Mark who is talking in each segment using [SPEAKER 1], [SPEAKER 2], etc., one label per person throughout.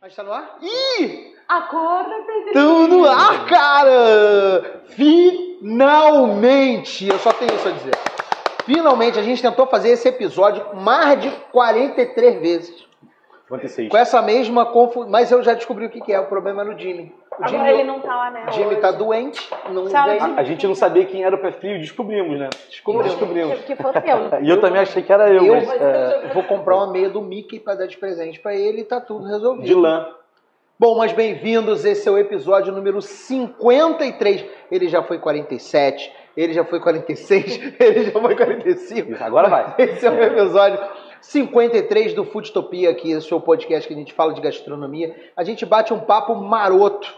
[SPEAKER 1] A gente tá no ar? Ih!
[SPEAKER 2] Acorda, Pedro.
[SPEAKER 1] Tamo Então, no ar, cara! Finalmente! Eu só tenho isso a dizer. Finalmente, a gente tentou fazer esse episódio mais de 43 vezes.
[SPEAKER 3] 56.
[SPEAKER 1] Com essa mesma confusão. Mas eu já descobri o que, que é. O problema é no Jimmy. O
[SPEAKER 2] Agora
[SPEAKER 1] Jimmy,
[SPEAKER 2] ele não tá lá, né?
[SPEAKER 1] o Jimmy
[SPEAKER 2] hoje.
[SPEAKER 1] tá doente. Não
[SPEAKER 2] Tchau,
[SPEAKER 1] vem.
[SPEAKER 2] Jimmy.
[SPEAKER 3] é A, a gente não sabia quem era o perfil, descobrimos, né?
[SPEAKER 1] Descobrimos.
[SPEAKER 3] Descobrimos.
[SPEAKER 2] Que, que foi né? teu.
[SPEAKER 3] E eu também achei que era eu,
[SPEAKER 1] Eu-
[SPEAKER 3] mas, é,
[SPEAKER 1] Vou comprar uma meia do Mickey pra dar de presente pra ele e tá tudo resolvido.
[SPEAKER 3] de lã.
[SPEAKER 1] Bom, mas bem-vindos. Esse é o episódio número 53. Ele já foi 47, ele já foi 46, ele já foi 45.
[SPEAKER 3] Agora vai.
[SPEAKER 1] Esse é o episódio 53 do Foodtopia, aqui, esse é o podcast que a gente fala de gastronomia. A gente bate um papo maroto.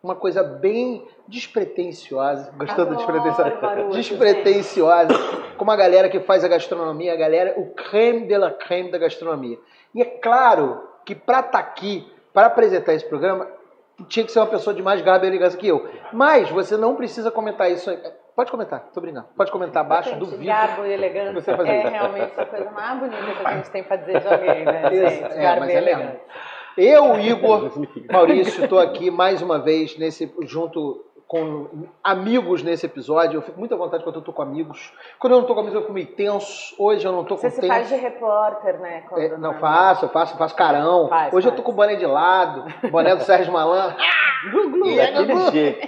[SPEAKER 1] Uma coisa bem despretensiosa. Gostou do
[SPEAKER 2] Adoro
[SPEAKER 1] despretensiosa?
[SPEAKER 2] barulho,
[SPEAKER 1] Despretensiosa. Com uma galera que faz a gastronomia, a galera, o creme de la creme da gastronomia. E é claro que pra estar aqui, pra apresentar esse programa, tinha que ser uma pessoa de mais garbo e elegância que eu. Mas você não precisa comentar isso. aí. Pode comentar, tô brincando. Pode comentar abaixo,
[SPEAKER 2] Gente,
[SPEAKER 1] duvido.
[SPEAKER 2] Garbo e elegância
[SPEAKER 1] Você fazer
[SPEAKER 2] é
[SPEAKER 1] isso.
[SPEAKER 2] realmente a coisa mais bonita que a gente tem pra dizer de alguém, né, gente?
[SPEAKER 1] É,
[SPEAKER 2] Garbo
[SPEAKER 1] mas
[SPEAKER 2] e
[SPEAKER 1] é mesmo.
[SPEAKER 2] elegância.
[SPEAKER 1] Eu, Igor, Maurício, estou aqui mais uma vez nesse junto com amigos nesse episódio. Eu fico muito à vontade quando eu estou com amigos. Quando eu não estou com amigos, eu fico meio tenso. Hoje eu não estou com
[SPEAKER 2] Você se
[SPEAKER 1] tenso.
[SPEAKER 2] faz de repórter, né? Quando
[SPEAKER 1] É, não,
[SPEAKER 2] é?
[SPEAKER 1] faço, eu faço, eu faço carão.
[SPEAKER 2] Faz,
[SPEAKER 1] Hoje eu
[SPEAKER 2] faz.
[SPEAKER 1] tô com o boné de lado, boné do Sérgio Malan.
[SPEAKER 2] Glu, glu.
[SPEAKER 1] é
[SPEAKER 3] E daquele jeito.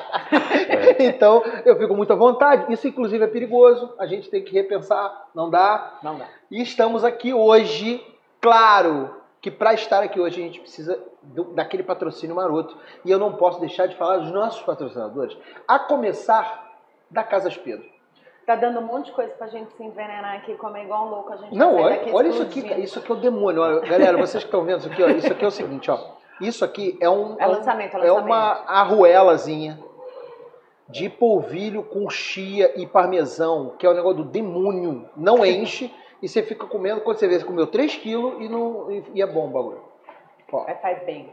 [SPEAKER 1] Então, eu fico muito à vontade. Isso, inclusive, é perigoso. A gente tem que repensar, não dá.
[SPEAKER 2] Não dá.
[SPEAKER 1] E estamos aqui hoje, claro, que para estar aqui hoje a gente precisa do- daquele patrocínio maroto. E eu não posso deixar de falar dos nossos patrocinadores, a começar da Casas Pedro.
[SPEAKER 2] Tá dando um monte de coisa pra gente se envenenar aqui, comer igual um louco. A gente
[SPEAKER 1] Não,
[SPEAKER 2] vai sair
[SPEAKER 1] olha,
[SPEAKER 2] daqui
[SPEAKER 1] olha isso aqui,
[SPEAKER 2] explodindo.
[SPEAKER 1] cara, isso aqui é o demônio. Olha, galera, vocês que estão vendo isso aqui, ó, isso aqui é o seguinte, ó. Isso aqui é um
[SPEAKER 2] É
[SPEAKER 1] um-
[SPEAKER 2] lançamento, é
[SPEAKER 1] é
[SPEAKER 2] lançamento.
[SPEAKER 1] uma arruelazinha de polvilho com chia e parmesão, que é o negócio do demônio. Não enche e você fica comendo, quando você vê, você comeu 3 quilos e, não, e, e é bom o bagulho. Ó,
[SPEAKER 2] É, faz bem.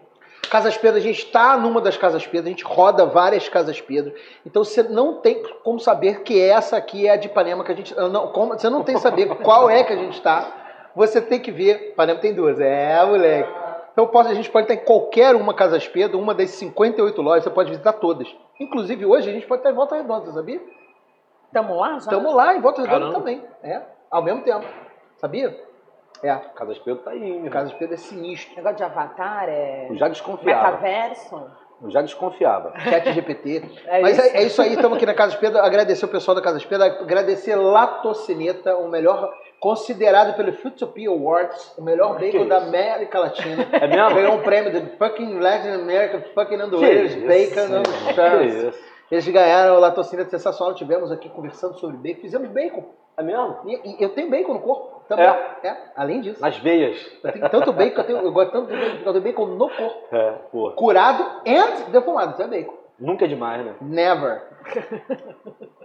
[SPEAKER 1] Casas Pedro, a gente está numa das Casas Pedro, a gente roda várias Casas Pedro. Então você não tem como saber que essa aqui é a de Ipanema que a gente. eu Não, como- você não tem saber qual é que a gente está. Você tem que ver. Ipanema tem duas. É, moleque. Então posso- a gente pode estar em qualquer uma Casas Pedro, uma das 58 lojas, você pode visitar todas. Inclusive hoje a gente pode estar em volta redonda, sabia?
[SPEAKER 2] Tamo lá já?
[SPEAKER 1] Estamos lá em volta redonda
[SPEAKER 3] Caramba.
[SPEAKER 1] também. É, ao mesmo tempo. Sabia? É.
[SPEAKER 3] Casas Pedro tá aí, hein, meu
[SPEAKER 1] Casas Pedro é sinistro.
[SPEAKER 2] Negócio de avatar, é...
[SPEAKER 3] Eu já
[SPEAKER 1] tá-
[SPEAKER 3] desconfiava.
[SPEAKER 2] Metaverso?
[SPEAKER 3] Eu já desconfiava.
[SPEAKER 1] Chat GPT.
[SPEAKER 2] É
[SPEAKER 1] Mas
[SPEAKER 2] isso.
[SPEAKER 1] é, é isso aí, estamos aqui na Casa Pedro. Agradecer o pessoal da Casa Pedro, agradecer Latocineta, o melhor, considerado pelo Futopia Awards, o melhor
[SPEAKER 3] Ah, Que
[SPEAKER 1] bacon da
[SPEAKER 3] isso?
[SPEAKER 1] América Latina.
[SPEAKER 3] É mesmo?
[SPEAKER 1] Ganhou um prêmio do fucking Latin America, fucking
[SPEAKER 3] Que
[SPEAKER 1] Underwears,
[SPEAKER 3] isso,
[SPEAKER 1] Bacon
[SPEAKER 3] meu
[SPEAKER 1] on
[SPEAKER 3] irmão,
[SPEAKER 1] Chance.
[SPEAKER 3] que isso.
[SPEAKER 1] Eles ganharam o Latocineta sensacional, tivemos aqui conversando sobre bacon, fizemos bacon.
[SPEAKER 3] É mesmo?
[SPEAKER 1] E, e eu tenho bacon no corpo também.
[SPEAKER 3] É?
[SPEAKER 1] É, Além disso,
[SPEAKER 3] Nas veias.
[SPEAKER 1] eu tenho tanto bacon, que eu, tenho, eu gosto tanto de bacon, que eu tenho bacon no corpo.
[SPEAKER 3] É, pô.
[SPEAKER 1] Curado and defumado, isso é bacon.
[SPEAKER 3] Nunca é demais, né?
[SPEAKER 1] Never.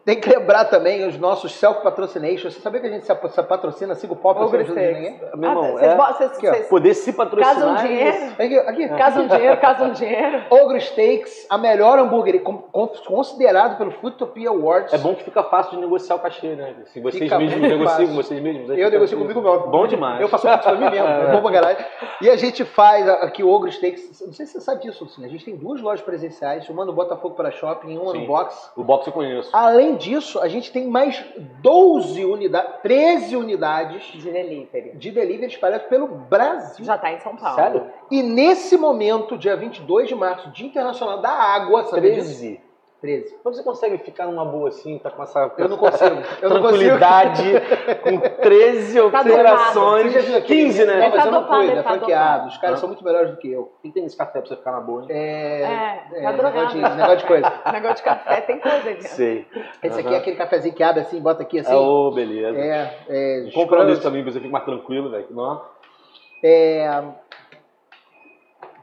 [SPEAKER 1] Tem que lembrar também os nossos self-patrocinations. Você sabia que a gente se se patrocina, siga o pop,
[SPEAKER 2] Ogre
[SPEAKER 1] ajuda
[SPEAKER 2] Steaks.
[SPEAKER 1] ninguém?
[SPEAKER 3] Meu
[SPEAKER 2] Ah,
[SPEAKER 3] irmão,
[SPEAKER 2] vocês
[SPEAKER 3] é-
[SPEAKER 2] bo- vocês-
[SPEAKER 1] Aqui, ó. né?
[SPEAKER 2] vocês-
[SPEAKER 3] Poder se patrocinar.
[SPEAKER 1] um
[SPEAKER 2] Casam dinheiro.
[SPEAKER 3] é isso.
[SPEAKER 1] Aqui, aqui.
[SPEAKER 2] Casa um dinheiro, casa um dinheiro.
[SPEAKER 1] Ogre Steaks, a melhor hambúrguer, com- com- considerado pelo Foodtopia Awards.
[SPEAKER 3] É bom que fica fácil de negociar o cachê, né? Se vocês
[SPEAKER 1] Fica
[SPEAKER 3] mesmos
[SPEAKER 1] muito
[SPEAKER 3] negociam
[SPEAKER 1] fácil.
[SPEAKER 3] com vocês mesmos. aí
[SPEAKER 1] Eu
[SPEAKER 3] fica
[SPEAKER 1] negocio
[SPEAKER 3] tudo.
[SPEAKER 1] comigo mesmo.
[SPEAKER 3] né? Bom demais.
[SPEAKER 1] Eu faço pizza pra mim mesmo, é bom pra caralho. E a gente faz a- aqui o Ogre Steaks. Não sei se você sabe disso, assim. A gente tem duas lojas presenciais, uma no Botafogo para Shopping e uma no
[SPEAKER 3] Sim.
[SPEAKER 1] Box.
[SPEAKER 3] O box eu conheço.
[SPEAKER 1] Além disso, a gente tem mais 12 unidades, 13 unidades
[SPEAKER 2] De delivery.
[SPEAKER 1] de delivery espalhado pelo Brasil.
[SPEAKER 2] Já tá em São Paulo.
[SPEAKER 3] Sério?
[SPEAKER 1] E nesse momento, dia 22 de março, Dia Internacional da Água, sabe disso?
[SPEAKER 3] 13.
[SPEAKER 1] 13.
[SPEAKER 3] Mas você consegue ficar numa boa assim, tá com essa
[SPEAKER 1] Eu não consigo. Eu não consigo.
[SPEAKER 3] tranquilidade, com 13
[SPEAKER 2] Tá
[SPEAKER 1] Você
[SPEAKER 3] operações.
[SPEAKER 1] já viu aqui?
[SPEAKER 3] 15, né?
[SPEAKER 1] Não, mas
[SPEAKER 2] Tá
[SPEAKER 1] eu não
[SPEAKER 2] dopado,
[SPEAKER 1] cuido,
[SPEAKER 2] ele
[SPEAKER 1] é
[SPEAKER 2] tá
[SPEAKER 1] franqueado.
[SPEAKER 2] dopado.
[SPEAKER 1] Os caras
[SPEAKER 3] Ah.
[SPEAKER 1] são muito melhores do que eu.
[SPEAKER 3] Quem tem esse café pra você ficar na boa, hein?
[SPEAKER 1] É.
[SPEAKER 2] É,
[SPEAKER 1] é, negócio,
[SPEAKER 2] tá
[SPEAKER 1] de,
[SPEAKER 2] drogado.
[SPEAKER 1] negócio de coisa.
[SPEAKER 2] Negócio de café tem coisa aí. dentro.
[SPEAKER 3] Sei.
[SPEAKER 1] Esse aqui
[SPEAKER 3] Aham.
[SPEAKER 1] é aquele cafezinho que abre assim, bota aqui É. assim.
[SPEAKER 3] Ah, Ô, beleza.
[SPEAKER 1] É, é. escroto.
[SPEAKER 3] Comprando isso também pra você ficar mais tranquilo, velho. Não.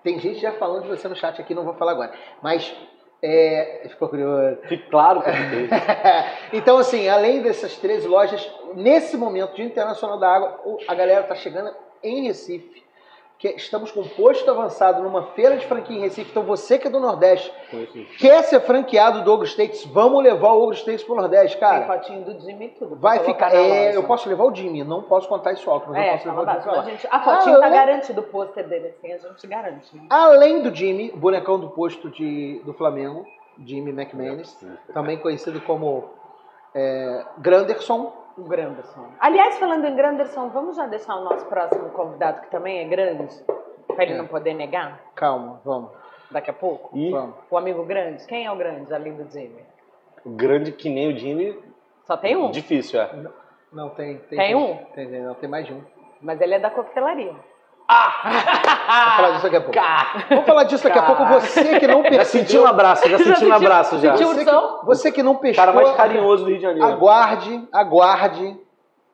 [SPEAKER 1] Tem gente já falando de você no chat aqui, não vou falar agora. Mas. É, ficou curioso.
[SPEAKER 3] Fique claro que eu fiz.
[SPEAKER 1] então, assim, além dessas 13 lojas, nesse momento de Internacional da Água, o- a galera tá chegando em Recife. que estamos com um posto avançado numa feira de franquia em Recife. Então você que é do Nordeste,
[SPEAKER 3] Conheço isso.
[SPEAKER 1] quer ser franqueado do Ogro Steaks, vamos levar o Ogro Steaks pro Nordeste,
[SPEAKER 4] Tem
[SPEAKER 1] cara.
[SPEAKER 4] fotinho do Jimmy e tudo.
[SPEAKER 1] Vai
[SPEAKER 4] Vou
[SPEAKER 1] ficar.
[SPEAKER 4] colocar na
[SPEAKER 1] é,
[SPEAKER 4] base.
[SPEAKER 1] eu posso levar o Jimmy, não posso contar isso óculos, eu
[SPEAKER 4] É,
[SPEAKER 1] posso levar
[SPEAKER 4] fala
[SPEAKER 1] o Jimmy
[SPEAKER 4] baixo.
[SPEAKER 1] pra lá.
[SPEAKER 4] A, gente, a fotinho
[SPEAKER 1] Ah,
[SPEAKER 4] tá
[SPEAKER 1] eu-
[SPEAKER 4] garantida, o pôster dele, assim, a gente garante. Né?
[SPEAKER 1] Além do Jimmy, bonecão do posto de, do Flamengo, Jimmy McManus, também conhecido como é, Granderson.
[SPEAKER 4] O Granderson. Aliás, falando em Granderson, vamos já deixar o nosso próximo convidado, que também é grande, pra ele
[SPEAKER 1] É.
[SPEAKER 4] não poder negar
[SPEAKER 1] Calma, vamos,
[SPEAKER 4] daqui a pouco.
[SPEAKER 3] E
[SPEAKER 1] vamos.
[SPEAKER 4] O amigo grande, quem é o grande, além do Jimmy?
[SPEAKER 3] grande que nem o Jimmy.
[SPEAKER 4] Só tem um,
[SPEAKER 3] Difícil, é.
[SPEAKER 1] Não, tem. Tem, gente.
[SPEAKER 4] Tem um?
[SPEAKER 1] Tem, gente, não, tem mais de um.
[SPEAKER 4] mas ele é da coquetelaria.
[SPEAKER 1] Ah! Vou falar disso daqui a pouco. Vou falar disso daqui a pouco.
[SPEAKER 4] Cara.
[SPEAKER 1] Você que não
[SPEAKER 3] Já
[SPEAKER 1] percebeu.
[SPEAKER 3] senti um abraço, já senti um
[SPEAKER 4] sentiu-
[SPEAKER 3] abraço já.
[SPEAKER 4] sentiu-
[SPEAKER 1] você,
[SPEAKER 4] Tiozão.
[SPEAKER 1] que, você que não
[SPEAKER 3] O
[SPEAKER 1] pescou.
[SPEAKER 3] cara mais carinhoso do Rio de Janeiro.
[SPEAKER 1] Aguarde, aguarde.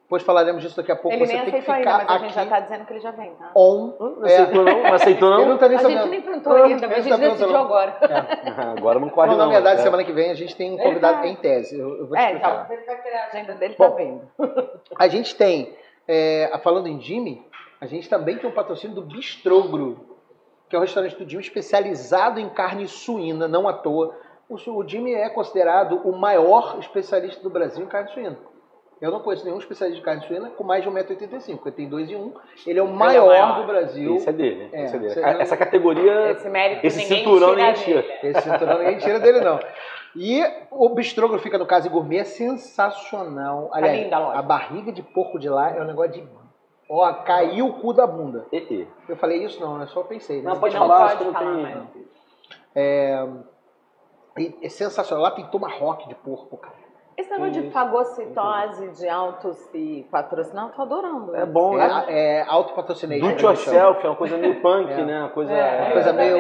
[SPEAKER 1] Depois falaremos disso daqui a pouco.
[SPEAKER 4] Ele
[SPEAKER 1] você
[SPEAKER 4] nem
[SPEAKER 1] tem que
[SPEAKER 4] aceitou
[SPEAKER 1] ficar
[SPEAKER 4] ainda, mas a
[SPEAKER 1] aqui
[SPEAKER 4] gente já tá dizendo que ele já vem, tá?
[SPEAKER 1] on.
[SPEAKER 3] Não
[SPEAKER 1] É.
[SPEAKER 3] aceitou não? Não aceitou
[SPEAKER 1] Ele não
[SPEAKER 3] não?
[SPEAKER 1] tá nem
[SPEAKER 4] a
[SPEAKER 1] sabendo.
[SPEAKER 4] gente nem perguntou
[SPEAKER 1] Não,
[SPEAKER 4] ainda, mas a
[SPEAKER 1] ele
[SPEAKER 4] gente
[SPEAKER 1] tá perguntando.
[SPEAKER 4] decidiu agora.
[SPEAKER 3] Ah, Agora não corre
[SPEAKER 1] Não,
[SPEAKER 3] não.
[SPEAKER 1] na verdade,
[SPEAKER 3] é.
[SPEAKER 1] semana que vem a gente tem um
[SPEAKER 4] Ele
[SPEAKER 1] convidado
[SPEAKER 4] tá-
[SPEAKER 1] em tese. Eu, eu vou te
[SPEAKER 4] É,
[SPEAKER 1] explicar.
[SPEAKER 4] talvez ele vai criar a agenda dele, tá
[SPEAKER 1] Bom,
[SPEAKER 4] vendo.
[SPEAKER 1] A gente tem, é, falando em Jimmy, a gente também tem um patrocínio do Bistrogro, que é um restaurante do Jimmy especializado em carne suína, não à toa. O, su- o Jimmy é considerado o maior especialista do Brasil em carne suína. Eu não conheço nenhum especialista de carne suína com mais de 1,85m, ele tem 2 e 1. Ele é o maior,
[SPEAKER 4] maior.
[SPEAKER 1] do Brasil.
[SPEAKER 3] Isso é dele.
[SPEAKER 1] É,
[SPEAKER 3] isso é dele.
[SPEAKER 1] você- É,
[SPEAKER 3] Essa categoria.
[SPEAKER 4] Esse mérito
[SPEAKER 3] Esse
[SPEAKER 4] ninguém
[SPEAKER 3] cinturão
[SPEAKER 4] tira
[SPEAKER 3] ninguém
[SPEAKER 4] dele. Tá
[SPEAKER 1] Esse cinturão ninguém tira dele, não. E o bistrogro fica no Casa e Gourmet, é sensacional. Aliás,
[SPEAKER 4] linda a loja.
[SPEAKER 1] a barriga de porco de lá é um negócio de. Ó, caiu o cu da bunda.
[SPEAKER 3] E, e.
[SPEAKER 1] Eu falei isso não, eu só pensei. Né?
[SPEAKER 3] Não, pode
[SPEAKER 4] Não
[SPEAKER 3] falar,
[SPEAKER 4] pode
[SPEAKER 3] acho que não
[SPEAKER 4] falar,
[SPEAKER 3] tem.
[SPEAKER 4] mas-
[SPEAKER 1] E é sensacional. Lá tem tomahawk de porco, cara.
[SPEAKER 4] Esse negócio de fagocitose, de auto se patrocinar, eu tô adorando.
[SPEAKER 3] É bom, né?
[SPEAKER 1] É, é autopatrocination.
[SPEAKER 3] Do
[SPEAKER 1] que
[SPEAKER 3] it
[SPEAKER 1] a gente chama.
[SPEAKER 3] yourself, é uma coisa meio punk,
[SPEAKER 1] É.
[SPEAKER 3] né? Uma coisa.
[SPEAKER 4] É,
[SPEAKER 1] Uma Coisa meio,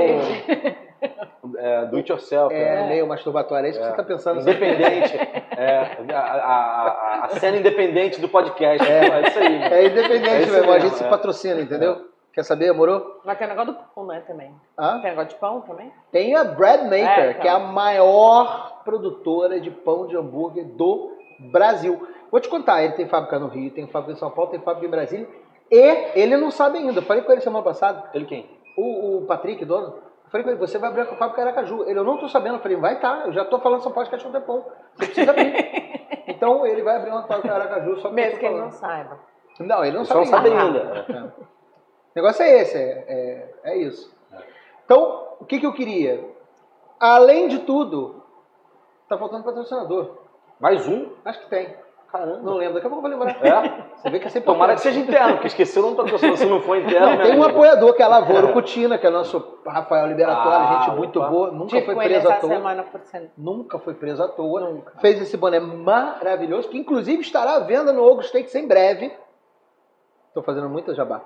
[SPEAKER 3] é, do it yourself. né?
[SPEAKER 1] é, meio masturbatória. É isso que
[SPEAKER 3] É.
[SPEAKER 1] você tá pensando. sabe?
[SPEAKER 3] Independente. É, a, a- a- a cena independente do podcast. É, isso aí.
[SPEAKER 1] É independente
[SPEAKER 3] É isso
[SPEAKER 1] mesmo, a
[SPEAKER 3] mesmo,
[SPEAKER 1] gente se
[SPEAKER 3] é.
[SPEAKER 1] patrocina, entendeu? Quer saber, moro?
[SPEAKER 4] Mas tem o negócio do pão, né, também.
[SPEAKER 1] Hã?
[SPEAKER 4] Tem negócio de pão também?
[SPEAKER 1] Tem a Breadmaker,
[SPEAKER 4] É, então.
[SPEAKER 1] que é a maior produtora de pão de hambúrguer do Brasil. Vou te contar, ele tem fábrica no Rio, tem fábrica em São Paulo, tem fábrica em Brasília. E ele não sabe ainda. Eu falei com ele semana passada,
[SPEAKER 3] Ele quem?
[SPEAKER 1] o, o Patrick, dono. Eu falei com ele, você vai abrir a fábrica em Aracaju. Ele, eu não tô sabendo. Eu falei, vai tá, eu já tô falando São Paulo de cachorro de pão. Você precisa abrir. então ele vai abrir uma fábrica em Aracaju, só porque eu
[SPEAKER 4] Mesmo
[SPEAKER 1] tô
[SPEAKER 4] que ele não
[SPEAKER 1] falando.
[SPEAKER 4] saiba.
[SPEAKER 1] Não, ele não
[SPEAKER 3] Só não
[SPEAKER 1] sabe
[SPEAKER 3] sabe
[SPEAKER 1] ainda.
[SPEAKER 3] ainda.
[SPEAKER 1] É. O negócio é esse, é, é- é isso. Então, o que, que eu queria? Além de tudo, tá faltando patrocinador.
[SPEAKER 3] Mais um?
[SPEAKER 1] Acho que tem.
[SPEAKER 3] Caramba.
[SPEAKER 1] Não lembro, daqui a pouco eu vou lembrar.
[SPEAKER 3] É?
[SPEAKER 1] Você vê que é sempre
[SPEAKER 3] Tomara que né,
[SPEAKER 1] alguém.
[SPEAKER 3] seja interno, porque esqueceu não patrocinou. Se não for interno,
[SPEAKER 1] Não, tem um
[SPEAKER 3] uma
[SPEAKER 1] apoiador que é a Lavoura Cutina, que é nosso Rafael Liberatório,
[SPEAKER 3] Ah,
[SPEAKER 1] gente muito
[SPEAKER 3] opa.
[SPEAKER 1] boa, nunca
[SPEAKER 4] Tive
[SPEAKER 1] foi
[SPEAKER 4] com Tipo, ele
[SPEAKER 1] preso à
[SPEAKER 4] essa
[SPEAKER 1] toa.
[SPEAKER 4] semana por cento.
[SPEAKER 1] Nunca foi preso à toa. Fez esse boné maravilhoso, que inclusive estará à venda no Ogro Steaks em breve. Estou fazendo muita jabá.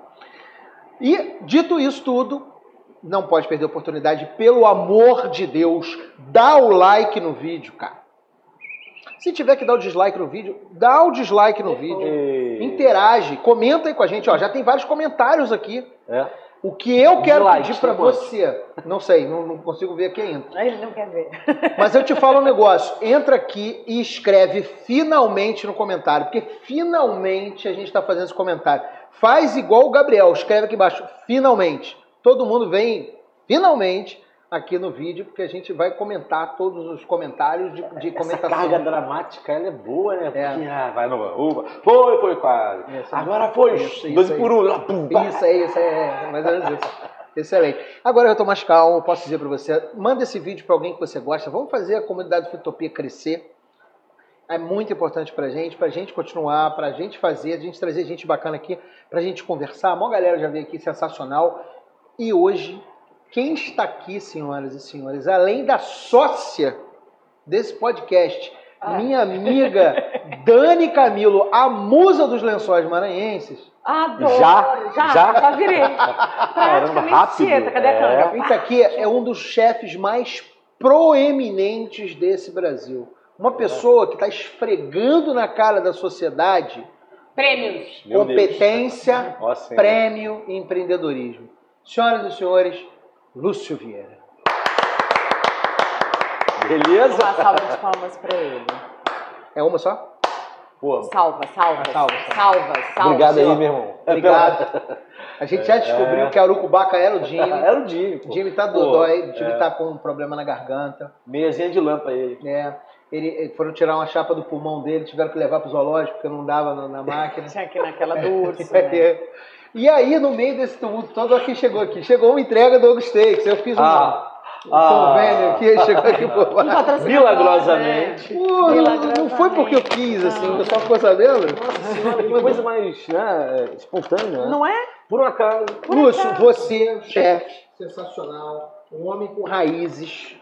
[SPEAKER 1] E, dito isso tudo, não pode perder a oportunidade, pelo amor de Deus, dá o like no vídeo, cara. Se tiver que dar o dislike no vídeo, dá o dislike no vídeo. Interage, comenta aí com a gente. Ó, já tem vários comentários aqui.
[SPEAKER 3] É.
[SPEAKER 1] O que eu quero
[SPEAKER 3] Dislike,
[SPEAKER 1] pedir pra
[SPEAKER 3] tem quantos?
[SPEAKER 1] você, não sei, não, não consigo ver aqui ainda.
[SPEAKER 4] Ele não quer ver.
[SPEAKER 1] Mas eu te falo um negócio, entra aqui e escreve finalmente no comentário, porque finalmente a gente está fazendo esse comentário. Faz igual o Gabriel, escreve aqui embaixo, finalmente. Todo mundo vem finalmente aqui no vídeo, porque a gente vai comentar todos os comentários de, de
[SPEAKER 3] Essa
[SPEAKER 1] comentação.
[SPEAKER 3] carga dramática, ela é boa, né?
[SPEAKER 1] É.
[SPEAKER 3] Porque, ah, vai no uva. Foi, foi quase.
[SPEAKER 1] Isso.
[SPEAKER 3] Agora foi.
[SPEAKER 1] Isso, isso
[SPEAKER 3] 12
[SPEAKER 1] aí.
[SPEAKER 3] por 1. Lá, pum, pá.
[SPEAKER 1] Isso aí, isso aí, é mais ou menos isso. Excelente. Agora que eu tô mais calmo, eu posso dizer para você, manda esse vídeo para alguém que você gosta. Vamos fazer a comunidade Fitopia crescer. É muito importante pra gente, pra gente continuar, pra gente fazer, a gente trazer gente bacana aqui, pra gente conversar. A maior galera já veio aqui, sensacional. E hoje, quem está aqui, senhoras e senhores, além da sócia desse podcast,
[SPEAKER 4] Ah.
[SPEAKER 1] minha amiga Dani Camilo, a musa dos lençóis maranhenses,
[SPEAKER 4] Adoro.
[SPEAKER 3] Já?
[SPEAKER 4] Já,
[SPEAKER 3] Já?
[SPEAKER 4] já, virei. Praticamente
[SPEAKER 3] rápido.
[SPEAKER 4] tieta. Cadê a
[SPEAKER 3] É.
[SPEAKER 4] câmera?
[SPEAKER 1] Isso aqui é um dos chefes mais proeminentes desse Brasil. Uma pessoa que está esfregando na cara da sociedade
[SPEAKER 4] Prêmios.
[SPEAKER 3] Meu Deus.
[SPEAKER 1] competência,
[SPEAKER 3] Ó, Senhor.
[SPEAKER 1] prêmio e empreendedorismo. Senhoras e senhores, Lúcio Vieira.
[SPEAKER 3] Beleza?
[SPEAKER 4] Uma salva de palmas pra ele.
[SPEAKER 1] É uma só?
[SPEAKER 3] Pô,
[SPEAKER 4] Salva, salva,
[SPEAKER 1] Ah,
[SPEAKER 4] salva,
[SPEAKER 1] salva,
[SPEAKER 4] salva.
[SPEAKER 3] obrigado aí,
[SPEAKER 1] senhor.
[SPEAKER 3] meu irmão. É.
[SPEAKER 1] Obrigado. A gente já descobriu que a Urucubaca era o Jimmy.
[SPEAKER 3] Era o Jimmy,
[SPEAKER 1] O
[SPEAKER 3] pô. é.
[SPEAKER 1] Jimmy tá dodói, o Jimmy tá com um problema na garganta.
[SPEAKER 3] Meiazinha de lâmpada aí.
[SPEAKER 1] né? Ele, ele- foram tirar uma chapa do pulmão dele, tiveram que levar pro zoológico porque não dava na, na máquina.
[SPEAKER 4] Tinha aqui naquela do urso,
[SPEAKER 1] É.
[SPEAKER 4] né?
[SPEAKER 1] E aí, no meio desse tumulto todo, aqui chegou aqui. Chegou uma entrega do Ogo Steaks. Eu fiz um,
[SPEAKER 3] Ah,
[SPEAKER 1] um convênio aqui, chegou aqui por baixo.
[SPEAKER 4] patrocinador,
[SPEAKER 3] milagrosamente.
[SPEAKER 1] Pô, não, não foi porque eu quis, assim, o pessoal ficou sabendo.
[SPEAKER 3] Nossa senhora, que coisa mais né, espontânea. né?
[SPEAKER 4] Não é?
[SPEAKER 3] Por um acaso.
[SPEAKER 1] Lúcio, você, chefe, sensacional, um homem com raízes,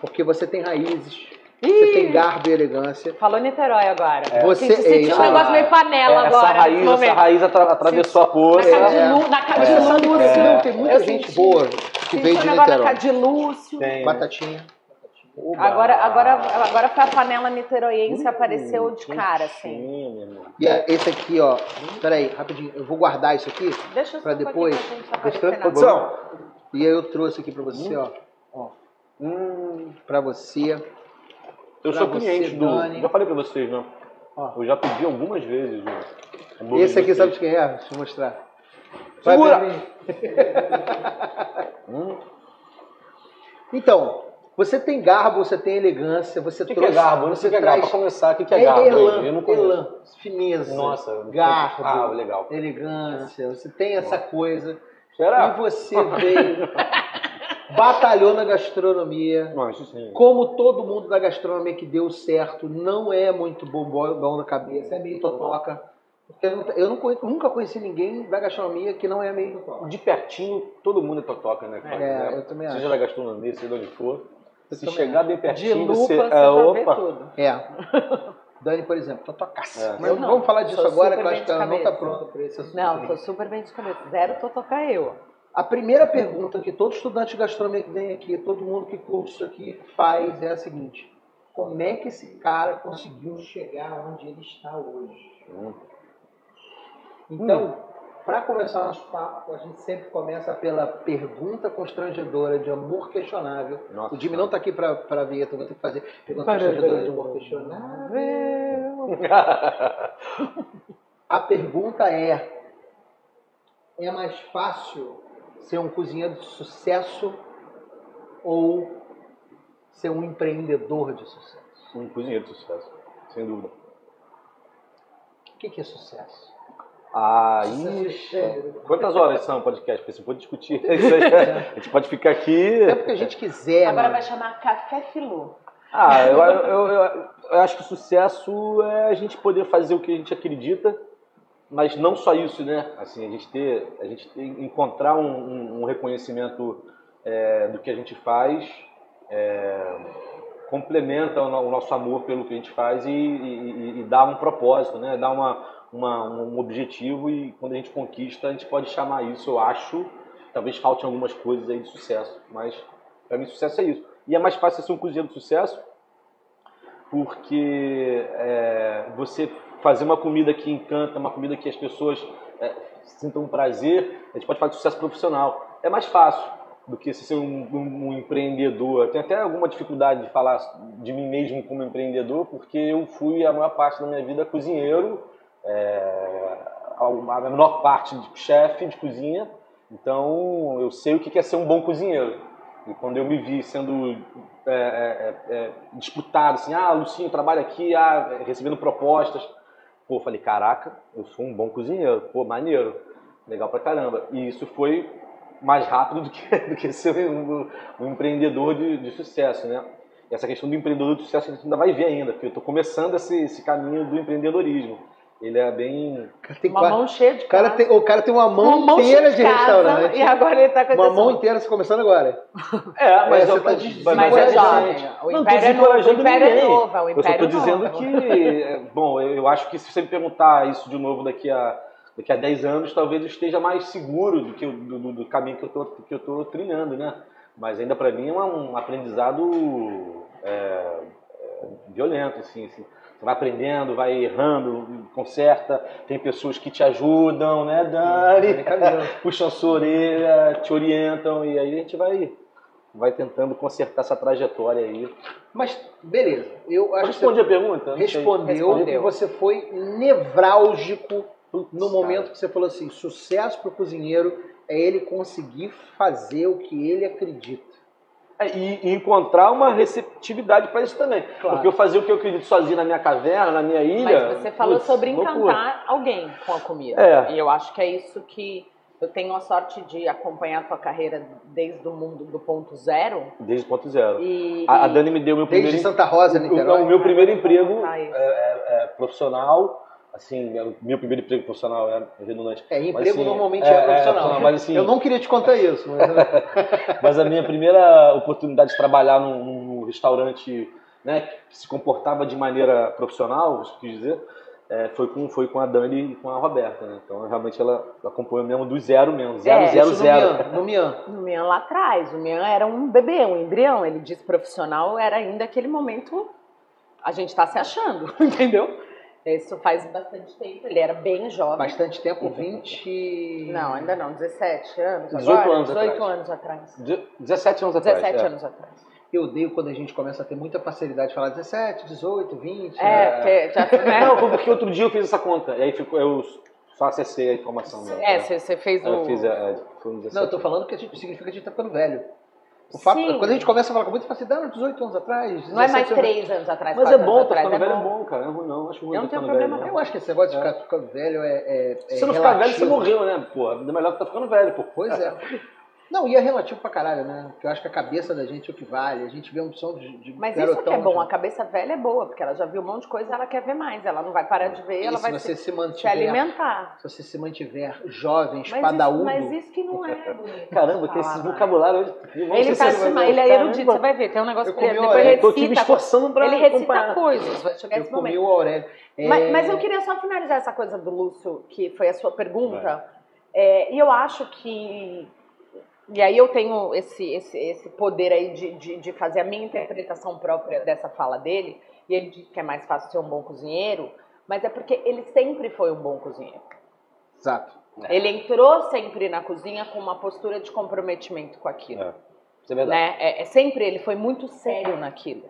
[SPEAKER 1] porque você tem raízes, você tem garbo e elegância.
[SPEAKER 4] Falou Niterói agora.
[SPEAKER 1] Você
[SPEAKER 4] Senti- senti
[SPEAKER 1] é
[SPEAKER 4] um
[SPEAKER 1] isso.
[SPEAKER 4] negócio meio panela
[SPEAKER 3] É,
[SPEAKER 4] agora. nesse
[SPEAKER 3] Essa raiz, essa
[SPEAKER 4] momento.
[SPEAKER 3] raiz atra- atravessou a
[SPEAKER 4] Na
[SPEAKER 3] poça.
[SPEAKER 4] cara de
[SPEAKER 1] É.
[SPEAKER 4] Lu, na cara
[SPEAKER 1] Mas
[SPEAKER 4] de
[SPEAKER 1] você
[SPEAKER 4] Lu,
[SPEAKER 1] sabe que
[SPEAKER 4] Lúcio.
[SPEAKER 1] não, tem muita
[SPEAKER 4] Eu
[SPEAKER 1] gente
[SPEAKER 4] senti-
[SPEAKER 1] é assim, boa que
[SPEAKER 4] senti
[SPEAKER 1] veio
[SPEAKER 4] um
[SPEAKER 1] de
[SPEAKER 4] negócio na cara
[SPEAKER 1] Niterói.
[SPEAKER 4] de Lúcio.
[SPEAKER 3] Tem, né?
[SPEAKER 1] Batatinha.
[SPEAKER 3] Oba.
[SPEAKER 4] Agora, agora, agora foi a panela niteroiense apareceu de cara, assim.
[SPEAKER 3] Hum, Sim, meu irmão.
[SPEAKER 1] E é esse aqui, ó. Peraí, rapidinho, eu vou guardar isso aqui.
[SPEAKER 4] Deixa eu
[SPEAKER 1] Pra
[SPEAKER 4] só pôr aqui
[SPEAKER 1] depois,
[SPEAKER 4] pra gente não
[SPEAKER 1] gostou?
[SPEAKER 4] aparecer nada.
[SPEAKER 3] Produção.
[SPEAKER 1] E aí eu trouxe aqui pra você, ó. ó
[SPEAKER 3] Hum,
[SPEAKER 1] pra você. Pra
[SPEAKER 3] eu sou
[SPEAKER 1] você,
[SPEAKER 3] cliente do.
[SPEAKER 1] Dani.
[SPEAKER 3] Já falei pra vocês, né?
[SPEAKER 1] Ó.
[SPEAKER 3] Eu já pedi algumas vezes. Né? hambúrguer
[SPEAKER 1] Esse aqui,
[SPEAKER 3] de
[SPEAKER 1] sabe
[SPEAKER 3] vocês.
[SPEAKER 1] de quem é? Deixa eu mostrar.
[SPEAKER 3] Segura!
[SPEAKER 1] Pedrinho.
[SPEAKER 3] Hum,
[SPEAKER 1] Então, você tem garbo, você tem elegância, você
[SPEAKER 3] O que, que é
[SPEAKER 1] trouxe.
[SPEAKER 3] garbo? Não sei
[SPEAKER 1] Você
[SPEAKER 3] o que é garbo.
[SPEAKER 1] traz
[SPEAKER 3] Pra começar, o que, que é
[SPEAKER 1] É
[SPEAKER 3] garbo?
[SPEAKER 1] elan,
[SPEAKER 3] Eu não conheço.
[SPEAKER 1] elan, fineza,
[SPEAKER 3] Nossa,
[SPEAKER 1] garbo,
[SPEAKER 3] Ah, legal.
[SPEAKER 1] elegância, você tem essa coisa. E
[SPEAKER 3] Será?
[SPEAKER 1] você veio, batalhou na gastronomia,
[SPEAKER 3] Não, isso sim.
[SPEAKER 1] como todo mundo da gastronomia que deu certo, não é muito bom, bom da cabeça, é meio totoca. Porque eu, não- eu não conhe- nunca conheci ninguém da gastronomia que não é meio totoca.
[SPEAKER 3] De pertinho, todo mundo é totoca, né? cara?
[SPEAKER 1] É, eu também
[SPEAKER 3] Seja
[SPEAKER 1] acho.
[SPEAKER 3] da gastronomia, seja de onde for.
[SPEAKER 1] Eu
[SPEAKER 3] Se
[SPEAKER 1] também
[SPEAKER 3] chegar bem
[SPEAKER 4] De
[SPEAKER 3] pertinho,
[SPEAKER 4] lupa,
[SPEAKER 3] você.
[SPEAKER 4] você
[SPEAKER 3] é,
[SPEAKER 4] vai ver
[SPEAKER 3] opa.
[SPEAKER 4] tudo.
[SPEAKER 1] É. Dani, por exemplo, totocaça.
[SPEAKER 3] É.
[SPEAKER 1] Mas
[SPEAKER 4] Eu não,
[SPEAKER 1] vamos falar disso
[SPEAKER 4] sou
[SPEAKER 1] agora,
[SPEAKER 4] super
[SPEAKER 1] que eu acho
[SPEAKER 4] bem
[SPEAKER 1] que
[SPEAKER 4] de
[SPEAKER 1] ela não está
[SPEAKER 4] cabeça.
[SPEAKER 1] pronta para esse assunto.
[SPEAKER 4] Não, tô super bem de cabeça. Zero tô tocar eu.
[SPEAKER 1] A primeira pergunta que todo estudante de gastronomia que vem aqui, todo mundo que curte isso aqui faz é a seguinte: como é que esse cara conseguiu chegar onde ele está hoje?
[SPEAKER 3] Hum.
[SPEAKER 1] Então, para começar o nosso papo, a gente sempre começa pela pergunta constrangedora de amor questionável.
[SPEAKER 3] Nossa.
[SPEAKER 1] o Jimmy não está aqui para a vinheta, vou ter que fazer pergunta constrangedora de amor questionável. A pergunta é: é mais fácil ser um cozinheiro de sucesso ou ser um empreendedor de sucesso?
[SPEAKER 3] um cozinheiro de sucesso, sem dúvida.
[SPEAKER 1] O que, que é sucesso?
[SPEAKER 3] Aí.
[SPEAKER 1] Sucesso é-
[SPEAKER 3] Ah, Quantas horas são o podcast? Porque você pode discutir. Isso aí, a gente pode ficar aqui.
[SPEAKER 1] É porque a gente quiser.
[SPEAKER 4] Agora
[SPEAKER 1] mano.
[SPEAKER 4] vai chamar Café Filu.
[SPEAKER 3] Ah, eu, eu, eu- eu acho que o sucesso é a gente poder fazer o que a gente acredita, mas não só isso, né? Assim, a gente ter, a gente ter- encontrar um, um- um reconhecimento é, do que a gente faz, é, complementa o, no- o nosso amor pelo que a gente faz e, e- e dá um propósito, né? Dá uma, uma- um objetivo e quando a gente conquista, a gente pode chamar isso, eu acho. Talvez faltem algumas coisas aí de sucesso, mas para mim sucesso é isso. E é mais fácil ser um cozinheiro de sucesso porque é, você fazer uma comida que encanta, uma comida que as pessoas é, sintam um prazer, a gente pode fazer sucesso profissional. É mais fácil do que se ser um, um- um empreendedor. Eu tenho até alguma dificuldade de falar de mim mesmo como empreendedor, porque eu fui a maior parte da minha vida cozinheiro, é, a a menor parte de chefe de cozinha. Então eu sei o que é ser um bom cozinheiro. E quando eu me vi sendo é, é, é, é, disputado, assim, ah, Lucinho trabalha aqui, ah, recebendo propostas. Pô, eu falei, caraca, eu sou um bom cozinheiro, pô, maneiro, legal pra caramba. E isso foi mais rápido do que, do que ser um, um empreendedor de, de sucesso, né? E essa questão do empreendedor de sucesso a gente ainda vai ver ainda, porque eu tô começando esse, esse caminho do empreendedorismo. Ele é bem.
[SPEAKER 1] O cara tem
[SPEAKER 4] Uma
[SPEAKER 1] quatro-
[SPEAKER 4] mão cheia de
[SPEAKER 1] o cara
[SPEAKER 4] casa.
[SPEAKER 1] tem, o cara tem uma mão,
[SPEAKER 4] Uma mão
[SPEAKER 1] inteira de
[SPEAKER 4] cheia casa,
[SPEAKER 1] restaurante.
[SPEAKER 4] E agora ele tá com
[SPEAKER 1] Uma
[SPEAKER 4] essa-
[SPEAKER 1] mão inteira se começando agora.
[SPEAKER 3] É,
[SPEAKER 1] mas
[SPEAKER 3] mas eu
[SPEAKER 1] você tá
[SPEAKER 3] tô
[SPEAKER 1] des-
[SPEAKER 3] mas
[SPEAKER 4] Mas
[SPEAKER 1] Agora
[SPEAKER 4] é
[SPEAKER 1] é
[SPEAKER 4] jovem. O
[SPEAKER 3] Não,
[SPEAKER 4] Império
[SPEAKER 3] tô
[SPEAKER 4] é novo. O
[SPEAKER 3] desencorajando
[SPEAKER 4] Império é
[SPEAKER 3] ninguém.
[SPEAKER 4] novo. O
[SPEAKER 3] Eu só
[SPEAKER 4] Império
[SPEAKER 3] tô
[SPEAKER 4] é novo.
[SPEAKER 3] dizendo que, é, bom, eu eu acho que se você me perguntar isso de novo daqui a, daqui a 10 anos, talvez eu esteja mais seguro do, que, eu- do, do- do caminho que eu, tô, que eu tô trilhando, né? Mas ainda para mim é um aprendizado é, é, violento, assim, assim. Você vai aprendendo, vai errando, conserta, tem pessoas que te ajudam, né, Dani?
[SPEAKER 1] Brincadeira.
[SPEAKER 3] puxam a sua orelha, te orientam e aí a gente vai vai tentando consertar essa trajetória aí.
[SPEAKER 1] Mas, beleza. Eu acho
[SPEAKER 3] Responde
[SPEAKER 1] que
[SPEAKER 3] a pergunta?
[SPEAKER 1] você
[SPEAKER 3] Não sei.
[SPEAKER 1] respondeu,
[SPEAKER 4] Respondeu.
[SPEAKER 1] e você foi nevrálgico
[SPEAKER 3] Putz,
[SPEAKER 1] no momento que você falou assim, sucesso pro cozinheiro é ele conseguir fazer o que ele acredita.
[SPEAKER 3] É, E, e encontrar uma receptividade para isso também.
[SPEAKER 1] Claro.
[SPEAKER 3] Porque eu fazia o que eu acredito sozinho na minha caverna, na minha ilha.
[SPEAKER 4] Mas você falou
[SPEAKER 3] putz,
[SPEAKER 4] sobre
[SPEAKER 3] loucura.
[SPEAKER 4] encantar alguém com a comida.
[SPEAKER 3] É.
[SPEAKER 4] E eu acho que é isso que eu tenho a sorte de acompanhar a tua carreira desde o mundo do ponto zero.
[SPEAKER 3] Desde o ponto zero.
[SPEAKER 4] E,
[SPEAKER 3] A, a
[SPEAKER 4] e-
[SPEAKER 3] Dani me deu meu primeiro
[SPEAKER 1] Desde Santa Rosa,
[SPEAKER 3] O-
[SPEAKER 1] Niterói.
[SPEAKER 3] não,
[SPEAKER 4] né?
[SPEAKER 3] o meu primeiro emprego
[SPEAKER 4] Ah, isso.
[SPEAKER 3] é, é, profissional, assim, é, o meu primeiro emprego profissional é redundante,
[SPEAKER 1] É, emprego
[SPEAKER 3] Mas, assim,
[SPEAKER 1] normalmente
[SPEAKER 3] é,
[SPEAKER 1] é,
[SPEAKER 3] é,
[SPEAKER 1] profissional.
[SPEAKER 3] mas, assim-
[SPEAKER 1] eu não queria te contar isso, mas
[SPEAKER 3] mas a minha primeira oportunidade de trabalhar num, num restaurante né, que se comportava de maneira profissional, isso quis dizer, é, foi, com, foi com a Dani e com a Roberta, né? Então, realmente, ela acompanhou mesmo do zero mesmo, zero,
[SPEAKER 4] É,
[SPEAKER 3] zero,
[SPEAKER 1] isso
[SPEAKER 3] zero.
[SPEAKER 1] no Mian. No Mian.
[SPEAKER 4] O Mian lá atrás, o Mian era um bebê, um embrião, ele disse profissional, era ainda aquele momento, a gente tá se achando, entendeu? Isso faz bastante tempo, ele era bem jovem.
[SPEAKER 1] Bastante tempo, 20...
[SPEAKER 4] Não, é ainda não, 17 anos
[SPEAKER 3] 18
[SPEAKER 4] agora?
[SPEAKER 3] anos
[SPEAKER 4] 18
[SPEAKER 3] atrás.
[SPEAKER 4] anos atrás.
[SPEAKER 3] De- 17 anos atrás.
[SPEAKER 4] 17
[SPEAKER 3] é.
[SPEAKER 4] anos atrás.
[SPEAKER 1] Eu odeio quando a gente começa a ter muita parcialidade, falar 17, 18, 20.
[SPEAKER 4] É, porque já, né?
[SPEAKER 3] Não, foi porque outro dia eu fiz essa conta, e aí ficou, eu só acessei a informação mesmo.
[SPEAKER 4] É, você- você fez o...
[SPEAKER 3] Eu fiz, a- é, foi um 17
[SPEAKER 1] Não, eu tô falando que a gente, significa que a gente tá ficando velho. O fato,
[SPEAKER 4] Sim.
[SPEAKER 1] quando a gente começa a falar com muita facilidade, "Ah, 18 anos atrás. 17
[SPEAKER 4] Não é mais
[SPEAKER 1] anos
[SPEAKER 4] três anos atrás,
[SPEAKER 3] Mas é
[SPEAKER 4] quatro
[SPEAKER 3] bom,
[SPEAKER 4] anos
[SPEAKER 3] tá
[SPEAKER 4] atrás,
[SPEAKER 3] ficando velho
[SPEAKER 4] é
[SPEAKER 3] é bom, cara. É ruim não, acho ruim.
[SPEAKER 4] Eu não
[SPEAKER 3] tá
[SPEAKER 4] tenho
[SPEAKER 3] ficando velho,
[SPEAKER 4] problema,
[SPEAKER 1] Eu acho que esse negócio de ficar ficando velho é. é, é
[SPEAKER 3] Se você não ficar velho,
[SPEAKER 1] relativo.
[SPEAKER 3] você morreu, né? Pô, ainda melhor que tá ficando velho, pô.
[SPEAKER 1] Pois é. Não, e é relativo pra caralho, né? Porque eu acho que a cabeça da gente é o que vale. A gente vê um som de. de
[SPEAKER 4] Mas
[SPEAKER 1] garotão,
[SPEAKER 4] isso que é bom, a
[SPEAKER 1] de...
[SPEAKER 4] cabeça velha é boa, porque ela já viu um monte de coisa, ela quer ver mais, ela não vai parar de ver,
[SPEAKER 1] E
[SPEAKER 4] ela
[SPEAKER 1] se
[SPEAKER 4] vai
[SPEAKER 1] você se,
[SPEAKER 4] se, se
[SPEAKER 1] mantiver.
[SPEAKER 4] alimentar.
[SPEAKER 1] se você se mantiver jovem,
[SPEAKER 4] Mas isso,
[SPEAKER 1] espadaúdo.
[SPEAKER 4] mas isso que não é bonito.
[SPEAKER 3] Caramba,
[SPEAKER 4] de
[SPEAKER 3] tem esse
[SPEAKER 4] falar, né?
[SPEAKER 3] vocabulário hoje.
[SPEAKER 4] Ele, tá, se- ele
[SPEAKER 3] né?
[SPEAKER 4] é erudito, você vai ver, tem um negócio
[SPEAKER 1] Eu
[SPEAKER 4] que ele-
[SPEAKER 1] comi
[SPEAKER 4] depois
[SPEAKER 1] orelha,
[SPEAKER 4] ele
[SPEAKER 3] é, Tô aqui me
[SPEAKER 4] recita,
[SPEAKER 3] esforçando pra
[SPEAKER 4] ele recita
[SPEAKER 3] acompanhar.
[SPEAKER 4] coisas, vai chegar
[SPEAKER 1] Eu
[SPEAKER 4] esse
[SPEAKER 1] comi
[SPEAKER 4] momento.
[SPEAKER 1] o Aurélio. É,
[SPEAKER 4] Mas, mas eu queria só finalizar essa coisa do Lúcio, que foi a sua pergunta. É, e eu acho que. E aí eu tenho esse, esse, esse poder aí de, de, de fazer a minha interpretação própria dessa fala dele. E ele diz que é mais fácil ser um bom cozinheiro, mas é porque ele sempre foi um bom cozinheiro.
[SPEAKER 1] Exato.
[SPEAKER 4] Ele entrou sempre na cozinha com uma postura de comprometimento com aquilo
[SPEAKER 3] É, Isso é verdade.
[SPEAKER 4] né? É, é sempre ele foi muito sério naquilo,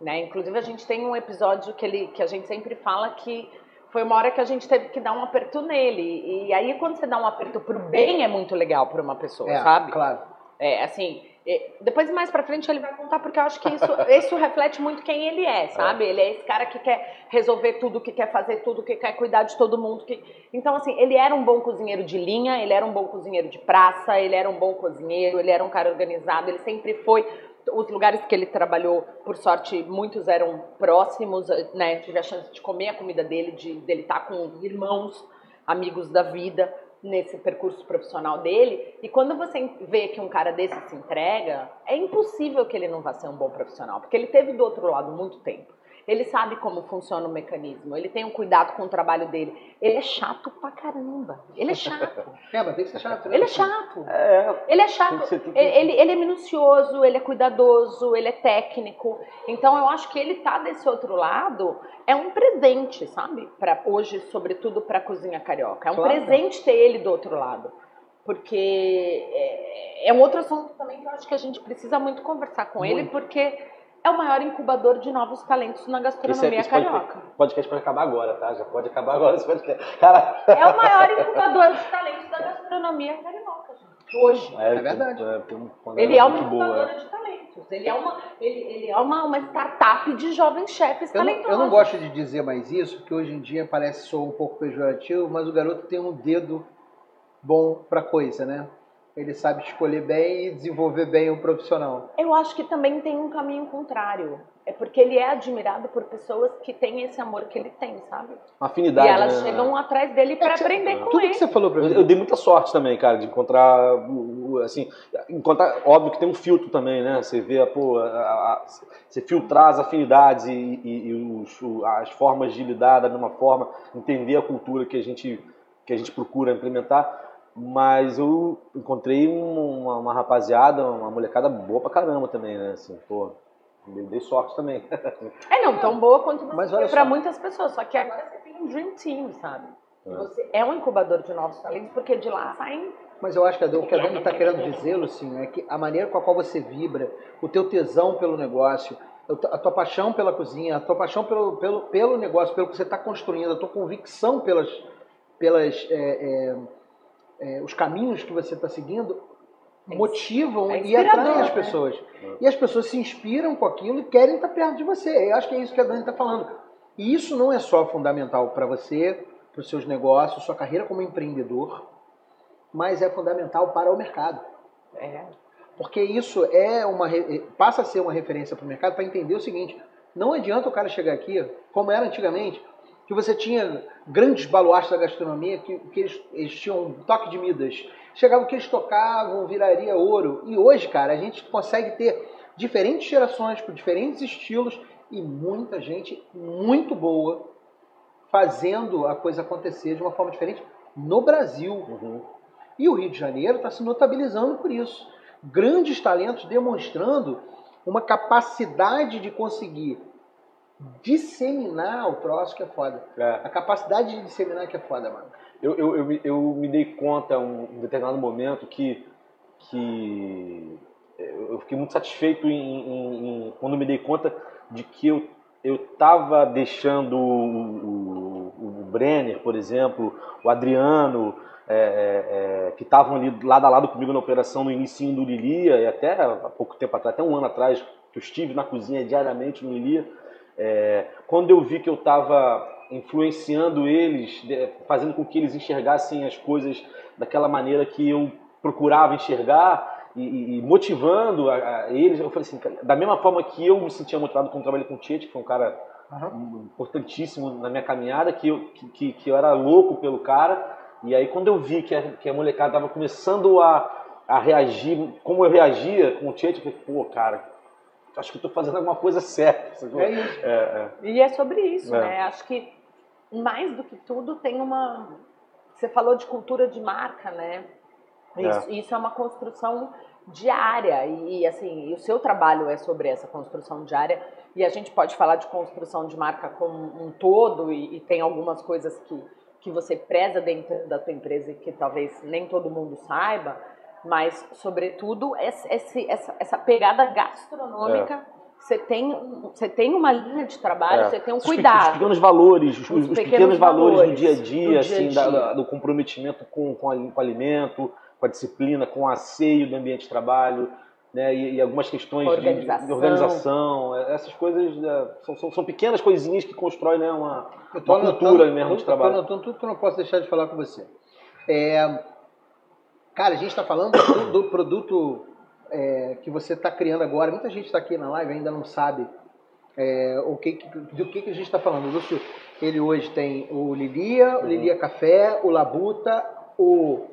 [SPEAKER 4] né? Inclusive a gente tem um episódio que ele, que a gente sempre fala que foi uma hora que a gente teve que dar um aperto nele e aí quando você dá um aperto pro bem é muito legal para uma pessoa,
[SPEAKER 1] É,
[SPEAKER 4] sabe?
[SPEAKER 1] Claro.
[SPEAKER 4] É assim. é, Depois mais pra frente ele vai contar porque eu acho que isso, isso reflete muito quem ele é, sabe? Ele é esse cara que quer resolver tudo, que quer fazer tudo, que quer cuidar de todo mundo. Que... Então assim, ele era um bom cozinheiro de linha, ele era um bom cozinheiro de praça, ele era um bom cozinheiro, ele era um cara organizado, ele sempre foi. Os lugares que ele trabalhou, por sorte, muitos eram próximos, né? Tive a chance de comer a comida dele, de dele estar com irmãos, amigos da vida nesse percurso profissional dele. E quando você vê que um cara desse se entrega, é impossível que ele não vá ser um bom profissional, porque ele teve do outro lado muito tempo. Ele sabe como funciona o mecanismo, ele tem um cuidado com o trabalho dele. Ele é chato pra caramba. Ele é chato.
[SPEAKER 1] É, mas tem que ser chato, né?
[SPEAKER 4] Ele é chato.
[SPEAKER 3] É,
[SPEAKER 4] Ele é
[SPEAKER 3] Tem que
[SPEAKER 4] chato.
[SPEAKER 3] ser- tem que-
[SPEAKER 4] Ele, ele é minucioso, ele é cuidadoso, ele é técnico. Então eu acho que ele tá desse outro lado é um presente, sabe? Para hoje, sobretudo para a cozinha carioca. É um
[SPEAKER 1] Claro.
[SPEAKER 4] presente ter ele do outro lado. Porque é, é um outro assunto também que eu acho que a gente precisa muito conversar com ele,
[SPEAKER 1] Muito.
[SPEAKER 4] porque é o maior incubador de novos talentos na gastronomia
[SPEAKER 3] esse é pode-
[SPEAKER 4] carioca.
[SPEAKER 3] o podcast pode acabar agora, tá? Já pode acabar agora esse podcast. Cara,
[SPEAKER 4] É o maior incubador de talentos da gastronomia carioca, gente. Hoje.
[SPEAKER 1] É verdade.
[SPEAKER 3] tem um- uma
[SPEAKER 4] Ele é uma
[SPEAKER 3] muito boa,
[SPEAKER 4] incubadora de talentos. Ele é uma, ele, ele é uma, uma startup de jovens chefes
[SPEAKER 1] Eu não,
[SPEAKER 4] talentosos.
[SPEAKER 1] eu não gosto de dizer mais isso, porque hoje em dia parece que sou um pouco pejorativo, mas o garoto tem um dedo bom pra coisa, né? Ele sabe escolher bem e desenvolver bem o profissional.
[SPEAKER 4] Eu acho que também tem um caminho contrário. É porque ele é admirado por pessoas que têm esse amor que ele tem, sabe?
[SPEAKER 3] Uma afinidade.
[SPEAKER 4] e elas
[SPEAKER 3] né?
[SPEAKER 4] chegam atrás dele pra
[SPEAKER 1] que você-
[SPEAKER 4] aprender com
[SPEAKER 1] É, tipo, Tudo
[SPEAKER 4] ele.
[SPEAKER 1] que você falou pra
[SPEAKER 3] Eu,
[SPEAKER 1] mim.
[SPEAKER 3] eu dei muita sorte também, cara, de encontrar, o- o- assim, encontrar, óbvio que tem um filtro também, né? Você vê, pô, a- a- a- você filtrar as afinidades e, e- e os- o- as formas de lidar da mesma forma, entender a cultura que a gente, que a gente procura implementar. Mas eu encontrei um- uma, uma rapaziada, uma molecada boa pra caramba também, né? Assim, pô, dei, dei sorte também.
[SPEAKER 4] É não, tão boa quanto você
[SPEAKER 1] Mas
[SPEAKER 4] foi
[SPEAKER 1] olha
[SPEAKER 4] pra
[SPEAKER 1] só.
[SPEAKER 4] muitas pessoas. Só que agora você tem um dream team, sabe? Você é um incubador de novos talentos, porque de lá saem.
[SPEAKER 1] Mas eu acho que a- o que a Dani está querendo dizer, Lucinho, é que a maneira com a qual você vibra, o teu tesão pelo negócio, o t- a tua paixão pela cozinha, a tua paixão pelo, pelo, pelo negócio, pelo que você está construindo, a tua convicção pelas, pelas é, é, é, os caminhos que você está seguindo
[SPEAKER 4] É
[SPEAKER 1] motivam
[SPEAKER 4] é
[SPEAKER 1] e atraem
[SPEAKER 4] inspirador,
[SPEAKER 1] as
[SPEAKER 4] né?
[SPEAKER 1] pessoas. E as pessoas se inspiram com aquilo e querem estar perto de você. Eu acho que é isso que a Dani está falando. E isso não é só fundamental para você, para os seus negócios, sua carreira como empreendedor, mas é fundamental para o mercado.
[SPEAKER 4] É.
[SPEAKER 1] Porque isso é uma re- passa a ser uma referência para o mercado para entender o seguinte: não adianta o cara chegar aqui, como era antigamente, que você tinha grandes baluartes da gastronomia, que, que eles, eles tinham um toque de Midas. Chegava o que eles tocavam, viraria ouro. E hoje, cara, a gente consegue ter diferentes gerações, com diferentes estilos e muita gente muito boa fazendo a coisa acontecer de uma forma diferente no Brasil.
[SPEAKER 3] Uhum.
[SPEAKER 1] E o Rio de Janeiro está se notabilizando por isso. Grandes talentos demonstrando uma capacidade de conseguir disseminar o troço que é foda.
[SPEAKER 3] É.
[SPEAKER 1] A capacidade de disseminar que é foda, mano.
[SPEAKER 3] Eu, eu, eu, me- eu me dei conta um, em determinado momento que, que eh, eu eu fiquei muito satisfeito em, em- em- quando me dei conta de que eu eu estava deixando o, o, o Brenner, por exemplo, o Adriano, é, é, é, que estavam ali lado a lado comigo na operação no início do Lilia, e até há pouco tempo atrás, até um ano atrás, que eu estive na cozinha diariamente no Lilia, é, quando eu vi que eu estava influenciando eles, de- fazendo com que eles enxergassem as coisas daquela maneira que eu procurava enxergar e, e- e motivando a, a eles, eu falei assim, cara, da mesma forma que eu me sentia motivado quando trabalhei com o Tietchan, que foi um cara importantíssimo na minha caminhada, que eu, que- que, que eu era louco pelo cara. E aí quando eu vi que a, que a molecada tava começando a, a reagir, como eu reagia com o Tietchan, eu falei, pô, cara, acho que eu tô fazendo alguma coisa certa. sacou?
[SPEAKER 1] É isso.
[SPEAKER 3] É, é.
[SPEAKER 4] E é sobre isso,
[SPEAKER 3] É.
[SPEAKER 4] né? Acho que mais do que tudo tem uma. Você falou de cultura de marca, né?
[SPEAKER 3] É.
[SPEAKER 4] Isso, isso é uma construção diária e, e, assim e o seu trabalho é sobre essa construção diária e a gente pode falar de construção de marca como um todo e, e tem algumas coisas que que você preza dentro da tua empresa e que talvez nem todo mundo saiba mas sobretudo esse- esse- essa, essa pegada gastronômica você tem um- você tem uma linha de trabalho
[SPEAKER 3] É.
[SPEAKER 4] você tem um
[SPEAKER 3] Os pequ- Os
[SPEAKER 4] cuidado
[SPEAKER 3] pequenos valores, os,
[SPEAKER 4] Os
[SPEAKER 3] os pequenos,
[SPEAKER 4] pequenos
[SPEAKER 3] valores,
[SPEAKER 4] valores
[SPEAKER 3] do dia a
[SPEAKER 4] do dia
[SPEAKER 3] dia,
[SPEAKER 4] a
[SPEAKER 3] assim, da-
[SPEAKER 4] dia.
[SPEAKER 3] da- do comprometimento com, com, a- com o alimento, com a disciplina, com o asseio do ambiente de trabalho, né? E, e algumas questões de- De,
[SPEAKER 4] Organização.
[SPEAKER 3] organização. É, Essas coisas é, são, são, são pequenas coisinhas que constroem né, uma,
[SPEAKER 1] Eu
[SPEAKER 3] uma cultura mesmo
[SPEAKER 1] eu
[SPEAKER 3] de
[SPEAKER 1] tô
[SPEAKER 3] trabalho.
[SPEAKER 1] anotando tudo que eu não posso deixar de falar com você. É, cara, a gente está falando do, do produto é, que você está criando agora. Muita gente está aqui na live ainda não sabe é, o que, que- do que, que a gente está falando. O Lúcio, ele hoje tem o Lilia, o
[SPEAKER 3] Uhum.
[SPEAKER 1] Lilia Café, o Labuta, o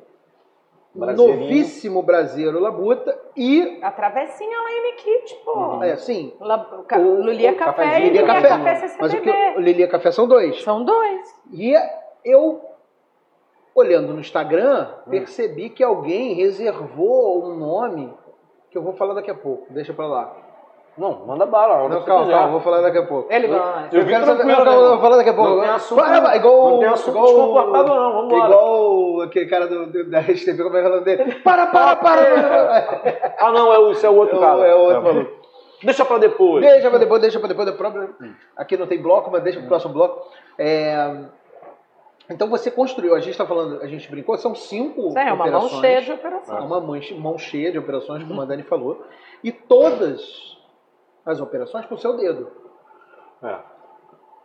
[SPEAKER 3] Braseirinho.
[SPEAKER 1] novíssimo braseiro Labuta e,
[SPEAKER 4] a travessinha lá em Kit, pô
[SPEAKER 3] Uhum.
[SPEAKER 1] é, sim,
[SPEAKER 4] Lá- o ca-
[SPEAKER 1] O-
[SPEAKER 4] Lulia
[SPEAKER 3] o
[SPEAKER 4] Café e
[SPEAKER 3] cafezinho.
[SPEAKER 4] Lulia
[SPEAKER 1] Lilia
[SPEAKER 4] Café,
[SPEAKER 1] Café.
[SPEAKER 4] CCBB.
[SPEAKER 1] Mas o, que, o Lilia Café são dois.
[SPEAKER 4] São dois.
[SPEAKER 1] E eu, olhando no Instagram,
[SPEAKER 3] Hum.
[SPEAKER 1] percebi que alguém reservou um nome que eu vou falar daqui a pouco. Deixa pra lá.
[SPEAKER 3] Não, manda bala.
[SPEAKER 1] Não, calma, calma, vou falar daqui a pouco.
[SPEAKER 4] Ele
[SPEAKER 3] Eu-
[SPEAKER 4] gosta.
[SPEAKER 3] eu-
[SPEAKER 1] Eu
[SPEAKER 3] vim
[SPEAKER 1] quero saber, não,
[SPEAKER 3] tranquilo, né,
[SPEAKER 1] calma, eu
[SPEAKER 3] irmão?
[SPEAKER 1] vou falar daqui a pouco.
[SPEAKER 3] Não tem assunto-
[SPEAKER 1] Para, vai, igual,
[SPEAKER 3] não tem assunto tá
[SPEAKER 1] igual,
[SPEAKER 3] desconfortável, não, vambora.
[SPEAKER 1] Igual aquele cara do, do- da RedeTV, como é que é o nome dele? Para, para, para! para.
[SPEAKER 3] Ah, não, é o, isso é o outro
[SPEAKER 1] É o-
[SPEAKER 3] cara.
[SPEAKER 1] é o outro maluco.
[SPEAKER 3] Deixa pra depois.
[SPEAKER 1] Deixa pra depois, deixa pra depois. do próprio-
[SPEAKER 3] Hum.
[SPEAKER 1] Aqui não tem bloco, mas deixa pro próximo bloco. É, Então você construiu, a gente tá falando, a gente brincou, são cinco
[SPEAKER 4] É uma mão
[SPEAKER 1] operações.
[SPEAKER 4] cheia de operação.
[SPEAKER 1] É
[SPEAKER 3] Ah.
[SPEAKER 1] uma mão, mão cheia de operações, como a Dani falou, e todas as operações com o seu dedo,
[SPEAKER 3] É.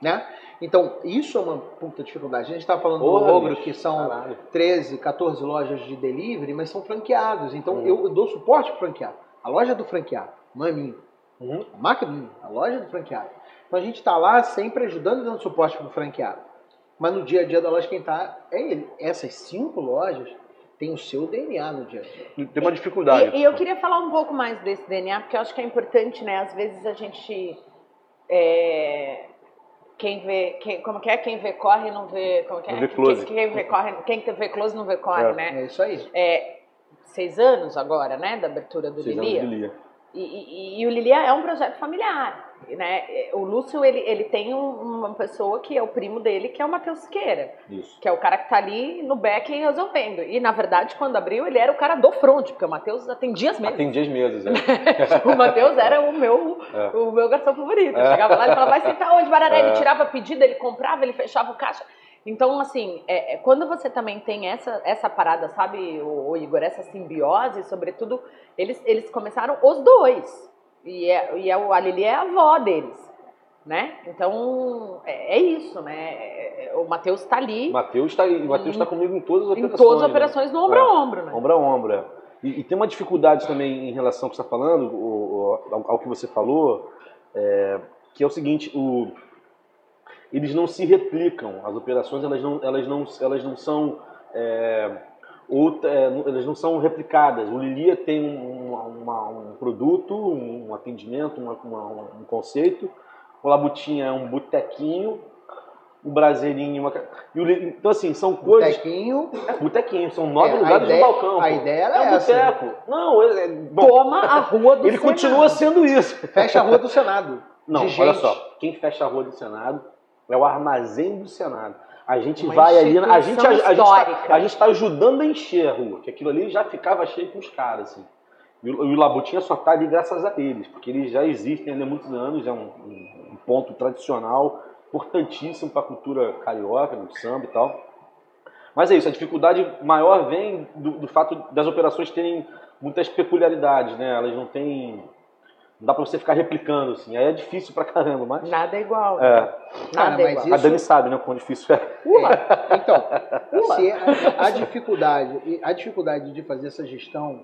[SPEAKER 1] né? Então, isso é uma puta dificuldade. A gente estava falando
[SPEAKER 3] Porra,
[SPEAKER 1] do Ogro,
[SPEAKER 3] bicho.
[SPEAKER 1] que são
[SPEAKER 3] Caralho.
[SPEAKER 1] 13, 14 lojas de delivery, mas são franqueados. Então,
[SPEAKER 3] Uhum.
[SPEAKER 1] eu dou suporte pro franqueado. A loja é do franqueado, não é minha.
[SPEAKER 3] Uhum.
[SPEAKER 1] A marca é minha, a loja é do franqueado. Então, a gente está lá sempre ajudando e dando suporte pro franqueado. Mas no dia a dia da loja, quem está é ele. Essas cinco lojas têm o seu DNA no dia a dia.
[SPEAKER 3] Tem uma dificuldade.
[SPEAKER 4] E, e eu queria falar um pouco mais desse DNA, porque eu acho que é importante, né? Às vezes a gente. é, quem vê. Quem, como que é? Quem vê corre não vê. Como que é?
[SPEAKER 3] Não vê close.
[SPEAKER 4] Quem, quem vê corre. Quem vê close não vê corre,
[SPEAKER 3] É.
[SPEAKER 4] né?
[SPEAKER 1] É isso aí.
[SPEAKER 4] É, seis anos agora, né? Da abertura do
[SPEAKER 3] Seis anos de
[SPEAKER 4] Lilia.
[SPEAKER 3] Lia.
[SPEAKER 4] E, e- e o Lilia é um projeto familiar. né? O Lúcio, ele, ele tem um- uma pessoa que é o primo dele, que é o Matheus Siqueira,
[SPEAKER 3] Isso.
[SPEAKER 4] que é o cara que tá ali no back resolvendo. E, na verdade, quando abriu, ele era o cara do front, porque o Matheus atendia as mesas.
[SPEAKER 3] Atendi as mesas, é.
[SPEAKER 4] o Matheus era o meu,
[SPEAKER 3] É.
[SPEAKER 4] o meu garçom favorito. Eu
[SPEAKER 3] É.
[SPEAKER 4] chegava lá e falava, vai sentar onde, barará?
[SPEAKER 3] É.
[SPEAKER 4] Ele tirava pedido, ele comprava, ele fechava o caixa. Então, assim, é- é, quando você também tem essa, essa parada, sabe, o, Igor, essa simbiose, sobretudo, eles, eles começaram os dois. E, é, e é, o- a Lili é a avó deles, né? Então, é, é isso, né? É- é- o Matheus tá ali
[SPEAKER 3] O Matheus está tá comigo em todas as
[SPEAKER 4] em
[SPEAKER 3] operações.
[SPEAKER 4] todas as
[SPEAKER 3] né?
[SPEAKER 4] operações, no ombro
[SPEAKER 3] É.
[SPEAKER 4] a ombro, né?
[SPEAKER 3] Ombro a ombro. é. E, e tem uma dificuldade também em relação ao que você está falando, o- o- ao, ao que você falou, é, que é o seguinte, o- eles não se replicam, as operações elas não, elas não, elas não são é, outra- é, não- elas não são replicadas. O Lilia tem um, uma- uma- um produto, um, um atendimento, uma- uma- um conceito, o Labutinha é um botequinho, o Brasileirinho... é Uma... ca- e o Li- Então, assim, são coisas...
[SPEAKER 1] Botequinho.
[SPEAKER 3] Botequinho, são nove
[SPEAKER 1] Um é,
[SPEAKER 3] lugares
[SPEAKER 1] a ideia,
[SPEAKER 3] no balcão.
[SPEAKER 1] A
[SPEAKER 3] pô.
[SPEAKER 1] ideia era
[SPEAKER 3] É um
[SPEAKER 1] essa.
[SPEAKER 3] boteco. Não, é, é- bom,
[SPEAKER 4] Toma a rua do
[SPEAKER 3] ele
[SPEAKER 4] Senado.
[SPEAKER 3] continua assim. sendo isso.
[SPEAKER 1] Fecha a rua do Senado.
[SPEAKER 3] Não,
[SPEAKER 1] de
[SPEAKER 3] olha
[SPEAKER 1] gente.
[SPEAKER 3] só. Quem fecha a rua do Senado é o armazém do Senado. A gente
[SPEAKER 4] Uma
[SPEAKER 3] vai ali. A gente, a, a gente tá,
[SPEAKER 4] histórica.
[SPEAKER 3] a gente tá ajudando a encher a rua, que aquilo ali já ficava cheio com os caras, assim. E o, e o Labutinha só tá ali graças a eles, porque eles já existem né, há muitos anos, é um, um- um ponto tradicional, importantíssimo para a cultura carioca, do samba e tal. Mas é isso, a dificuldade maior vem do, do fato das operações terem muitas peculiaridades, né? Elas não têm. Não dá pra você ficar replicando, assim. Aí é difícil pra caramba, mas.
[SPEAKER 4] Nada é igual. né?
[SPEAKER 3] É,
[SPEAKER 1] Cara,
[SPEAKER 4] Nada é
[SPEAKER 1] mas
[SPEAKER 4] igual.
[SPEAKER 1] isso-
[SPEAKER 3] a Dani sabe, né? Quão difícil é.
[SPEAKER 4] Pula.
[SPEAKER 1] É, Então,
[SPEAKER 4] Pula.
[SPEAKER 1] se a, a dificuldade, e a dificuldade de fazer essa gestão,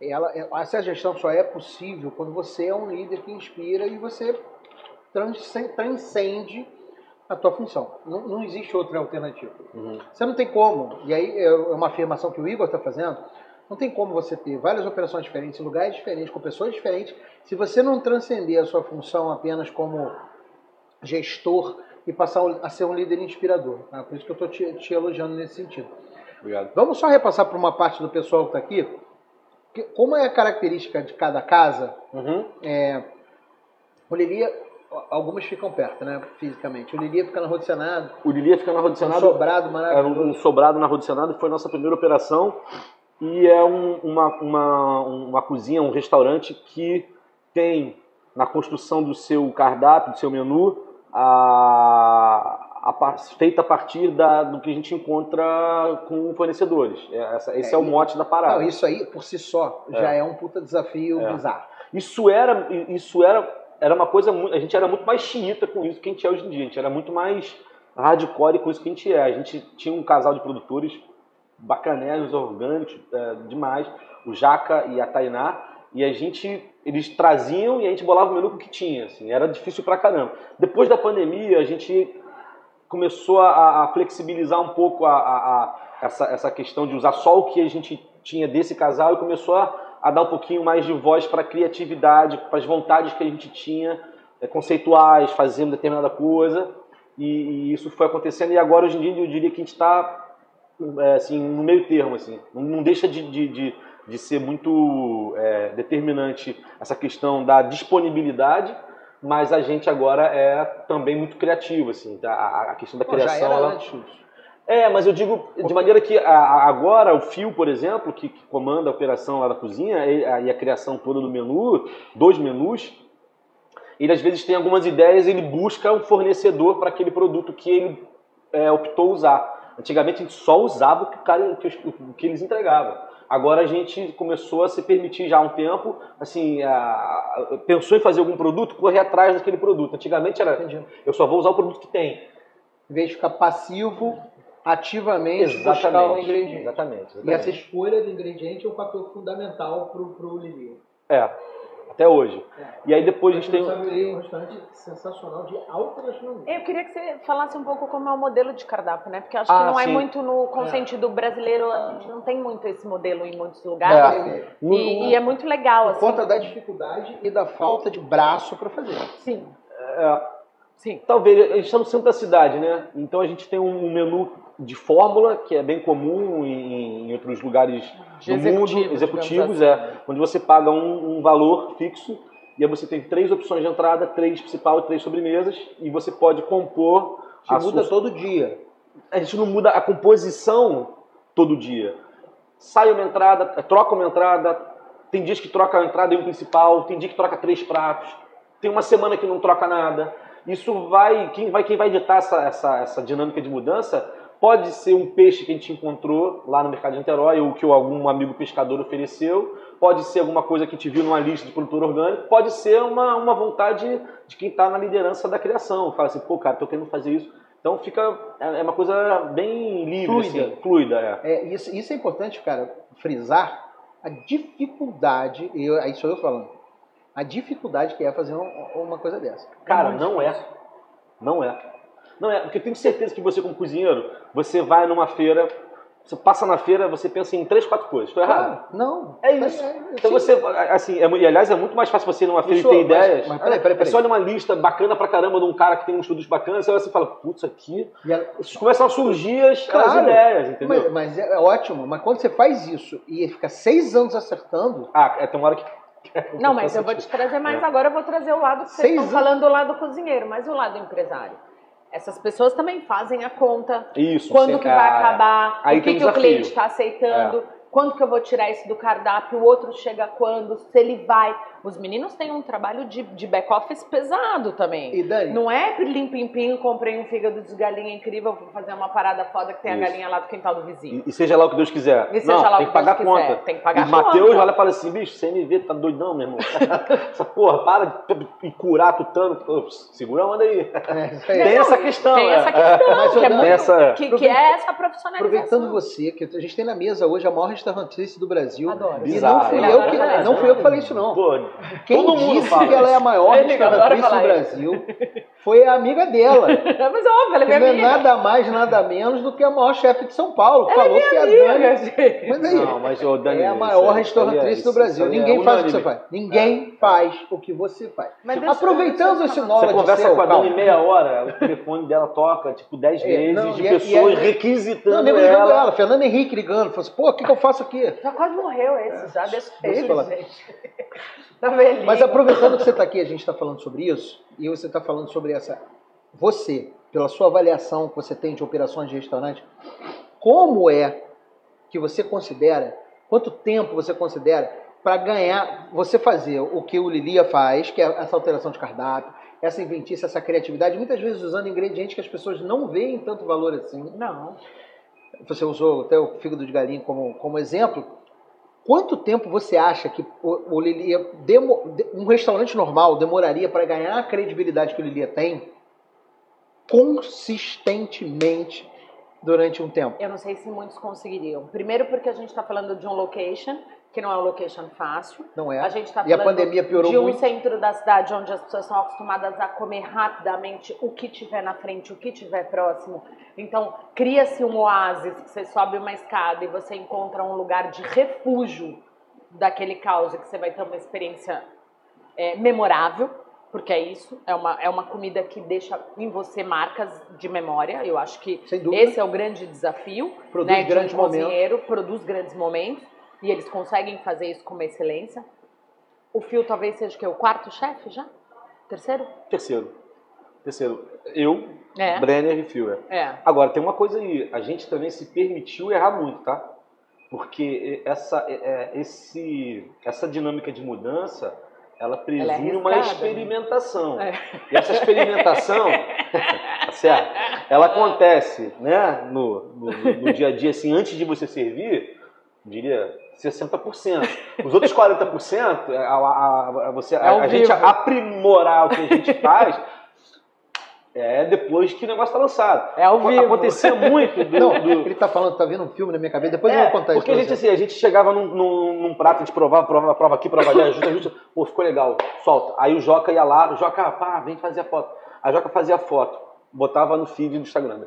[SPEAKER 1] ela, essa gestão só é possível quando você é um líder que inspira e você transcen- transcende a tua função. Não, não existe outra alternativa. Você não tem como, e aí é uma afirmação que o Igor está fazendo, não tem como você ter várias operações diferentes, em lugares diferentes, com pessoas diferentes, se você não transcender a sua função apenas como gestor e passar a ser um líder inspirador. tá? Por isso que eu estou te, te elogiando nesse sentido.
[SPEAKER 3] Obrigado.
[SPEAKER 1] Vamos só repassar para uma parte do pessoal que está aqui, que- como é a característica de cada casa,
[SPEAKER 3] Uhum.
[SPEAKER 1] o Lilia, algumas ficam perto, né, fisicamente. O Lilia fica na Rua do Senado,
[SPEAKER 3] O Lilia fica na Rua do
[SPEAKER 1] um
[SPEAKER 3] Senado.
[SPEAKER 1] sobrado
[SPEAKER 3] Era
[SPEAKER 1] maravilhoso.
[SPEAKER 3] um, um sobrado na Rua do Senado, foi nossa primeira operação. E é um- uma, uma, uma cozinha, um restaurante que tem na construção do seu cardápio, do seu menu, a, a par- feita a partir da, do que a gente encontra com fornecedores. É, essa- esse é, o
[SPEAKER 1] É, e-
[SPEAKER 3] mote da parada.
[SPEAKER 1] Não, isso aí, por si só, já é um puta desafio
[SPEAKER 3] É.
[SPEAKER 1] bizarro.
[SPEAKER 3] Isso era, isso era, era uma coisa muito. A gente era muito mais xiita com isso que a gente é hoje em dia. A gente era muito mais hardcore com isso que a gente é. A gente tinha um casal de produtores bacanésimos, orgânicos, é, demais, o Jaca e a Tainá, e a gente. Eles traziam e a gente bolava o menu com o que tinha, assim, era difícil pra caramba. Depois da pandemia, a gente começou a, a flexibilizar um pouco a, a- a- essa, essa questão de usar só o que a gente tinha desse casal e começou a, a dar um pouquinho mais de voz para a criatividade, para as vontades que a gente tinha, eh, conceituais, fazendo determinada coisa. E, e isso foi acontecendo e agora, hoje em dia, eu diria que a gente está assim, no meio termo. Assim, não, não deixa de, de, de, de ser muito eh, determinante essa questão da disponibilidade, mas a gente agora é também muito criativo. Assim, tá? a, a questão da
[SPEAKER 1] Não, já
[SPEAKER 3] criação...
[SPEAKER 1] era
[SPEAKER 3] ela-
[SPEAKER 1] antes.
[SPEAKER 3] é, mas eu digo de maneira que a- a- agora o Fio, por exemplo, que, que comanda a operação lá da cozinha e a, e a criação toda do menu, dois menus, ele às vezes tem algumas ideias e ele busca um fornecedor para aquele produto que ele é, optou usar. Antigamente a gente só usava o que, o cara- o que os- o que eles entregavam. Agora a gente começou a se permitir já há um tempo, assim, a- pensou em fazer algum produto, correr atrás daquele produto. Antigamente era,
[SPEAKER 1] Entendi.
[SPEAKER 3] eu só vou usar o produto que tem.
[SPEAKER 1] Em vez de ficar passivo, ativamente buscar o
[SPEAKER 3] Exatamente.
[SPEAKER 1] ingrediente.
[SPEAKER 3] Exatamente.
[SPEAKER 1] E essa
[SPEAKER 3] exatamente.
[SPEAKER 1] escolha do ingrediente é um fator fundamental pro, pro Lili.
[SPEAKER 3] É, até hoje.
[SPEAKER 1] É.
[SPEAKER 3] E aí depois a gente tem.
[SPEAKER 1] um restaurante sensacional de alta gastronomia.
[SPEAKER 4] Eu queria que você falasse um pouco como é o modelo de cardápio, né? Porque eu acho
[SPEAKER 3] Ah,
[SPEAKER 4] que não é
[SPEAKER 3] sim.
[SPEAKER 4] muito no consciente do brasileiro, a gente não tem muito esse modelo em muitos lugares.
[SPEAKER 1] É.
[SPEAKER 4] E, e é muito legal,
[SPEAKER 1] Por
[SPEAKER 4] assim.
[SPEAKER 1] conta da dificuldade e da falta de braço para fazer.
[SPEAKER 4] Sim,
[SPEAKER 3] é,
[SPEAKER 4] sim.
[SPEAKER 3] talvez, a gente está no centro da cidade, né? Então a gente tem um menu de fórmula, que é bem comum em, em outros lugares
[SPEAKER 4] De
[SPEAKER 3] do mundo,
[SPEAKER 4] executivos,
[SPEAKER 3] executivos,
[SPEAKER 4] digamos
[SPEAKER 3] é, onde você paga um, um valor fixo E aí você tem três opções de entrada, três principal e três sobremesas, e você pode compor.
[SPEAKER 1] Te
[SPEAKER 3] a
[SPEAKER 1] muda
[SPEAKER 3] sua-
[SPEAKER 1] todo dia.
[SPEAKER 3] a gente não muda a composição todo dia. Sai uma entrada, troca uma entrada, tem dias que troca a entrada e um principal, tem dia que troca três pratos, tem uma semana que não troca nada. Isso vai, quem vai, quem vai ditar essa, essa, essa dinâmica de mudança pode ser um peixe que a gente encontrou lá no mercado de Niterói ou que algum amigo pescador ofereceu, pode ser alguma coisa que a gente viu numa lista de produtor orgânico, pode ser uma, uma vontade de quem está na liderança da criação. Fala assim, pô, cara, tô querendo fazer isso. Então fica. É é uma coisa bem livre,
[SPEAKER 1] Fluida.
[SPEAKER 3] assim, fluida, é.
[SPEAKER 1] É, isso, isso é importante, cara, frisar a dificuldade, eu, aí sou eu falando, a dificuldade que é fazer um- uma coisa dessa.
[SPEAKER 3] Cara, não é. Não é. Não é, porque eu tenho certeza que você, como cozinheiro, você vai numa feira, você passa na feira, você pensa em três, quatro coisas. Tô errado.
[SPEAKER 1] Cara, não.
[SPEAKER 3] É isso. Então
[SPEAKER 1] sim.
[SPEAKER 3] você, assim, é mu- e aliás, é muito mais fácil você ir numa feira
[SPEAKER 1] Bicho,
[SPEAKER 3] e ter
[SPEAKER 1] mas-
[SPEAKER 3] ideias.
[SPEAKER 1] mas peraí, peraí, peraí.
[SPEAKER 3] Você olha uma lista bacana pra caramba de um cara que tem um estudos bacanas, você olha assim e fala, putz, aqui.
[SPEAKER 1] E ela-
[SPEAKER 3] Isso começam a surgir as,
[SPEAKER 1] Claro.
[SPEAKER 3] as ideias, entendeu?
[SPEAKER 1] mas, mas é ótimo, mas quando você faz isso e fica seis anos acertando,
[SPEAKER 3] Ah, é, tem uma hora que.
[SPEAKER 4] Não, mas eu vou te trazer mais
[SPEAKER 3] É.
[SPEAKER 4] agora, eu vou trazer o lado que vocês
[SPEAKER 1] Seis
[SPEAKER 4] estão falando, o lado cozinheiro, mas o lado empresário. Essas pessoas também fazem a conta.
[SPEAKER 3] Isso,
[SPEAKER 4] Quando
[SPEAKER 3] sempre,
[SPEAKER 4] que vai
[SPEAKER 3] ah, é.
[SPEAKER 4] acabar,
[SPEAKER 3] Aí
[SPEAKER 4] o que,
[SPEAKER 3] tem
[SPEAKER 4] que o
[SPEAKER 3] desafio. É.
[SPEAKER 4] cliente está aceitando, quando que eu vou tirar isso do cardápio, o outro chega quando, se ele vai. Os meninos têm um trabalho de, de back-office pesado também.
[SPEAKER 1] e Dani,
[SPEAKER 4] Não é limpimpim, comprei um fígado de galinha incrível, vou fazer uma parada foda que tem
[SPEAKER 3] Isso.
[SPEAKER 4] a galinha lá do quintal do vizinho.
[SPEAKER 3] E, e seja lá o que Deus quiser.
[SPEAKER 4] E seja
[SPEAKER 3] não,
[SPEAKER 4] lá o
[SPEAKER 3] tem
[SPEAKER 4] que
[SPEAKER 3] que pagar
[SPEAKER 4] Deus
[SPEAKER 3] conta.
[SPEAKER 4] quiser, tem que pagar
[SPEAKER 3] e
[SPEAKER 4] conta.
[SPEAKER 3] Matheus olha e fala assim, bicho, CNV, tá doidão, meu irmão? Essa porra, para de e curar tutano. Ups, segura a onda aí.
[SPEAKER 1] é, isso aí.
[SPEAKER 3] Tem essa questão.
[SPEAKER 4] Tem
[SPEAKER 3] é.
[SPEAKER 4] essa questão,
[SPEAKER 1] Mas, ô,
[SPEAKER 4] que, é
[SPEAKER 1] Dan,
[SPEAKER 4] muito,
[SPEAKER 3] essa-
[SPEAKER 4] que, que é essa profissionalização.
[SPEAKER 1] aproveitando você, que a gente tem na mesa hoje a maior restaurantista do Brasil.
[SPEAKER 4] Adoro.
[SPEAKER 1] E
[SPEAKER 3] Bizarro,
[SPEAKER 1] não fui,
[SPEAKER 3] né?
[SPEAKER 1] eu que,
[SPEAKER 3] Adoro.
[SPEAKER 1] não fui eu que falei isso, não.
[SPEAKER 3] Pô,
[SPEAKER 1] Quem
[SPEAKER 3] todo mundo
[SPEAKER 1] disse
[SPEAKER 3] fala
[SPEAKER 1] que ela é a maior
[SPEAKER 4] É, amiga, adoro
[SPEAKER 1] restaurantista do
[SPEAKER 4] falar
[SPEAKER 1] Brasil foi a amiga dela.
[SPEAKER 4] Mas óbvio, ela
[SPEAKER 1] Que
[SPEAKER 4] é minha
[SPEAKER 1] não é
[SPEAKER 4] amiga.
[SPEAKER 1] nada mais, nada menos do que a maior chefe de São Paulo.
[SPEAKER 4] Ela é
[SPEAKER 1] falou que a
[SPEAKER 4] minha
[SPEAKER 1] Dani.
[SPEAKER 4] amiga, gente.
[SPEAKER 1] Mas aí,
[SPEAKER 3] Não, mas, ô, Dani,
[SPEAKER 1] é a
[SPEAKER 3] isso
[SPEAKER 1] maior
[SPEAKER 3] aí-
[SPEAKER 1] restaurantriz
[SPEAKER 3] isso
[SPEAKER 1] do
[SPEAKER 3] aí
[SPEAKER 1] Brasil.
[SPEAKER 3] é
[SPEAKER 1] Ninguém faz o que você
[SPEAKER 3] unânime. É.
[SPEAKER 1] faz. Ninguém faz o que você faz.
[SPEAKER 2] Mas deixa-
[SPEAKER 1] Aproveitando
[SPEAKER 2] deixa eu
[SPEAKER 1] esse
[SPEAKER 2] falar.
[SPEAKER 1] nó- Fala
[SPEAKER 3] Você
[SPEAKER 1] de
[SPEAKER 3] conversa
[SPEAKER 1] seu,
[SPEAKER 3] com a Dani
[SPEAKER 1] calma.
[SPEAKER 3] meia hora, o telefone dela toca, tipo, dez
[SPEAKER 1] É,
[SPEAKER 3] vezes,
[SPEAKER 1] não,
[SPEAKER 3] de
[SPEAKER 1] e é- e é-
[SPEAKER 3] pessoas
[SPEAKER 1] Não,
[SPEAKER 3] requisitando
[SPEAKER 1] nego ligando
[SPEAKER 3] ela.
[SPEAKER 1] ela, Fernando Henrique ligando, falou assim, pô, o que, que eu faço aqui?
[SPEAKER 4] Já quase morreu esse, já deixa
[SPEAKER 1] deixa eu
[SPEAKER 4] ele,
[SPEAKER 1] É. falar.
[SPEAKER 4] gente. Tá velhinho.
[SPEAKER 1] Mas aproveitando que você está aqui, a gente está falando sobre isso, e você está falando sobre essa. Você, pela sua avaliação que você tem de operações de restaurante, como é que você considera, quanto tempo você considera para ganhar, você fazer o que o Lilia faz, que é essa alteração de cardápio, essa inventice, essa criatividade, muitas vezes usando ingredientes que as pessoas não veem tanto valor assim
[SPEAKER 4] Não.
[SPEAKER 1] você usou até o fígado de galinha como, como exemplo. Quanto tempo você acha que o, o Lilia demo- de- um restaurante normal demoraria para ganhar a credibilidade que o Lilia tem consistentemente durante um tempo?
[SPEAKER 4] Eu não sei se muitos conseguiriam. Primeiro porque a gente está falando de um location, que não é um location fácil.
[SPEAKER 1] Não é?
[SPEAKER 4] A gente está
[SPEAKER 1] E a
[SPEAKER 4] falando
[SPEAKER 1] pandemia piorou
[SPEAKER 4] de um
[SPEAKER 1] muito.
[SPEAKER 4] centro da cidade onde as pessoas são acostumadas a comer rapidamente o que tiver na frente, o que tiver próximo. Então, cria-se um oásis, que você sobe uma escada e você encontra um lugar de refúgio daquele caos e que você vai ter uma experiência é, memorável, porque é isso, é uma, é uma comida que deixa em você marcas de memória. Eu acho que
[SPEAKER 1] Sem dúvida.
[SPEAKER 4] esse é o grande desafio
[SPEAKER 1] Produz
[SPEAKER 4] né, de um
[SPEAKER 1] grandes momentos.
[SPEAKER 4] cozinheiro, produz grandes momentos e eles conseguem fazer isso com uma excelência. O Fio talvez seja o quê? O quarto chefe já? Terceiro?
[SPEAKER 3] Terceiro. Terceiro. Eu,
[SPEAKER 4] É.
[SPEAKER 3] Brenner e Fiora.
[SPEAKER 4] É.
[SPEAKER 3] Agora, tem uma coisa aí, a gente também se permitiu errar muito, tá? Porque essa, é, é, esse, essa dinâmica de mudança, ela presume uma
[SPEAKER 4] arriscada, né?
[SPEAKER 3] experimentação.
[SPEAKER 4] É.
[SPEAKER 3] E essa experimentação, tá certo? Ela acontece, né, no, no, no dia a dia, assim, antes de você servir, eu diria 60%. Os outros 40%, a, a, a, você, a,
[SPEAKER 4] É ao
[SPEAKER 3] a gente
[SPEAKER 4] vivo.
[SPEAKER 3] aprimorar o que a gente faz, é depois que o negócio está lançado.
[SPEAKER 4] É ao
[SPEAKER 3] Aco-
[SPEAKER 4] vivo.
[SPEAKER 3] Acontecia muito do.
[SPEAKER 1] Não,
[SPEAKER 3] do-
[SPEAKER 1] ele tá falando, tá vendo um filme na minha cabeça, depois
[SPEAKER 3] É,
[SPEAKER 1] eu vou contar isso.
[SPEAKER 3] porque a
[SPEAKER 1] pra
[SPEAKER 3] gente,
[SPEAKER 1] você.
[SPEAKER 3] assim, a gente chegava num, num, num prato, a gente provava, provava, prova aqui, prova ali, ajusta, ajusta. Pô, ficou legal, solta. Aí o Joca ia lá, o Joca, "Ah, pá, vem fazer a foto. A Joca fazia a foto, botava no feed do Instagram. né?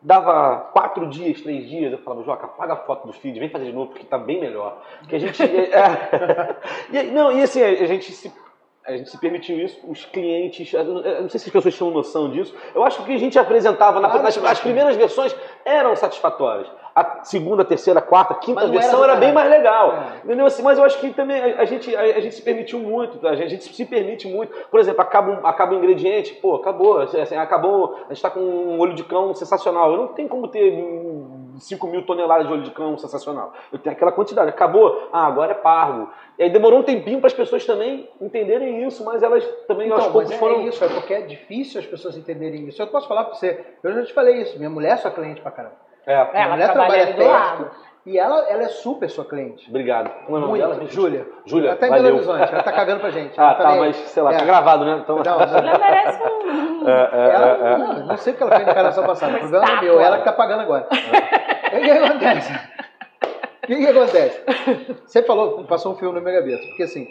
[SPEAKER 3] Dava quatro dias, três dias, eu falava, Joca, apaga a foto do feed, vem fazer de novo, porque tá bem melhor. Porque a gente. é, e aí- não, e assim, a gente se. A gente se permitiu isso, os clientes. Eu não eu não sei se as pessoas tinham noção disso. Eu acho que o que a gente apresentava na,
[SPEAKER 1] Claro
[SPEAKER 3] nas,
[SPEAKER 1] que não.
[SPEAKER 3] as primeiras versões eram satisfatórias. a segunda, terceira, quarta, quinta
[SPEAKER 1] Mas não
[SPEAKER 3] versão
[SPEAKER 1] era
[SPEAKER 3] era,
[SPEAKER 1] do
[SPEAKER 3] bem mais
[SPEAKER 1] caralho.
[SPEAKER 3] Ah, legal.
[SPEAKER 1] É.
[SPEAKER 3] Entendeu? Assim, mas eu acho que também a, a gente, a, a gente se permitiu muito, tá? a, gente, a gente se permite muito. Por exemplo, acaba, um- acaba o ingrediente, pô, acabou, assim, assim, acabou, a gente tá com um olho de cão sensacional. Eu não tenho como ter hum, 5 mil toneladas de olho de cão sensacional. Eu tenho aquela quantidade, acabou, ah, agora é parvo. E aí demorou um tempinho para as pessoas também entenderem isso, mas elas também aos
[SPEAKER 1] Então, mas
[SPEAKER 3] poucos
[SPEAKER 1] é
[SPEAKER 3] foram.
[SPEAKER 1] isso, é porque é difícil as pessoas entenderem isso. Eu posso falar pra você, eu já te falei isso, minha mulher é sua cliente pra caramba.
[SPEAKER 3] É,
[SPEAKER 1] Minha
[SPEAKER 4] Ela
[SPEAKER 1] mulher
[SPEAKER 4] trabalha
[SPEAKER 1] trabalha
[SPEAKER 4] ali do lado.
[SPEAKER 1] perto e ela, ela é super sua cliente.
[SPEAKER 3] Obrigado. Como é o nome dela?
[SPEAKER 1] Muito,
[SPEAKER 3] gente?
[SPEAKER 1] Júlia.
[SPEAKER 3] Júlia,
[SPEAKER 1] Ela tá em
[SPEAKER 3] valeu.
[SPEAKER 1] Belo Horizonte, ela tá cagando pra gente.
[SPEAKER 3] Ah,
[SPEAKER 1] ela
[SPEAKER 3] tá,
[SPEAKER 1] nem aí.
[SPEAKER 3] mas sei lá,
[SPEAKER 1] É.
[SPEAKER 3] tá gravado, né? Então.
[SPEAKER 1] Não,
[SPEAKER 4] Ela merece um.
[SPEAKER 3] É, é, é,
[SPEAKER 1] Ela,
[SPEAKER 3] é.
[SPEAKER 1] não, não sei o que ela fez na encarnação passada. O
[SPEAKER 4] Uma
[SPEAKER 1] problema é meu,
[SPEAKER 4] estátua.
[SPEAKER 1] ela que tá pagando agora.
[SPEAKER 3] É.
[SPEAKER 1] O que acontece? O que, que acontece? Você falou, passou um filme na minha cabeça, porque assim,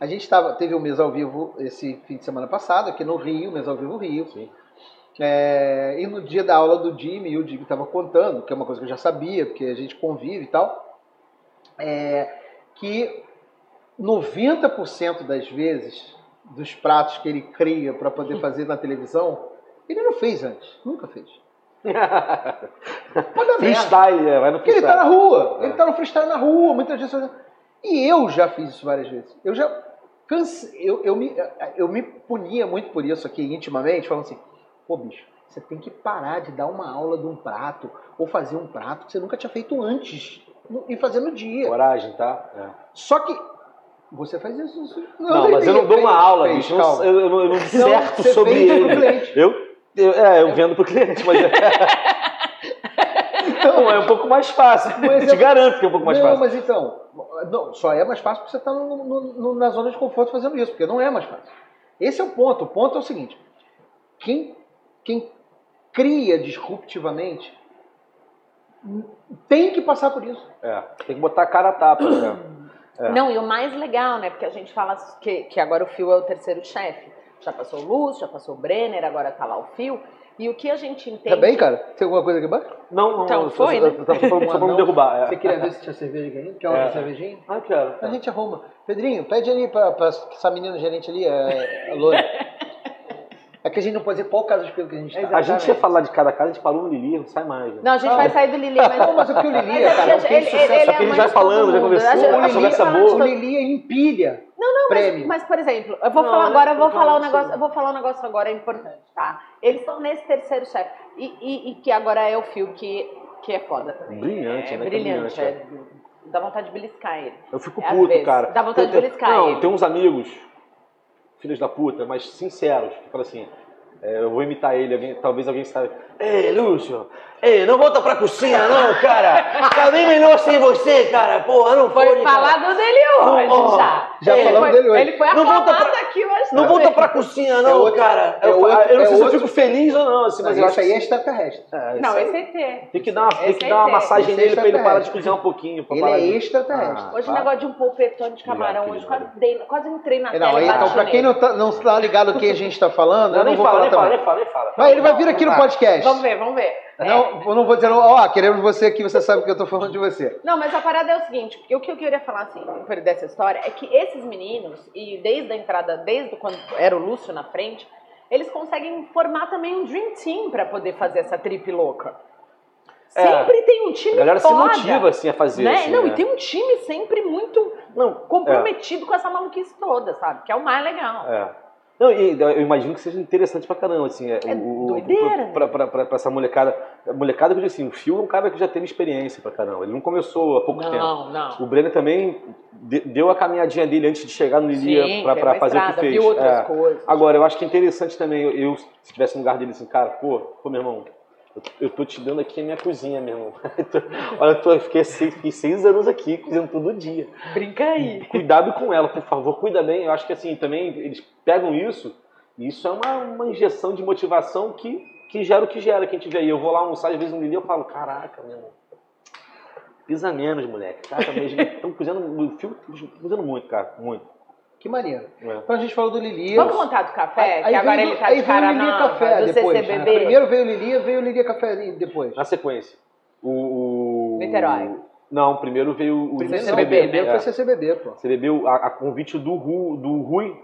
[SPEAKER 1] a gente tava, teve um mês ao vivo esse fim de semana passado, aqui no Rio, mês ao vivo Rio.
[SPEAKER 3] Sim.
[SPEAKER 1] É, e no dia da aula do Jimmy, o Jimmy estava contando, que é uma coisa que eu já sabia, porque a gente convive e tal, é, que 90% das vezes dos pratos que ele cria para poder fazer na televisão, ele não fez antes, nunca fez.
[SPEAKER 3] é.
[SPEAKER 1] Pode dar merda.
[SPEAKER 3] freestyle, é, vai no
[SPEAKER 1] Porque ele tá na
[SPEAKER 3] freestyle.
[SPEAKER 1] rua,
[SPEAKER 3] É.
[SPEAKER 1] ele tá no freestyle na rua, muitas vezes. E eu já fiz isso várias vezes. Eu já canse... eu, eu, me, eu me punia muito por isso aqui intimamente, falando assim, pô, bicho, você tem que parar de dar uma aula de um prato, ou fazer um prato que você nunca tinha feito antes, no- e fazer no dia.
[SPEAKER 3] Coragem, tá? É.
[SPEAKER 1] Só que você faz isso. isso-
[SPEAKER 3] Não, mas eu não dou uma
[SPEAKER 1] fez,
[SPEAKER 3] aula,
[SPEAKER 1] fez,
[SPEAKER 3] bicho. eu não-
[SPEAKER 1] calma.
[SPEAKER 3] Eu, eu não- eu não disserto
[SPEAKER 1] você
[SPEAKER 3] sobre
[SPEAKER 1] vende pro
[SPEAKER 3] ele.
[SPEAKER 1] cliente.
[SPEAKER 3] Eu, eu, é, eu vendo pro cliente, mas é,
[SPEAKER 1] Então,
[SPEAKER 3] é um pouco mais fácil.
[SPEAKER 1] Mas
[SPEAKER 3] Te
[SPEAKER 1] eu-
[SPEAKER 3] garanto que é um pouco mais
[SPEAKER 1] não,
[SPEAKER 3] fácil.
[SPEAKER 1] mas então, não, só é mais fácil porque você está na zona de conforto fazendo isso, porque não é mais fácil. Esse é o ponto. O ponto é o seguinte: quem, quem cria disruptivamente tem que passar por isso.
[SPEAKER 3] É, tem que botar a cara a tapa, né? É.
[SPEAKER 4] Não, e o mais legal, né? Porque a gente fala que, que agora o Fio é o terceiro chefe. Já passou o Lúcio, já passou o Brenner, agora tá lá o Fio. E o que a gente entende.
[SPEAKER 1] Tá bem, cara? Tem alguma coisa aqui embaixo?
[SPEAKER 3] Não, não,
[SPEAKER 4] Então,
[SPEAKER 3] não,
[SPEAKER 4] foi,
[SPEAKER 3] só,
[SPEAKER 4] né?
[SPEAKER 3] só- só- só- só pra me
[SPEAKER 1] Não.
[SPEAKER 3] derrubar.
[SPEAKER 1] Você
[SPEAKER 3] É.
[SPEAKER 1] queria ver se tinha cerveja aqui? Quer uma
[SPEAKER 3] É.
[SPEAKER 1] cervejinha?
[SPEAKER 3] Ah, quero.
[SPEAKER 1] A gente arruma. Pedrinho, pede ali pra, pra essa menina gerente ali, a, a Loura. É que a gente não pode dizer qual casa de pelo que a gente tá.
[SPEAKER 3] A gente ia falar de cada casa, a gente falou um Lili, não sai mais. Né?
[SPEAKER 4] Não, a gente
[SPEAKER 1] Ah.
[SPEAKER 4] vai sair do Lili, mas.
[SPEAKER 1] Não, mas o que o Lili,
[SPEAKER 4] Mas é
[SPEAKER 1] cara,
[SPEAKER 4] porque
[SPEAKER 1] o que ele,
[SPEAKER 4] ele- ele- ele
[SPEAKER 1] sucesso
[SPEAKER 4] é
[SPEAKER 1] que ele
[SPEAKER 4] amante
[SPEAKER 3] já
[SPEAKER 4] de
[SPEAKER 3] falando,
[SPEAKER 4] todo
[SPEAKER 3] já
[SPEAKER 4] mundo.
[SPEAKER 3] conversou,
[SPEAKER 4] Acho-
[SPEAKER 3] já
[SPEAKER 4] acho que
[SPEAKER 3] conversa
[SPEAKER 4] ele é
[SPEAKER 3] boa.
[SPEAKER 1] O
[SPEAKER 4] amante de
[SPEAKER 1] Lili empilha.
[SPEAKER 4] Não, não, mas-
[SPEAKER 1] Prêmio.
[SPEAKER 4] Mas, por exemplo, eu vou
[SPEAKER 3] Não,
[SPEAKER 4] falar
[SPEAKER 3] né?
[SPEAKER 4] agora, eu vou
[SPEAKER 3] Não,
[SPEAKER 4] falar um
[SPEAKER 3] sim.
[SPEAKER 4] negócio, eu vou falar um negócio agora importante, tá? Eles estão nesse terceiro chefe. E, e- e que agora é o fio que, que é foda também.
[SPEAKER 3] Brilhante,
[SPEAKER 4] é,
[SPEAKER 3] né? Que é
[SPEAKER 4] Brilhante,
[SPEAKER 3] brilhante,
[SPEAKER 4] é. Dá vontade de beliscar ele.
[SPEAKER 3] Eu fico
[SPEAKER 4] É, Às
[SPEAKER 3] puto,
[SPEAKER 4] vezes.
[SPEAKER 3] cara.
[SPEAKER 4] Dá vontade
[SPEAKER 3] Tem-
[SPEAKER 4] de
[SPEAKER 3] tem-
[SPEAKER 4] beliscar
[SPEAKER 3] Não,
[SPEAKER 4] ele.
[SPEAKER 3] tem uns amigos, filhos da puta, mas sinceros, que falam assim. é, eu vou imitar ele, alguém- talvez alguém saiba. Ei, Lúcio! Ei, não volta pra cozinha, não, cara! Tá bem melhor sem você, cara! Porra, não
[SPEAKER 4] Foi
[SPEAKER 3] pode, cara.
[SPEAKER 4] falado dele hoje
[SPEAKER 3] Ó,
[SPEAKER 4] já.
[SPEAKER 1] Oh, já
[SPEAKER 4] ele
[SPEAKER 1] falamos
[SPEAKER 4] foi,
[SPEAKER 1] dele hoje.
[SPEAKER 4] Ele foi
[SPEAKER 3] Não
[SPEAKER 4] aclamado
[SPEAKER 3] volta
[SPEAKER 4] aqui hoje.
[SPEAKER 3] Não
[SPEAKER 4] também.
[SPEAKER 3] volta pra cozinha, não,
[SPEAKER 1] É outro-
[SPEAKER 3] cara!
[SPEAKER 1] é
[SPEAKER 3] eu,
[SPEAKER 1] outro-
[SPEAKER 3] eu não sei
[SPEAKER 1] é
[SPEAKER 3] se eu
[SPEAKER 1] outro-
[SPEAKER 3] fico feliz ou não, assim, mas eu acho
[SPEAKER 1] isso aí
[SPEAKER 3] que-
[SPEAKER 1] é extraterrestre.
[SPEAKER 3] É,
[SPEAKER 4] Não,
[SPEAKER 3] isso-
[SPEAKER 4] esse é ET.
[SPEAKER 3] Tem que dar uma, tem
[SPEAKER 4] esse
[SPEAKER 3] que
[SPEAKER 4] é
[SPEAKER 3] dar uma
[SPEAKER 4] ET.
[SPEAKER 3] massagem
[SPEAKER 1] Esse é
[SPEAKER 3] nele pra ele parar de
[SPEAKER 1] extraterrestre.
[SPEAKER 3] cozinhar um pouquinho. Pra
[SPEAKER 1] Ele
[SPEAKER 3] parar
[SPEAKER 1] é
[SPEAKER 3] de-
[SPEAKER 1] extraterrestre.
[SPEAKER 4] Hoje o
[SPEAKER 3] tá.
[SPEAKER 4] negócio de um polpetão de camarão,
[SPEAKER 3] Obrigado,
[SPEAKER 4] hoje
[SPEAKER 3] querido.
[SPEAKER 4] quase, dei, quase entrei na
[SPEAKER 1] Não,
[SPEAKER 4] tela. e
[SPEAKER 1] aí, então,
[SPEAKER 4] bati
[SPEAKER 1] pra
[SPEAKER 4] nele.
[SPEAKER 1] quem não tá, não tá ligado o que a gente tá falando, eu não
[SPEAKER 3] nem
[SPEAKER 1] vou
[SPEAKER 3] fala,
[SPEAKER 1] falar
[SPEAKER 3] nem fala, nem
[SPEAKER 1] também.
[SPEAKER 3] fala, nem fala.
[SPEAKER 1] Mas ele vai vir aqui no podcast.
[SPEAKER 4] Vamos ver, vamos ver. É,
[SPEAKER 1] Não, eu não vou dizer, ó, queremos você aqui, você sabe que eu tô falando de você.
[SPEAKER 4] Não, mas a parada é o seguinte, porque o que eu queria falar assim, por- dessa história, é que esses meninos, e desde a entrada, desde quando era o Lúcio na frente, eles conseguem formar também um dream team pra poder fazer essa trip louca.
[SPEAKER 3] É.
[SPEAKER 4] Sempre tem um
[SPEAKER 3] A
[SPEAKER 4] time
[SPEAKER 3] galera
[SPEAKER 1] é
[SPEAKER 3] se
[SPEAKER 4] foda,
[SPEAKER 3] motiva, assim, a fazer
[SPEAKER 4] né?
[SPEAKER 3] assim,
[SPEAKER 4] Não,
[SPEAKER 3] né?
[SPEAKER 4] e tem um time sempre muito
[SPEAKER 3] Não,
[SPEAKER 4] comprometido com essa maluquice toda, sabe? Que é o mais legal.
[SPEAKER 3] É. Não, e eu imagino que seja interessante pra caramba, assim. É,
[SPEAKER 4] É
[SPEAKER 3] o, o-
[SPEAKER 4] doideira,
[SPEAKER 3] pra, pra, pra, pra essa molecada. a Molecada, que eu digo assim, o Phil é um cara que já teve experiência pra caramba. Ele não começou há pouco tempo.
[SPEAKER 4] não, não.
[SPEAKER 3] O Brenner também de- deu a caminhadinha dele antes de chegar no Lilia
[SPEAKER 4] Sim,
[SPEAKER 3] tipo, pra,
[SPEAKER 4] tem
[SPEAKER 3] pra
[SPEAKER 4] uma
[SPEAKER 3] fazer o que
[SPEAKER 4] estrada,
[SPEAKER 3] fez.
[SPEAKER 4] Viu outras
[SPEAKER 3] É.
[SPEAKER 4] coisas.
[SPEAKER 3] Agora, eu acho que é interessante também, eu, eu, se tivesse no lugar dele assim, cara, pô, pô, meu irmão, eu, eu tô te dando aqui a minha cozinha, meu irmão. Eu tô- Olha, eu, tô, eu fiquei seis, fiquei seis anos aqui cozinhando todo dia.
[SPEAKER 4] Brinca aí.
[SPEAKER 3] Cuidado com ela, por favor, cuida bem. Eu acho que assim, também eles pegam isso, e isso é uma, uma injeção de motivação que, que gera o que gera. Quem tiver aí, eu vou lá almoçar, às vezes no Lili, eu falo, caraca, meu irmão. Pisa menos, moleque. Caraca, mesmo. Estão cozinhando, o fio cozinhando muito, cara. Muito.
[SPEAKER 1] Que maneiro.
[SPEAKER 3] É.
[SPEAKER 1] Então a gente falou do Lili.
[SPEAKER 4] Vamos contar do café? que agora
[SPEAKER 1] veio-
[SPEAKER 4] ele tá
[SPEAKER 1] aí veio
[SPEAKER 4] de
[SPEAKER 1] o
[SPEAKER 4] cara
[SPEAKER 1] Lili
[SPEAKER 4] nova,
[SPEAKER 1] Café
[SPEAKER 4] do
[SPEAKER 1] depois. né?
[SPEAKER 4] CCBB.
[SPEAKER 1] Primeiro veio o Lili, veio o Lili Café depois.
[SPEAKER 3] Na sequência. O. o-
[SPEAKER 4] Niterói.
[SPEAKER 3] Não, primeiro veio o
[SPEAKER 1] Primeiro
[SPEAKER 4] CCBB,
[SPEAKER 1] não, primeiro
[SPEAKER 3] É.
[SPEAKER 1] né? foi CCBB, pô.
[SPEAKER 3] Você bebeu a, a convite do, Ru, do Rui,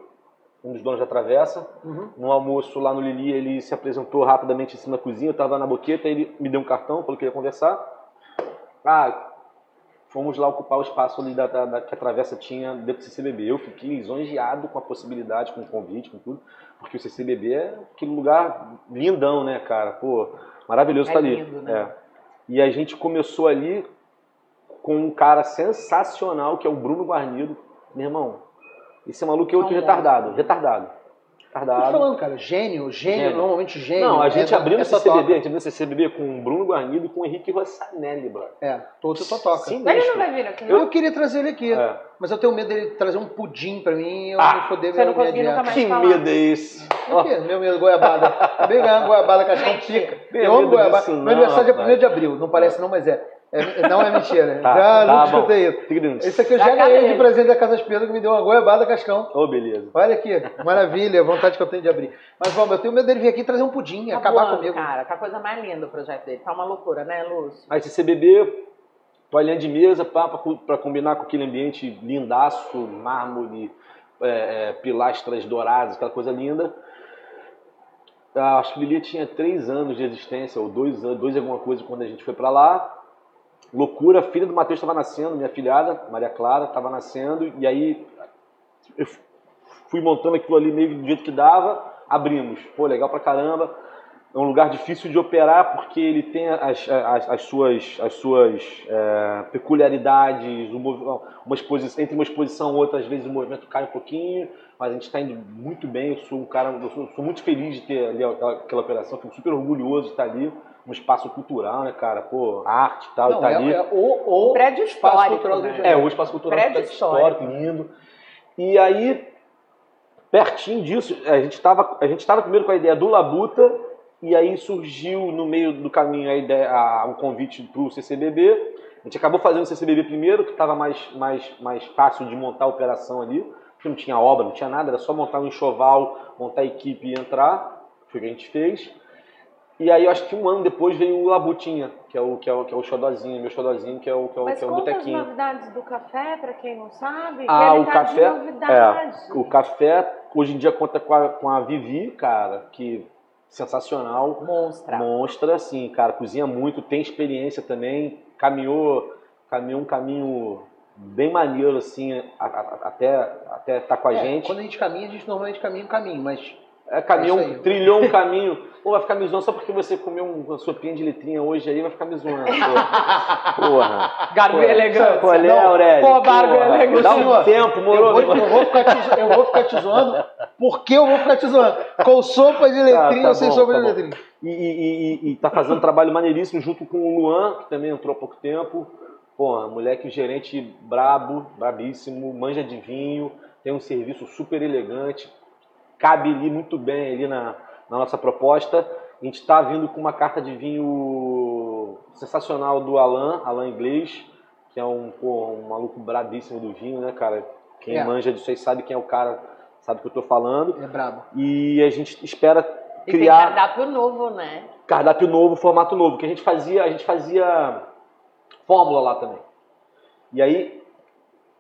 [SPEAKER 3] um dos donos da travessa.
[SPEAKER 1] Uhum.
[SPEAKER 3] No almoço lá no Lili, ele se apresentou rapidamente em cima da cozinha, eu tava na boqueta, ele me deu um cartão, falou que ia conversar. Ah, fomos lá ocupar o espaço ali da, da- da- que a Travessa tinha dentro do CCBB. Eu fiquei lisonjeado com a possibilidade, com o convite, com tudo, porque o CCBB é aquele lugar lindão, né, cara? Pô, maravilhoso
[SPEAKER 4] É
[SPEAKER 3] tá ali.
[SPEAKER 4] lindo, né?
[SPEAKER 3] É. E a gente começou ali com um cara sensacional, que é o Bruno Guarnido. Meu irmão, esse maluco é outro
[SPEAKER 4] É um
[SPEAKER 3] retardado, retardado.
[SPEAKER 1] Tô te
[SPEAKER 3] Retardado.
[SPEAKER 1] falando, cara, gênio, gênio,
[SPEAKER 3] Gênio.
[SPEAKER 1] normalmente gênio.
[SPEAKER 3] Não, a gente
[SPEAKER 1] é,
[SPEAKER 3] abriu no
[SPEAKER 1] essa
[SPEAKER 3] CCBB, a
[SPEAKER 1] toca.
[SPEAKER 3] gente abriu no CCBB com o Bruno Guarnido e com o Henrique Rossanelli, brother.
[SPEAKER 1] É, todo só toca.
[SPEAKER 3] Sinistro.
[SPEAKER 4] Mas ele não vai vir aqui,
[SPEAKER 1] Eu,
[SPEAKER 4] não?
[SPEAKER 1] queria trazer ele aqui,
[SPEAKER 3] É.
[SPEAKER 1] mas eu tenho medo dele trazer um pudim pra mim e eu
[SPEAKER 3] Ah,
[SPEAKER 1] não poder
[SPEAKER 4] você não
[SPEAKER 1] minha
[SPEAKER 4] conseguiu
[SPEAKER 1] dieta.
[SPEAKER 4] nunca mais
[SPEAKER 3] Que
[SPEAKER 4] falar.
[SPEAKER 3] medo é esse?
[SPEAKER 1] Por quê? Meu medo goiabada. Bem ganhando goiabada, cachorro é um pica.
[SPEAKER 3] Tem
[SPEAKER 1] Eu amo
[SPEAKER 3] medo
[SPEAKER 1] goiabada.
[SPEAKER 3] disso
[SPEAKER 1] Meu
[SPEAKER 3] não,
[SPEAKER 1] aniversário é
[SPEAKER 3] rapaz.
[SPEAKER 1] 1 de abril, não parece não, mas é. É- não é mentira.
[SPEAKER 3] Tá,
[SPEAKER 1] já
[SPEAKER 3] tá
[SPEAKER 1] nunca
[SPEAKER 3] bom.
[SPEAKER 1] escutei isso.
[SPEAKER 3] Tigrinhos.
[SPEAKER 1] Esse aqui eu
[SPEAKER 4] Da
[SPEAKER 1] já
[SPEAKER 4] casa
[SPEAKER 1] ganhei de
[SPEAKER 4] dele.
[SPEAKER 1] presente da Casa Espelho que me deu uma goiabada cascão.
[SPEAKER 3] Ô, beleza.
[SPEAKER 1] Olha aqui, maravilha, vontade que eu tenho de abrir. Mas vamos, eu tenho medo dele vir aqui trazer um pudim,
[SPEAKER 4] Tá
[SPEAKER 1] acabar
[SPEAKER 4] voando,
[SPEAKER 1] comigo.
[SPEAKER 4] Cara, tá a coisa mais linda o projeto dele. Tá uma loucura, né, Lúcio?
[SPEAKER 3] Aí CCBB, toalhinha de mesa, pá, pra, cu- pra combinar com aquele ambiente lindaço, mármore, é, é, pilastras douradas, aquela coisa linda. ah, A Asfilia tinha três anos de existência, ou dois anos, dois e alguma coisa, quando a gente foi pra lá. Loucura, a filha do Matheus estava nascendo, minha filhada, Maria Clara, estava nascendo, e aí eu f- fui montando aquilo ali meio do jeito que dava, abrimos. Pô, legal pra caramba. É um lugar difícil de operar porque ele tem as, as- as suas, as suas é, peculiaridades, o movi- uma exposição, entre uma exposição e outra, às vezes o movimento cai um pouquinho, mas a gente está indo muito bem. Eu sou um cara, eu sou, sou muito feliz de ter ali aquela, aquela operação, fico super orgulhoso de estar ali, um espaço cultural, né, cara? Pô, arte e tal, e
[SPEAKER 1] Não,
[SPEAKER 3] tá
[SPEAKER 1] é,
[SPEAKER 3] ali.
[SPEAKER 1] é o, o
[SPEAKER 4] Prédio
[SPEAKER 1] espaço
[SPEAKER 4] histórico,
[SPEAKER 1] cultural do
[SPEAKER 4] né?
[SPEAKER 1] Rio de
[SPEAKER 3] É,
[SPEAKER 1] Janeiro.
[SPEAKER 3] o espaço cultural
[SPEAKER 4] Prédio
[SPEAKER 3] prédio histórico, lindo. E aí, pertinho disso, a gente estava a gente tava primeiro com a ideia do Labuta, e aí surgiu no meio do caminho a ideia, a- um convite para o CCBB. A gente acabou fazendo o CCBB primeiro, que estava mais, mais, mais fácil de montar a operação ali, porque não tinha obra, não tinha nada, era só montar um enxoval, montar a equipe e entrar. Foi o que a gente fez. E aí, eu acho que um ano depois veio o Labutinha, que é o, que é o, que é o xodózinho, meu xodózinho, que é o, que é o,
[SPEAKER 4] Mas
[SPEAKER 3] que é o
[SPEAKER 4] conta as
[SPEAKER 3] botequinho.
[SPEAKER 4] novidades do café, pra quem não sabe.
[SPEAKER 3] Ah,
[SPEAKER 4] que ele
[SPEAKER 3] o
[SPEAKER 4] tá
[SPEAKER 3] café-
[SPEAKER 4] de novidade.
[SPEAKER 3] O café, hoje em dia, conta com a, com a Vivi, cara, que sensacional.
[SPEAKER 4] Monstra.
[SPEAKER 3] Monstra, assim, cara, cozinha muito, tem experiência também, caminhou, caminhou um caminho bem maneiro, assim, a- a- até até tá com a
[SPEAKER 1] É,
[SPEAKER 3] gente.
[SPEAKER 1] Quando a gente caminha, a gente normalmente caminha um caminho, mas
[SPEAKER 3] É, caminhou,
[SPEAKER 1] É isso aí.
[SPEAKER 3] trilhou um caminho. Ou vai ficar me zoando só porque você comeu um- uma sopinha de letrinha hoje aí, vai ficar me zoando. Porra. porra.
[SPEAKER 4] Garbo
[SPEAKER 3] Porra. Qual é,
[SPEAKER 1] Não.
[SPEAKER 3] Aurélio?
[SPEAKER 4] Pô, Bárbara,
[SPEAKER 3] Porra.
[SPEAKER 4] elegante.
[SPEAKER 3] Dá um tempo,
[SPEAKER 1] eu
[SPEAKER 3] moro.
[SPEAKER 1] vou, eu vou ficar te, zo- eu vou ficar te zoando porque eu vou ficar te zoando. Com sopa de letrinha
[SPEAKER 3] tá
[SPEAKER 1] ou sem
[SPEAKER 3] bom,
[SPEAKER 1] sopa
[SPEAKER 3] tá
[SPEAKER 1] de
[SPEAKER 3] bom.
[SPEAKER 1] letrinha.
[SPEAKER 3] E, e, e- e- e tá fazendo um trabalho maneiríssimo junto com o Luan, que também entrou há pouco tempo. Pô, moleque gerente brabo, brabíssimo, manja de vinho, tem um serviço super elegante, cabe ali muito bem ali na, na nossa proposta. A gente está vindo com uma carta de vinho sensacional do Alan, Alan Inglês, que é um, pô, um maluco brabíssimo do vinho, né, cara? Quem
[SPEAKER 1] É.
[SPEAKER 3] manja disso aí sabe quem é o cara, sabe o que eu tô falando.
[SPEAKER 1] É brabo.
[SPEAKER 3] E a gente espera
[SPEAKER 4] E tem
[SPEAKER 3] criar
[SPEAKER 4] cardápio novo, né?
[SPEAKER 3] cardápio novo, formato novo, que a gente fazia, a gente fazia fórmula lá também. E aí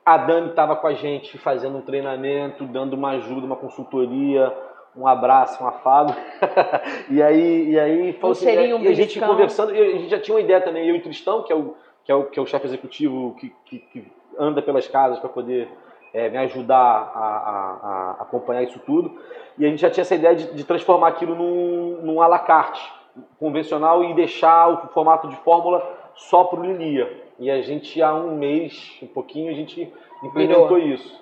[SPEAKER 3] a Dani estava com a gente fazendo um treinamento, dando uma ajuda, uma consultoria, um abraço, um afago. e aí, e aí falou assim,
[SPEAKER 4] cheirinho, um
[SPEAKER 3] e a gente
[SPEAKER 4] beliscão.
[SPEAKER 3] conversando, e a gente já tinha uma ideia também, eu e o Tristão, que é o, que é o, que é o chefe executivo que, que, que anda pelas casas para poder eh, me ajudar a, a- a acompanhar isso tudo. E a gente já tinha essa ideia de, de transformar aquilo num, num à la carte convencional e deixar o formato de fórmula só para o Lilia. E a gente, há um mês, um pouquinho, a gente implementou isso.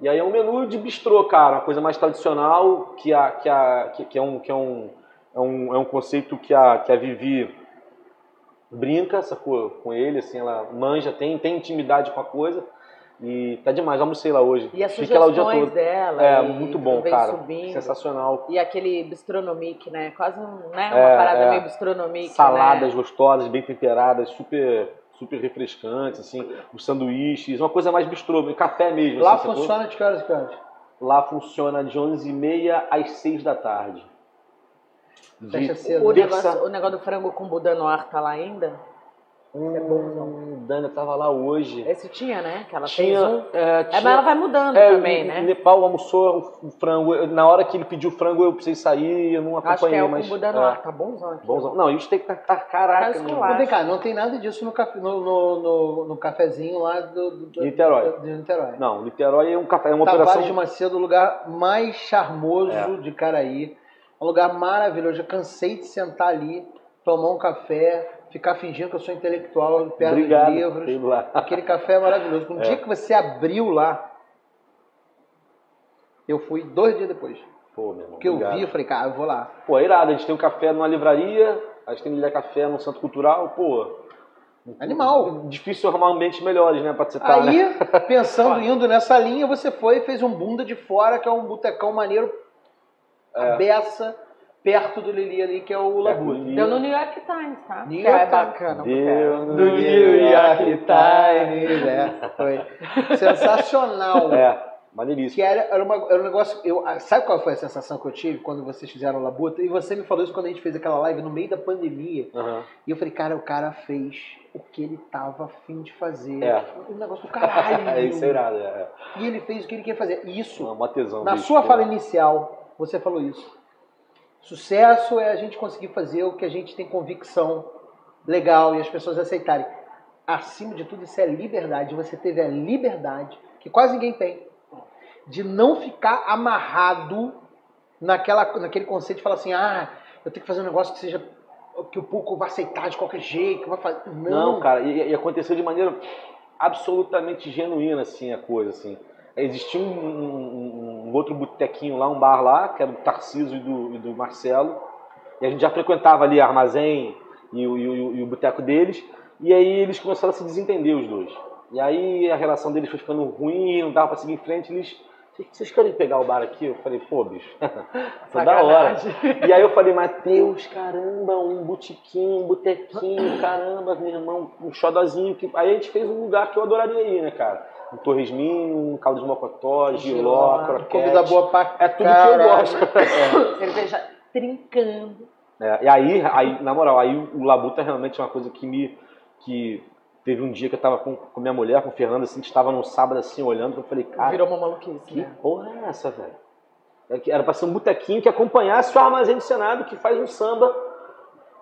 [SPEAKER 3] E aí é um menu de bistrô, cara, uma coisa mais tradicional, que, a, que, a, que, que é, um, que é, um, é, um, é um conceito que a, que a Vivi brinca sacou, com ele, assim, ela manja, tem, tem intimidade com a coisa. E tá demais, almocei lá hoje.
[SPEAKER 4] E as
[SPEAKER 3] Fiquei lá o dia
[SPEAKER 4] sugestões
[SPEAKER 3] todo.
[SPEAKER 4] dela.
[SPEAKER 3] É,
[SPEAKER 4] e
[SPEAKER 3] muito bom,
[SPEAKER 4] vem
[SPEAKER 3] cara.
[SPEAKER 4] Subindo.
[SPEAKER 3] Sensacional.
[SPEAKER 4] E aquele bistronomique, né? Quase um, né? uma
[SPEAKER 3] É,
[SPEAKER 4] parada
[SPEAKER 3] é.
[SPEAKER 4] meio bistronomique.
[SPEAKER 3] Saladas
[SPEAKER 4] Né?
[SPEAKER 3] gostosas, bem temperadas, super super refrescantes, assim, os sanduíches, uma coisa mais bistrô, um café mesmo.
[SPEAKER 1] Lá
[SPEAKER 3] assim, sacou?
[SPEAKER 1] funciona de caras, caras.
[SPEAKER 3] Lá funciona de 11h30 às 6 da tarde. De
[SPEAKER 1] Fecha cedo.
[SPEAKER 4] O
[SPEAKER 3] terça-
[SPEAKER 4] né? é negócio, o negócio do frango com buda no ar tá lá ainda? é bonzão.
[SPEAKER 3] Hum, Dana tava lá hoje.
[SPEAKER 4] Esse tinha, né? Que ela fez
[SPEAKER 3] tinha,
[SPEAKER 4] um.
[SPEAKER 3] é,
[SPEAKER 4] É,
[SPEAKER 3] tinha-
[SPEAKER 4] mas ela vai mudando
[SPEAKER 3] é,
[SPEAKER 4] também,
[SPEAKER 3] o
[SPEAKER 4] né?
[SPEAKER 3] Nepal almoçou o frango. eu- Na hora que ele pediu frango, eu precisei sair, eu não
[SPEAKER 4] Acho que
[SPEAKER 3] acompanhei,
[SPEAKER 4] é o
[SPEAKER 3] mas.
[SPEAKER 4] Buda
[SPEAKER 3] é,
[SPEAKER 4] Noir. Tá bonzão aqui.
[SPEAKER 3] bonzão. Não, e o steak tá, tá caraca.
[SPEAKER 4] Tá
[SPEAKER 3] né?
[SPEAKER 4] esculachado.
[SPEAKER 1] Mas vem cá, não tem nada disso no, café, no, no, no- no cafezinho lá do, do- do-
[SPEAKER 3] Niterói.
[SPEAKER 1] De Niterói.
[SPEAKER 3] Não, Niterói é um café, é uma
[SPEAKER 1] Tavares
[SPEAKER 3] operação. É.
[SPEAKER 1] de Macedo, o lugar mais charmoso de Caraí. Um lugar maravilhoso. Eu cansei de sentar ali, tomar um café, ficar fingindo que eu sou intelectual, perto
[SPEAKER 3] Obrigado.
[SPEAKER 1] dos livros.
[SPEAKER 3] sei lá.
[SPEAKER 1] Aquele café é maravilhoso. Um
[SPEAKER 3] É.
[SPEAKER 1] dia que você abriu lá, eu fui dois dias depois.
[SPEAKER 3] Pô, meu irmão.
[SPEAKER 1] Porque eu
[SPEAKER 3] obrigado.
[SPEAKER 1] vi, eu falei, cara, eu vou lá.
[SPEAKER 3] Pô, é irado. A gente tem um café numa livraria, a gente tem um café num centro cultural, pô. Uhum.
[SPEAKER 1] Animal.
[SPEAKER 3] Difícil arrumar ambientes melhores, né, pra você estar, né?
[SPEAKER 1] Aí, pensando,
[SPEAKER 3] Ó.
[SPEAKER 1] indo nessa linha, você foi e fez um bunda de fora, que é um botecão maneiro,
[SPEAKER 3] É.
[SPEAKER 1] a beça, perto do Lili ali, que é o Lagoon.
[SPEAKER 4] Deu no New York Times, tá?
[SPEAKER 1] New
[SPEAKER 4] Que é
[SPEAKER 1] York Times.
[SPEAKER 4] bacana.
[SPEAKER 3] Deu
[SPEAKER 4] cara.
[SPEAKER 3] no New York
[SPEAKER 1] Times. Tá, É, foi. Sensacional.
[SPEAKER 3] É, maneiríssimo.
[SPEAKER 1] Que era, era, uma, era um negócio. Eu, ah, sabe qual foi a sensação que eu tive quando vocês fizeram o Labuta? E você me falou isso quando a gente fez aquela live no meio da pandemia.
[SPEAKER 3] Aham.
[SPEAKER 1] E eu falei, cara, o cara fez o que ele tava afim de fazer.
[SPEAKER 3] É.
[SPEAKER 1] Um negócio do caralho.
[SPEAKER 3] É isso é irado, é.
[SPEAKER 1] E ele fez o que ele queria fazer. Isso.
[SPEAKER 3] Uma mó tesão.
[SPEAKER 1] Na
[SPEAKER 3] um bicho. é-
[SPEAKER 1] sua fala inicial, você falou isso. Sucesso é a gente conseguir fazer o que a gente tem convicção legal e as pessoas aceitarem. Acima de tudo, isso é liberdade. Você teve a liberdade, que quase ninguém tem, de não ficar amarrado naquela, naquele conceito de falar assim: ah, eu tenho que fazer um negócio que seja. que o público vai aceitar de qualquer jeito. Vai fazer. Não,
[SPEAKER 3] Não, cara, e, e aconteceu de maneira absolutamente genuína, assim, a coisa, assim. Existia um, um- um outro botequinho lá, um bar lá, que era do Tarciso e do, e do Marcelo, e a gente já frequentava ali armazém e o, e o- e o boteco deles, e aí eles começaram a se desentender os dois. E aí a relação deles foi ficando ruim, não dava pra seguir em frente, eles... Vocês querem pegar o bar aqui? Eu falei, pô, bicho, foi da hora.
[SPEAKER 4] Sacanagem.
[SPEAKER 3] E aí eu falei, Matheus, caramba, um botiquinho, um botequinho, caramba, meu irmão, um xodozinho. Que... Aí a gente fez um lugar que eu adoraria ir, né, cara? Um torresminho, um caldo de mocotó, giló,
[SPEAKER 4] Giló,
[SPEAKER 3] croquete.
[SPEAKER 1] Comida boa pra
[SPEAKER 3] É tudo que eu
[SPEAKER 1] caralho. É.
[SPEAKER 3] gosto.
[SPEAKER 4] Cerveja trincando.
[SPEAKER 3] É, e aí, aí, na moral, aí o Labuta realmente é uma coisa que me... Que teve um dia que eu tava com, com minha mulher, com o Fernando, assim, a gente tava num sábado, assim, olhando, eu falei, cara...
[SPEAKER 4] Virou uma maluquice,
[SPEAKER 3] Que
[SPEAKER 4] né?
[SPEAKER 3] porra é essa, velho? É que Era pra ser um botequinho que acompanhasse o Armazém do Senado, que faz um samba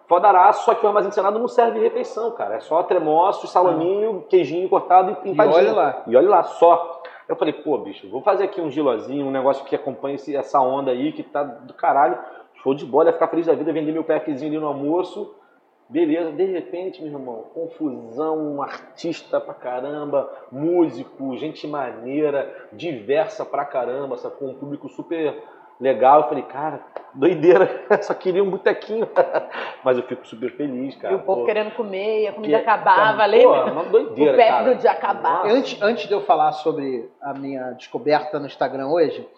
[SPEAKER 3] fodaraço, só que o Armazém do Senado não serve refeição, cara. É só tremoço, salaminho, queijinho cortado e
[SPEAKER 1] E
[SPEAKER 3] empadinho.
[SPEAKER 1] olha lá.
[SPEAKER 3] E olha lá, só. Eu falei, pô, bicho, vou fazer aqui um gilozinho, um negócio que acompanhe esse- essa onda aí, que tá do caralho. Show de bola, ia ficar feliz da vida, vender meu PFzinho ali no almoço. Beleza, de repente, meu irmão, confusão, um artista pra caramba, músico, gente maneira, diversa pra caramba, sacou? Um público super legal. Eu falei, cara, doideira, só queria um botequinho. Mas eu fico super feliz, cara.
[SPEAKER 4] e o povo
[SPEAKER 3] pô.
[SPEAKER 4] querendo comer, e a comida
[SPEAKER 3] Que-
[SPEAKER 4] acabava,
[SPEAKER 3] Pô,
[SPEAKER 4] lembra?
[SPEAKER 3] uma doideira,
[SPEAKER 4] o pé
[SPEAKER 3] cara.
[SPEAKER 4] do dia acabava.
[SPEAKER 3] Nossa.
[SPEAKER 1] Antes, antes de eu falar sobre a minha descoberta no Instagram hoje,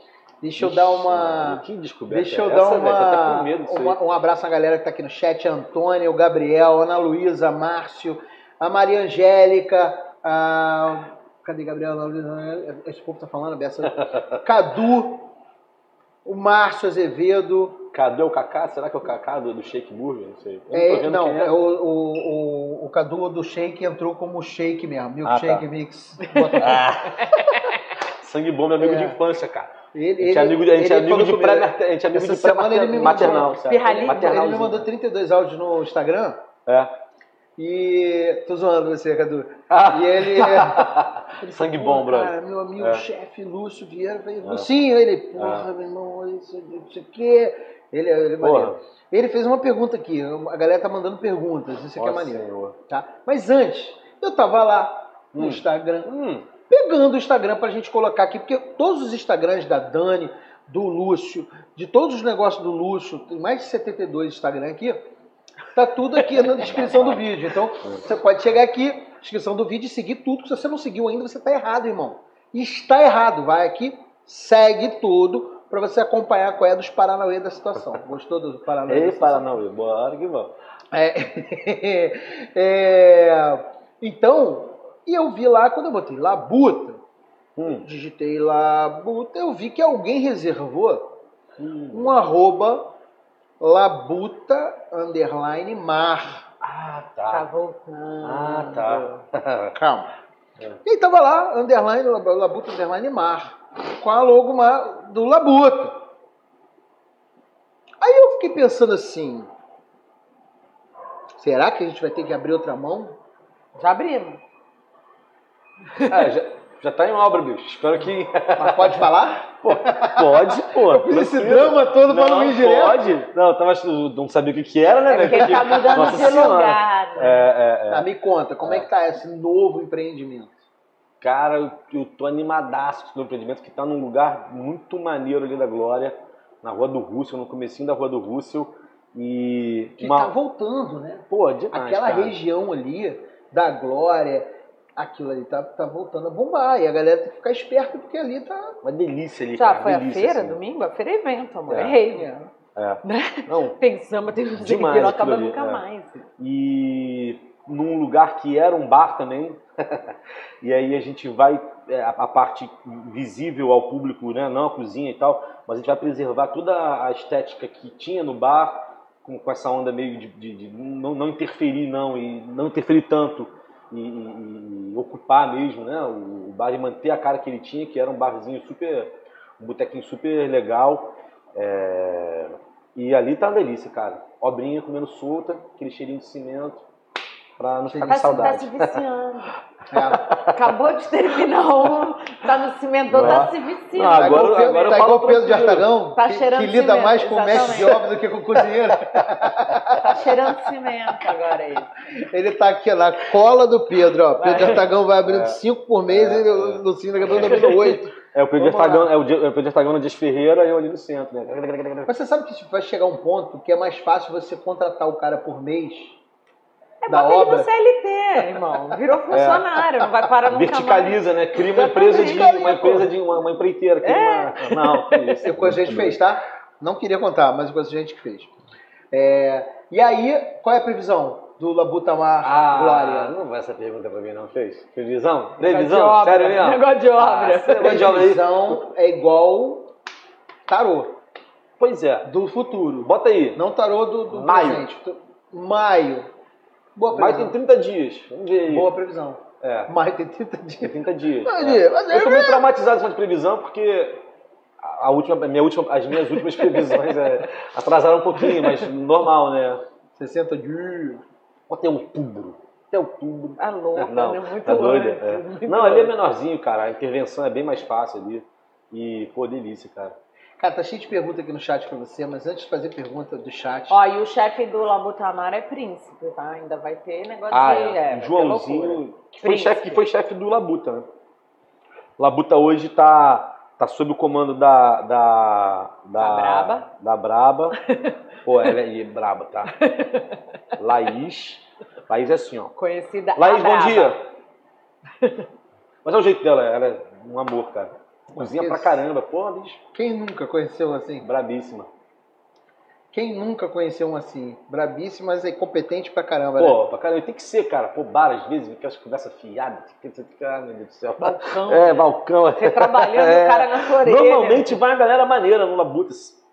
[SPEAKER 1] deixa eu
[SPEAKER 3] Ixi,
[SPEAKER 1] dar uma.
[SPEAKER 3] mano, Que descoberta
[SPEAKER 1] Deixa eu
[SPEAKER 3] é
[SPEAKER 1] dar
[SPEAKER 3] essa, velho? Tô até
[SPEAKER 1] uma,
[SPEAKER 3] com medo disso aí.
[SPEAKER 1] uma- um abraço à galera que tá aqui no chat, Antônio, Gabriel, Ana Luísa, Márcio, a Maria Angélica, a... cadê Gabriel, Ana Luísa, esse povo tá falando, Bessa, Cadu, o Márcio Azevedo,
[SPEAKER 3] Cadê o Kaká? Será que é o Kaká do, do Shake Burger? Não sei. Eu não tô
[SPEAKER 1] é,
[SPEAKER 3] vendo
[SPEAKER 1] não,
[SPEAKER 3] quem é.
[SPEAKER 1] é o, o, o, o Cadu do Shake entrou como Shake mesmo, Milkshake
[SPEAKER 3] Ah, tá. Ah.
[SPEAKER 1] Mix, Bota-
[SPEAKER 3] Sangue bom, meu amigo
[SPEAKER 1] É.
[SPEAKER 3] de infância, cara.
[SPEAKER 1] ele,
[SPEAKER 3] A gente é amigo, a gente é
[SPEAKER 1] ele
[SPEAKER 3] amigo
[SPEAKER 1] falou
[SPEAKER 3] de
[SPEAKER 1] comigo,
[SPEAKER 3] pré A gente é amigo
[SPEAKER 1] Essa
[SPEAKER 3] de pré
[SPEAKER 1] semana ele me
[SPEAKER 3] maternal,
[SPEAKER 1] mandou-
[SPEAKER 3] sabe?
[SPEAKER 4] Pirralhinho,
[SPEAKER 1] ele me
[SPEAKER 3] Maternalzinho.
[SPEAKER 1] mandou 32 áudios no Instagram,
[SPEAKER 3] É.
[SPEAKER 1] E tô zoando você, Cadu.
[SPEAKER 3] Ah.
[SPEAKER 1] E ele. é- Ah, ele
[SPEAKER 3] Sangue
[SPEAKER 1] falou,
[SPEAKER 3] bom, brother.
[SPEAKER 1] Cara, meu amigo,
[SPEAKER 3] É.
[SPEAKER 1] chefe Lúcio Vieira. Eu Falei, Lucinho, ele, porra, meu irmão, isso, isso aqui. Ele, ele é maneiro.
[SPEAKER 3] Porra.
[SPEAKER 1] Ele fez uma pergunta aqui. A galera tá mandando perguntas. Isso aqui é
[SPEAKER 3] Ó,
[SPEAKER 1] maneiro.
[SPEAKER 3] Senhor.
[SPEAKER 1] Tá? Mas antes, eu tava lá no
[SPEAKER 3] Hum.
[SPEAKER 1] Instagram,
[SPEAKER 3] Hum,
[SPEAKER 1] pegando o Instagram pra gente colocar aqui, porque todos os Instagrams da Dani, do Lúcio, de todos os negócios do Lúcio, tem mais de 72 Instagram aqui, tá tudo aqui na descrição do vídeo. Então, você pode chegar aqui, descrição do vídeo e seguir tudo. Se você não seguiu ainda, você tá errado, irmão. Está errado. Vai aqui, segue tudo pra você acompanhar qual é dos Paranauê da situação. Gostou do Paranauê? da
[SPEAKER 3] Ei,
[SPEAKER 1] situação?
[SPEAKER 3] Paranauê, bora que vamos.
[SPEAKER 1] É, é, então, e eu vi lá, quando eu botei Labuta,
[SPEAKER 3] Hum.
[SPEAKER 1] digitei Labuta, eu vi que alguém reservou
[SPEAKER 3] Hum.
[SPEAKER 1] um arroba Labuta underline mar.
[SPEAKER 3] Ah, tá. Tá.
[SPEAKER 4] Tá voltando.
[SPEAKER 3] Ah, tá.
[SPEAKER 1] Calma. E aí tava lá, underline, Labuta, underline mar, com a logo ma- do Labuta. Aí eu fiquei pensando assim, será que a gente vai ter que abrir outra mão?
[SPEAKER 4] Já abrimos.
[SPEAKER 3] Ah, já, já tá em obra, bicho. Espero que.
[SPEAKER 1] Mas pode falar?
[SPEAKER 3] Pode, pô.
[SPEAKER 1] Eu fiz esse drama todo pra não ir direto.
[SPEAKER 3] Pode? Não, eu tava, eu não sabia o que que era, né,
[SPEAKER 4] É porque ele tá mudando
[SPEAKER 3] Nossa
[SPEAKER 4] de
[SPEAKER 3] Senhora.
[SPEAKER 4] lugar. né?
[SPEAKER 3] É, é, é.
[SPEAKER 1] Tá, me conta, como é. que tá esse novo empreendimento?
[SPEAKER 3] Cara, eu, eu tô animadaço com esse novo empreendimento que tá num lugar muito maneiro ali da Glória, na Rua do Russell, no comecinho da Rua do Russell. E.
[SPEAKER 1] Que tá voltando, né?
[SPEAKER 3] Pô, demais,
[SPEAKER 1] Aquela
[SPEAKER 3] cara.
[SPEAKER 1] região ali da Glória, aquilo ali tá, tá voltando a bombar. E a galera tem que ficar esperta porque ali tá.
[SPEAKER 3] Uma delícia ali,
[SPEAKER 4] Já
[SPEAKER 3] cara.
[SPEAKER 4] foi a
[SPEAKER 3] delícia,
[SPEAKER 4] feira,
[SPEAKER 3] assim.
[SPEAKER 4] domingo? A feira é evento, amor.
[SPEAKER 3] É.
[SPEAKER 4] É, rave.
[SPEAKER 3] É.
[SPEAKER 4] Né?
[SPEAKER 3] Não,
[SPEAKER 4] Tem samba, tem música
[SPEAKER 3] Demais
[SPEAKER 4] que não acaba
[SPEAKER 3] aquilo ali,
[SPEAKER 4] nunca
[SPEAKER 3] é.
[SPEAKER 4] mais.
[SPEAKER 3] e num lugar que era um bar também. e aí a gente vai, é, a, a parte visível ao público, né? não a cozinha e tal, mas a gente vai preservar toda a estética que tinha no bar, com, com essa onda meio de, de- de não, não interferir não, e não interferir tanto. E, e- e ocupar mesmo, né? O, o bar e manter a cara que ele tinha, que era um barzinho super, um botequinho super legal. É, E ali tá uma delícia, cara. Obrinha comendo solta, aquele cheirinho de cimento, pra não ficar
[SPEAKER 4] Tá,
[SPEAKER 3] com
[SPEAKER 4] se- tá
[SPEAKER 3] saudade.
[SPEAKER 4] se viciando.
[SPEAKER 1] É,
[SPEAKER 4] Acabou de terminar um, tá no cimentou,
[SPEAKER 3] Não.
[SPEAKER 4] tá se viciando.
[SPEAKER 3] Não,
[SPEAKER 1] tá
[SPEAKER 3] Ah, agora-
[SPEAKER 1] igual, o Pedro-
[SPEAKER 3] agora eu
[SPEAKER 1] tá igual
[SPEAKER 3] falo
[SPEAKER 1] o Pedro de
[SPEAKER 3] tranquilo.
[SPEAKER 1] Artagão,
[SPEAKER 4] Tá
[SPEAKER 1] que,
[SPEAKER 4] cheirando
[SPEAKER 1] que lida
[SPEAKER 4] cimento,
[SPEAKER 1] mais com o mestre de
[SPEAKER 4] exatamente.
[SPEAKER 1] obra do que com o cozinheiro.
[SPEAKER 4] Tá cheirando cimento agora aí.
[SPEAKER 1] Ele tá aqui ó, na cola do Pedro, ó. Pedro de Artagão vai abrindo
[SPEAKER 3] É.
[SPEAKER 1] cinco por mês
[SPEAKER 3] É,
[SPEAKER 1] e
[SPEAKER 3] é.
[SPEAKER 1] o Lucinho daqui a pouco tá abrindo oito.
[SPEAKER 3] É o Pedro de
[SPEAKER 1] Vamos lá.
[SPEAKER 3] Artagão, é o Di- é o Pedro de Artagão no Dias Ferreira e eu ali no centro, né?
[SPEAKER 1] Mas você sabe que isso vai chegar um ponto que é mais fácil você contratar o cara por mês.
[SPEAKER 4] É
[SPEAKER 1] Da
[SPEAKER 4] bota ele
[SPEAKER 1] obra.
[SPEAKER 4] no CLT, irmão. Virou
[SPEAKER 3] É.
[SPEAKER 4] funcionário, não vai parar nunca mais.
[SPEAKER 3] Verticaliza, né? Cria
[SPEAKER 1] tá
[SPEAKER 3] uma empresa de uma empresa de uma, uma empreiteira. Cria uma... Não, que isso.
[SPEAKER 1] O que É? a gente fez, tá? Não queria contar, mas o que a gente que fez. É, E aí, qual é a previsão do Labutamar
[SPEAKER 3] Ah,
[SPEAKER 1] Glória?
[SPEAKER 3] não vai essa pergunta pra mim, não fez? Previsão?
[SPEAKER 4] Negócio de
[SPEAKER 3] Previsão?
[SPEAKER 4] obra,
[SPEAKER 3] Sério mesmo?
[SPEAKER 4] Negócio de obra.
[SPEAKER 3] Ah, esse negócio de obra aí.
[SPEAKER 1] Previsão é igual tarô
[SPEAKER 3] Pois é.
[SPEAKER 1] do futuro.
[SPEAKER 3] Bota aí.
[SPEAKER 1] Não tarô do, do
[SPEAKER 3] Maio.
[SPEAKER 1] presente. Tu- Maio. Boa
[SPEAKER 3] Mas tem
[SPEAKER 1] previsão.
[SPEAKER 3] 30 dias. Vamos ver aí.
[SPEAKER 1] Boa previsão.
[SPEAKER 3] É.
[SPEAKER 1] Maio tem 30 dias.
[SPEAKER 3] Tem 30 dias.
[SPEAKER 1] Mas,
[SPEAKER 3] É.
[SPEAKER 1] mas
[SPEAKER 3] Eu tô meio traumatizado com essa previsão, porque a a última, a minha última, as minhas últimas previsões é, atrasaram um pouquinho, mas normal, né?
[SPEAKER 1] 60 dias.
[SPEAKER 3] Até
[SPEAKER 1] um
[SPEAKER 3] outubro. Até outubro.
[SPEAKER 4] Tá louca,
[SPEAKER 3] Não,
[SPEAKER 4] né? Muito
[SPEAKER 3] tá doida?
[SPEAKER 4] louca,
[SPEAKER 3] É.
[SPEAKER 4] muito
[SPEAKER 3] Não, ali é
[SPEAKER 4] louca.
[SPEAKER 3] menorzinho, cara. A intervenção é bem mais fácil ali. E, pô, delícia, cara.
[SPEAKER 1] Cara, tá cheio de pergunta aqui no chat pra você, mas antes de fazer pergunta do chat,
[SPEAKER 4] Ó, e o chefe do Labutamar é príncipe, tá? Ainda vai ter negócio
[SPEAKER 3] Ah,
[SPEAKER 4] de.
[SPEAKER 3] é.
[SPEAKER 4] é, vai
[SPEAKER 3] o
[SPEAKER 4] ter loucura.
[SPEAKER 3] Joãozinho, que foi,
[SPEAKER 4] Príncipe.
[SPEAKER 3] chefe, que foi chefe do Labuta, né? Labuta hoje tá, tá sob o comando da. Da,
[SPEAKER 4] Da Braba.
[SPEAKER 3] Da Braba. Pô, ela é é braba, tá? Laís. Laís é assim, ó.
[SPEAKER 4] Conhecida.
[SPEAKER 3] Laís,
[SPEAKER 4] a
[SPEAKER 3] bom
[SPEAKER 4] braba.
[SPEAKER 3] dia! Mas é o jeito dela, ela é um amor, cara. Cozinha pra
[SPEAKER 1] Isso.
[SPEAKER 3] caramba, pô, bicho.
[SPEAKER 1] quem nunca conheceu assim?
[SPEAKER 3] Brabíssima.
[SPEAKER 1] Quem nunca conheceu um assim? Brabíssimo, mas é competente pra caramba, né?
[SPEAKER 3] Pô, pra caramba, tem que ser, cara. Pô, várias vezes, aquelas conversas fiadas. Ah, meu Deus do céu.
[SPEAKER 4] Balcão.
[SPEAKER 3] É, balcão.
[SPEAKER 4] Então, Você trabalhando
[SPEAKER 3] É.
[SPEAKER 4] o cara na sua orelha.
[SPEAKER 1] né?
[SPEAKER 3] Normalmente vai uma galera maneira no Labutas.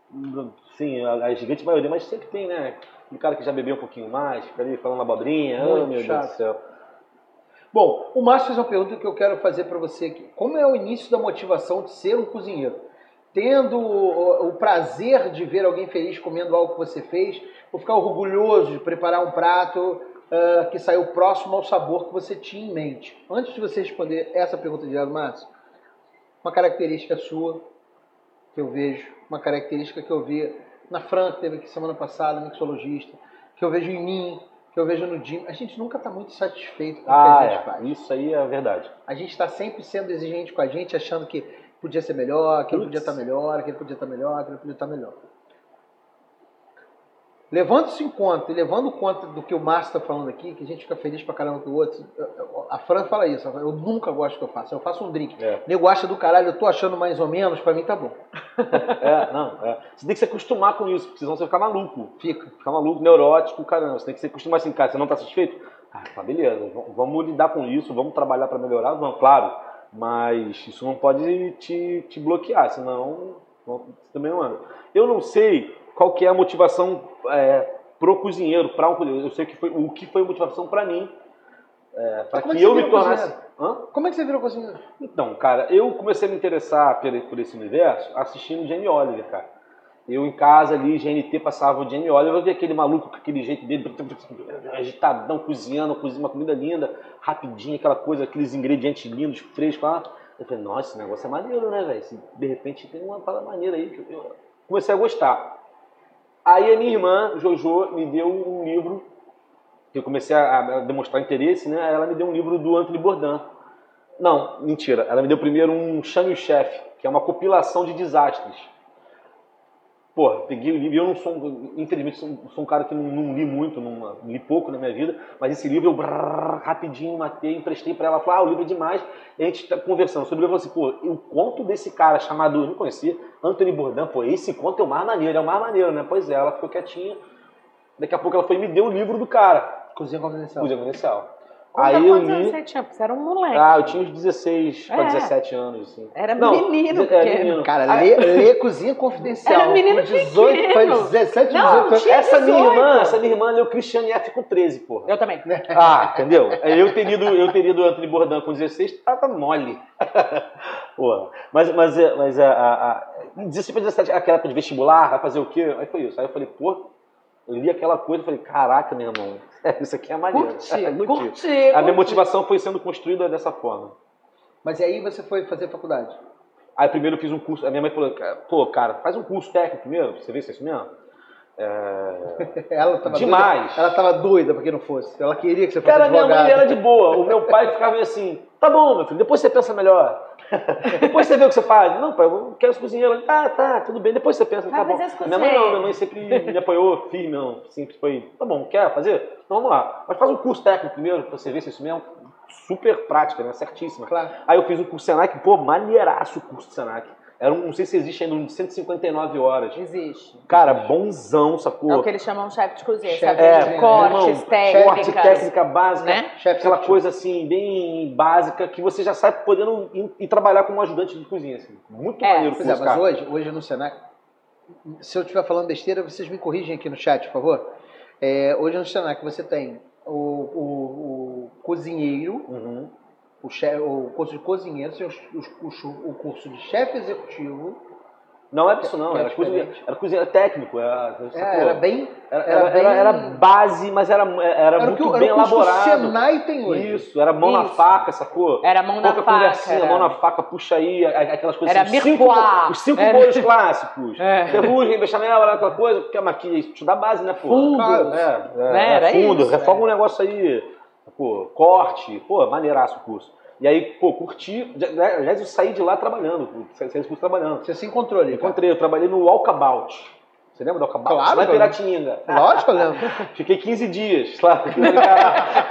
[SPEAKER 3] Sim, a, a gigante maioria, mas sempre tem, né? Um cara que já bebeu um pouquinho mais, fica ali falando abobrinha.
[SPEAKER 1] Muito
[SPEAKER 3] Oh, meu
[SPEAKER 1] chato.
[SPEAKER 3] Deus do céu.
[SPEAKER 1] Bom, o Márcio fez uma pergunta que eu quero fazer pra você aqui. Como é o início da motivação de ser um cozinheiro? Tendo o, o prazer de ver alguém feliz comendo algo que você fez, ou ficar orgulhoso de preparar um prato ah, que saiu próximo ao sabor que você tinha em mente? Antes de você responder essa pergunta de Márcio, uma característica sua que eu vejo, uma característica que eu vi na Fran, que teve aqui semana passada, mixologista, que eu vejo em mim, que eu vejo no Jim. A gente nunca está muito satisfeito com o que
[SPEAKER 3] Ah,
[SPEAKER 1] a gente
[SPEAKER 3] é.
[SPEAKER 1] faz.
[SPEAKER 3] Isso aí é verdade.
[SPEAKER 1] A gente está sempre sendo exigente com a gente, achando que podia ser melhor, que ele podia estar
[SPEAKER 3] Putz.
[SPEAKER 1] melhor, que ele podia estar melhor, que ele podia estar melhor. Levando isso em conta, e levando conta do que o Márcio está falando aqui, que a gente fica feliz pra caramba com o outro. A Fran fala isso, ela fala, eu nunca gosto do que eu faço, eu faço um drink.
[SPEAKER 3] É.
[SPEAKER 1] Nego acha do caralho, eu tô achando mais ou menos, pra mim tá bom.
[SPEAKER 3] É, não, é. Você tem que se acostumar com isso, porque senão você vai ficar maluco.
[SPEAKER 1] Fica.
[SPEAKER 3] Ficar maluco, neurótico, caramba. Você tem que se acostumar assim, cara, você não tá satisfeito? Ah, tá, beleza. v- Vamos lidar com isso, vamos trabalhar pra melhorar, vamos, claro. Mas isso não pode te, te bloquear, senão não- você também não anda. Eu não sei qual que é a motivação é, pro cozinheiro, para um cozinheiro. Eu sei que foi o que foi motivação para mim, é, para
[SPEAKER 1] Como é
[SPEAKER 3] que
[SPEAKER 1] que
[SPEAKER 3] eu
[SPEAKER 1] você
[SPEAKER 3] me
[SPEAKER 1] virou
[SPEAKER 3] tornasse. Hã?
[SPEAKER 1] Como é que você virou cozinheiro?
[SPEAKER 3] Então, cara, eu comecei a me interessar por, por esse universo assistindo Jamie Oliver, cara. Eu em casa ali, GNT, passava o Jamie Oliver, eu via aquele maluco com aquele jeito dele, agitadão, cozinhando, cozinha uma comida linda, rapidinho, aquela coisa, aqueles ingredientes lindos, frescos lá. Eu falei, nossa, esse negócio é maneiro, né, velho? Se De repente tem uma parada maneira aí. que Eu comecei a gostar. Aí a minha irmã, Jojo, me deu um livro, que eu comecei a a demonstrar interesse, né? Ela me deu um livro do Anthony Bourdain. Não, mentira. Ela me deu primeiro um Chame o Chefe, que é uma compilação de desastres. Porra, peguei o livro. Eu não sou, um- infelizmente, sou, um- sou um cara que não, não li muito, não, li pouco na minha vida, mas esse livro eu brrr, rapidinho matei, emprestei pra ela. Falei, ah, o livro é demais. E a gente tá conversando sobre ele. Eu falei assim, pô, o conto desse cara chamado, eu não conhecia, Anthony Bourdain, pô, esse conto é o mais maneiro, é o mais maneiro, né? Pois é, ela ficou quietinha. Daqui a pouco ela foi e me deu o livro do cara,
[SPEAKER 1] Cozinha confidencial.
[SPEAKER 3] Cozinha Confidencial.
[SPEAKER 4] Então. Conta
[SPEAKER 3] Aí eu
[SPEAKER 4] quantos anos
[SPEAKER 3] li.
[SPEAKER 4] você tinha, porque você era um moleque.
[SPEAKER 3] Ah, eu tinha uns 16 para
[SPEAKER 4] É.
[SPEAKER 3] 17 anos, assim.
[SPEAKER 4] Era
[SPEAKER 3] Não,
[SPEAKER 4] menino,
[SPEAKER 3] é,
[SPEAKER 4] porque...
[SPEAKER 3] menino.
[SPEAKER 1] Cara,
[SPEAKER 3] Aí-
[SPEAKER 1] lê, lê Cozinha Confidencial.
[SPEAKER 4] Era menino
[SPEAKER 1] com 18,
[SPEAKER 4] pequeno.
[SPEAKER 1] foi 17,
[SPEAKER 4] Não,
[SPEAKER 1] 18 anos.
[SPEAKER 4] tinha
[SPEAKER 1] Essa
[SPEAKER 3] Essa minha
[SPEAKER 1] minha irmã.
[SPEAKER 3] irmã, essa minha irmã leu Cristiane F com 13, porra.
[SPEAKER 4] Eu também.
[SPEAKER 3] Ah, entendeu? Eu teria ido, eu teria ido Anthony Bourdain com 16, tava mole. porra. Mas, mas, é- mas a, a, a 16 para 17, aquela época de vestibular, vai fazer o quê? Aí foi isso. Aí eu falei, pô, eu li aquela coisa, eu falei, caraca, meu irmão, isso aqui é maneiro.
[SPEAKER 1] Curti,
[SPEAKER 3] Curti.
[SPEAKER 4] Curti.
[SPEAKER 3] A minha
[SPEAKER 4] curti.
[SPEAKER 3] motivação foi sendo construída dessa forma.
[SPEAKER 1] Mas aí você foi fazer faculdade.
[SPEAKER 3] Aí primeiro eu fiz um curso, a minha mãe falou, pô, cara, faz um curso técnico primeiro, pra você vê se é isso mesmo.
[SPEAKER 1] Ela tava
[SPEAKER 3] Demais.
[SPEAKER 1] Doida. Ela tava doida pra que não fosse. Ela queria que você fosse
[SPEAKER 3] Cara, minha
[SPEAKER 1] advogado.
[SPEAKER 3] mãe era de boa, o meu pai ficava meio assim, tá bom, meu filho, depois você pensa melhor. depois você vê o que você faz. Não, pai, eu quero ser cozinheiro. Ele, Tá, tá, tudo bem, depois você pensa,
[SPEAKER 4] Vai
[SPEAKER 3] tá bom.
[SPEAKER 4] fazer Ah, as
[SPEAKER 3] Minha mãe não,
[SPEAKER 4] cozinhas.
[SPEAKER 3] minha mãe sempre me apoiou, firme, não, sempre foi, tá bom, quer fazer? Então vamos lá. Mas faz um curso técnico primeiro, pra você ver se é isso mesmo. Super prática, né? Certíssima.
[SPEAKER 1] Claro.
[SPEAKER 3] Aí eu fiz um curso Senac, pô, maneiraço o curso Senac. Era um, não sei se existe ainda, um de 159 horas.
[SPEAKER 4] Existe.
[SPEAKER 3] Cara, bonzão, sacou? É,
[SPEAKER 4] É o que eles chamam de chefe de cozinha,
[SPEAKER 1] Chefe
[SPEAKER 4] sabe?
[SPEAKER 1] de cozinha,
[SPEAKER 4] De cortes,
[SPEAKER 3] irmão,
[SPEAKER 4] técnicas.
[SPEAKER 3] Corte, técnica básica,
[SPEAKER 4] Né?
[SPEAKER 1] Chefe,
[SPEAKER 3] aquela
[SPEAKER 1] chefe.
[SPEAKER 3] coisa assim, bem básica, que você já sai podendo ir, ir trabalhar como ajudante de cozinha. assim. Muito
[SPEAKER 4] É,
[SPEAKER 3] maneiro o
[SPEAKER 1] Pois
[SPEAKER 3] curso,
[SPEAKER 1] é, mas
[SPEAKER 3] cara.
[SPEAKER 1] hoje, hoje no Senac, né? se eu estiver falando besteira, vocês me corrigem aqui no chat, por favor. É, hoje no Senac você tem o, o- o cozinheiro,
[SPEAKER 3] Uhum.
[SPEAKER 1] o, che- o curso de cozinheiro, você tem os- os curso- o curso de chefe executivo.
[SPEAKER 3] Não era isso não,
[SPEAKER 1] É
[SPEAKER 3] era, cozinha,
[SPEAKER 1] diferente.
[SPEAKER 3] era cozinha técnico, era,
[SPEAKER 1] É,
[SPEAKER 3] sacou?
[SPEAKER 1] era bem.
[SPEAKER 3] Era-
[SPEAKER 1] era
[SPEAKER 3] era-
[SPEAKER 1] bem-
[SPEAKER 3] era- era base, mas era, era,
[SPEAKER 1] Era o que
[SPEAKER 3] muito
[SPEAKER 1] o-
[SPEAKER 3] bem
[SPEAKER 1] era o curso que o
[SPEAKER 3] elaborado.
[SPEAKER 1] Senai tem hoje.
[SPEAKER 3] Isso, era mão na
[SPEAKER 4] Isso.
[SPEAKER 3] faca, sacou?
[SPEAKER 4] Era mão na
[SPEAKER 3] Pouca
[SPEAKER 4] faca.
[SPEAKER 3] conversinha,
[SPEAKER 4] era-
[SPEAKER 3] assim, mão na faca, puxa aí, a- a- aquelas coisas
[SPEAKER 4] Era
[SPEAKER 3] os cinco,
[SPEAKER 4] mircoá.
[SPEAKER 3] mo- os cinco
[SPEAKER 4] Era-
[SPEAKER 3] molhos clássicos.
[SPEAKER 4] É.
[SPEAKER 3] Ferrugem, bechamel, era aquela coisa, que é maquia, te dá base, né, pô?
[SPEAKER 4] Fundo.
[SPEAKER 1] Claro.
[SPEAKER 3] É, é,
[SPEAKER 4] Né,
[SPEAKER 3] é,
[SPEAKER 4] era
[SPEAKER 3] fundo,
[SPEAKER 4] isso,
[SPEAKER 3] reforma um negócio aí, pô, corte, pô, maneiraço o curso. E aí, pô, curti, já- já- aliás, eu saí de lá trabalhando, pô, saí saí desse curso trabalhando.
[SPEAKER 1] Você se encontrou ali. cara.
[SPEAKER 3] Encontrei, eu trabalhei no Walkabout. Você lembra do Walkabout?
[SPEAKER 1] Claro,
[SPEAKER 3] Lá em
[SPEAKER 1] eu lembro.
[SPEAKER 3] Piratininga.
[SPEAKER 1] Lógico, eu lembro.
[SPEAKER 3] Fiquei 15 dias lá. Eu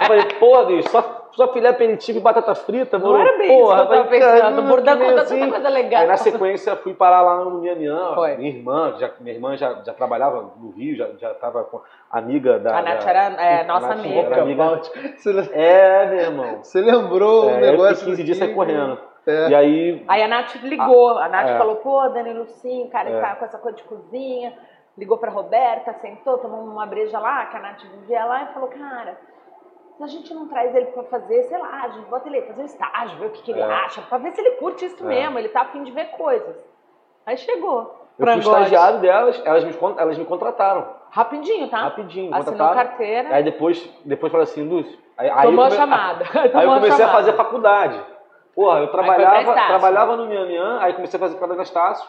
[SPEAKER 3] falei, porra, bicho, só, só filé aperitivo e batata frita,
[SPEAKER 4] Não era bem
[SPEAKER 3] porra,
[SPEAKER 4] isso que eu tava
[SPEAKER 3] vai, cara,
[SPEAKER 4] pensando. O Bordão
[SPEAKER 3] que
[SPEAKER 4] conta tanta
[SPEAKER 3] assim.
[SPEAKER 4] coisa
[SPEAKER 3] Aí
[SPEAKER 4] legal.
[SPEAKER 3] na sequência fui parar lá no Miamiã,
[SPEAKER 4] Foi.
[SPEAKER 3] minha irmã, já, minha irmã já, já trabalhava no Rio, já, já tava com amiga da.
[SPEAKER 4] A Nath
[SPEAKER 3] da-
[SPEAKER 4] era é,
[SPEAKER 3] Tá, A
[SPEAKER 4] nossa
[SPEAKER 3] Nath
[SPEAKER 4] amiga.
[SPEAKER 3] era amiga.
[SPEAKER 1] Você le-
[SPEAKER 3] É, meu irmão.
[SPEAKER 1] Você lembrou o um
[SPEAKER 3] É, eu
[SPEAKER 1] negócio.
[SPEAKER 3] fiquei 15 dias
[SPEAKER 1] daqui?
[SPEAKER 3] saí correndo.
[SPEAKER 1] É.
[SPEAKER 3] E aí.
[SPEAKER 4] Aí a Nath ligou. A Nath
[SPEAKER 3] é.
[SPEAKER 4] falou, pô, Danilo, sim, cara, ele
[SPEAKER 3] É.
[SPEAKER 4] tá com essa coisa de cozinha. Ligou pra Roberta, sentou, tomou uma breja lá, que a Nath vivia lá, e falou, cara, se a gente não traz ele pra fazer, sei lá, a gente bota ele aí, fazer um estágio, ver o que, que ele
[SPEAKER 3] É.
[SPEAKER 4] acha, pra ver se ele curte isso
[SPEAKER 3] É.
[SPEAKER 4] mesmo, ele tá afim de ver coisas. Aí chegou.
[SPEAKER 3] Eu fui
[SPEAKER 4] Frangóis.
[SPEAKER 3] estagiário delas, elas me, con- elas me contrataram.
[SPEAKER 4] Rapidinho, tá?
[SPEAKER 3] Rapidinho,
[SPEAKER 4] Assinou
[SPEAKER 3] contrataram.
[SPEAKER 4] carteira,
[SPEAKER 3] Aí depois, depois falaram assim, Lúcio. Aí, aí eu
[SPEAKER 4] tomou a
[SPEAKER 3] come-
[SPEAKER 4] chamada.
[SPEAKER 3] Aí eu
[SPEAKER 4] tomou
[SPEAKER 3] comecei a
[SPEAKER 4] chamada.
[SPEAKER 3] fazer faculdade. Porra, eu
[SPEAKER 4] pra
[SPEAKER 3] trabalhava,
[SPEAKER 4] Estácio.
[SPEAKER 3] trabalhava no Miamiã, aí comecei a fazer faculdade na Estácio.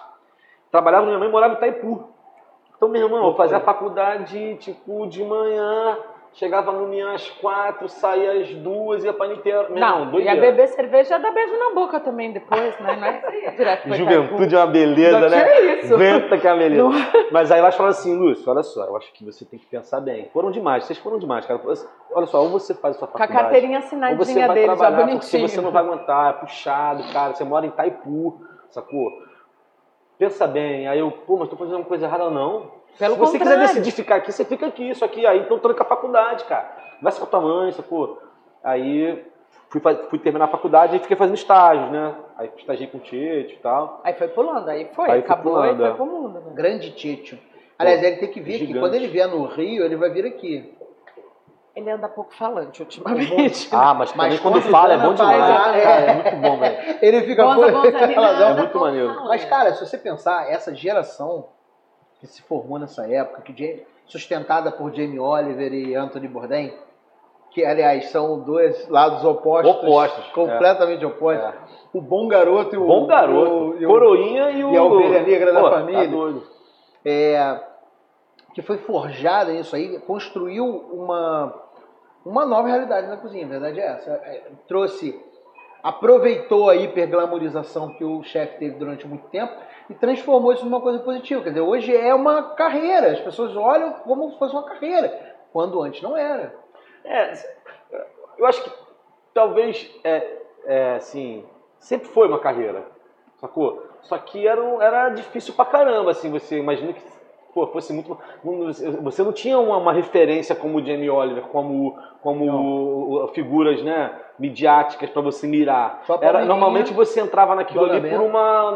[SPEAKER 3] Trabalhava no Miamiã e morava em Itaipu. Então, meu irmão, eu fazia faculdade, tipo, de manhã, chegava no Miamiã às quatro, saía às duas, ia pra Niterói. Meu irmão,
[SPEAKER 4] Não, ia
[SPEAKER 3] doideira.
[SPEAKER 4] beber cerveja e dar beijo na boca também depois, né? Não é direto pra
[SPEAKER 3] Juventude é uma beleza,
[SPEAKER 4] Não, que
[SPEAKER 3] né?
[SPEAKER 4] é isso?
[SPEAKER 3] Aguenta que é uma beleza.
[SPEAKER 4] Não.
[SPEAKER 3] Mas aí elas falaram assim, Lúcio, olha só, eu acho que você tem que pensar bem. Foram demais, vocês foram demais, cara. Olha só, ou você faz a sua
[SPEAKER 4] Com a
[SPEAKER 3] faculdade...
[SPEAKER 4] carteirinha
[SPEAKER 1] Tá
[SPEAKER 3] Ou você
[SPEAKER 4] assinadinha
[SPEAKER 3] vai
[SPEAKER 4] dele, já
[SPEAKER 3] trabalhar porque
[SPEAKER 4] bonitinho.
[SPEAKER 3] você não vai aguentar, é puxado, cara. Você mora em Taipu, sacou? Pensa bem. Aí eu, pô, mas tô fazendo uma coisa errada, não.
[SPEAKER 4] Pelo
[SPEAKER 3] Se você quiser
[SPEAKER 4] contrário.
[SPEAKER 3] decidir ficar aqui, você fica aqui. Isso aqui, aí então tranca a faculdade, cara. Conversa com a tua mãe, sacou? Aí fui, fa- fui terminar a faculdade e fiquei fazendo estágios, né? Aí estagiei com o Tietchan e tal.
[SPEAKER 4] Aí foi pulando, aí foi,
[SPEAKER 3] Aí foi
[SPEAKER 4] acabou
[SPEAKER 3] pulando,
[SPEAKER 4] e
[SPEAKER 3] é.
[SPEAKER 4] foi pro mundo. Né?
[SPEAKER 1] Grande Tito. Aliás, ele tem que vir aqui.
[SPEAKER 3] gigante.
[SPEAKER 1] Quando ele vier no Rio, ele vai vir aqui.
[SPEAKER 4] Ele anda pouco falante tipo. ultimamente.
[SPEAKER 3] Ah, mas também
[SPEAKER 1] Mas
[SPEAKER 3] quando
[SPEAKER 1] quando
[SPEAKER 3] fala é
[SPEAKER 1] Zana
[SPEAKER 3] bom demais.
[SPEAKER 1] faz né? a-
[SPEAKER 3] Cara, é muito bom, velho.
[SPEAKER 1] Ele fica
[SPEAKER 2] Gonza
[SPEAKER 1] pô,
[SPEAKER 2] Gonzalina
[SPEAKER 1] ela
[SPEAKER 2] anda
[SPEAKER 1] dá-
[SPEAKER 3] É muito
[SPEAKER 2] pouco
[SPEAKER 3] maneiro.
[SPEAKER 2] falando.
[SPEAKER 1] Mas, cara, se você pensar, essa geração que se formou nessa época, que Jamie- sustentada por Jamie Oliver e Anthony Bourdain, que, aliás, são dois lados opostos.
[SPEAKER 3] Opostos, é.
[SPEAKER 1] Completamente opostos. O bom garoto e o...
[SPEAKER 3] Bom garoto.
[SPEAKER 1] o- e o-
[SPEAKER 3] Coroinha e o.
[SPEAKER 1] e a ovelha negra da
[SPEAKER 3] Pô,
[SPEAKER 1] família.
[SPEAKER 3] Tá doido.
[SPEAKER 1] que foi forjada nisso aí, construiu uma, uma nova realidade na cozinha, a verdade é essa. É, Trouxe, aproveitou a hiperglamorização que o chefe teve durante muito tempo e transformou isso numa coisa positiva. Quer dizer, hoje é uma carreira, as pessoas olham como se fosse uma carreira, quando antes não era.
[SPEAKER 3] É, eu acho que talvez, é, é, assim, sempre foi uma carreira, sacou? Só que era, um- era difícil pra caramba, assim, você imagina que pô, fosse muito... não- Você não tinha uma, uma referência como o Jamie Oliver, como, como o- o- figuras, né, midiáticas pra você mirar.
[SPEAKER 1] Só pra
[SPEAKER 3] Era,
[SPEAKER 1] menininha.
[SPEAKER 3] normalmente você entrava naquilo ali
[SPEAKER 1] Dona
[SPEAKER 3] por uma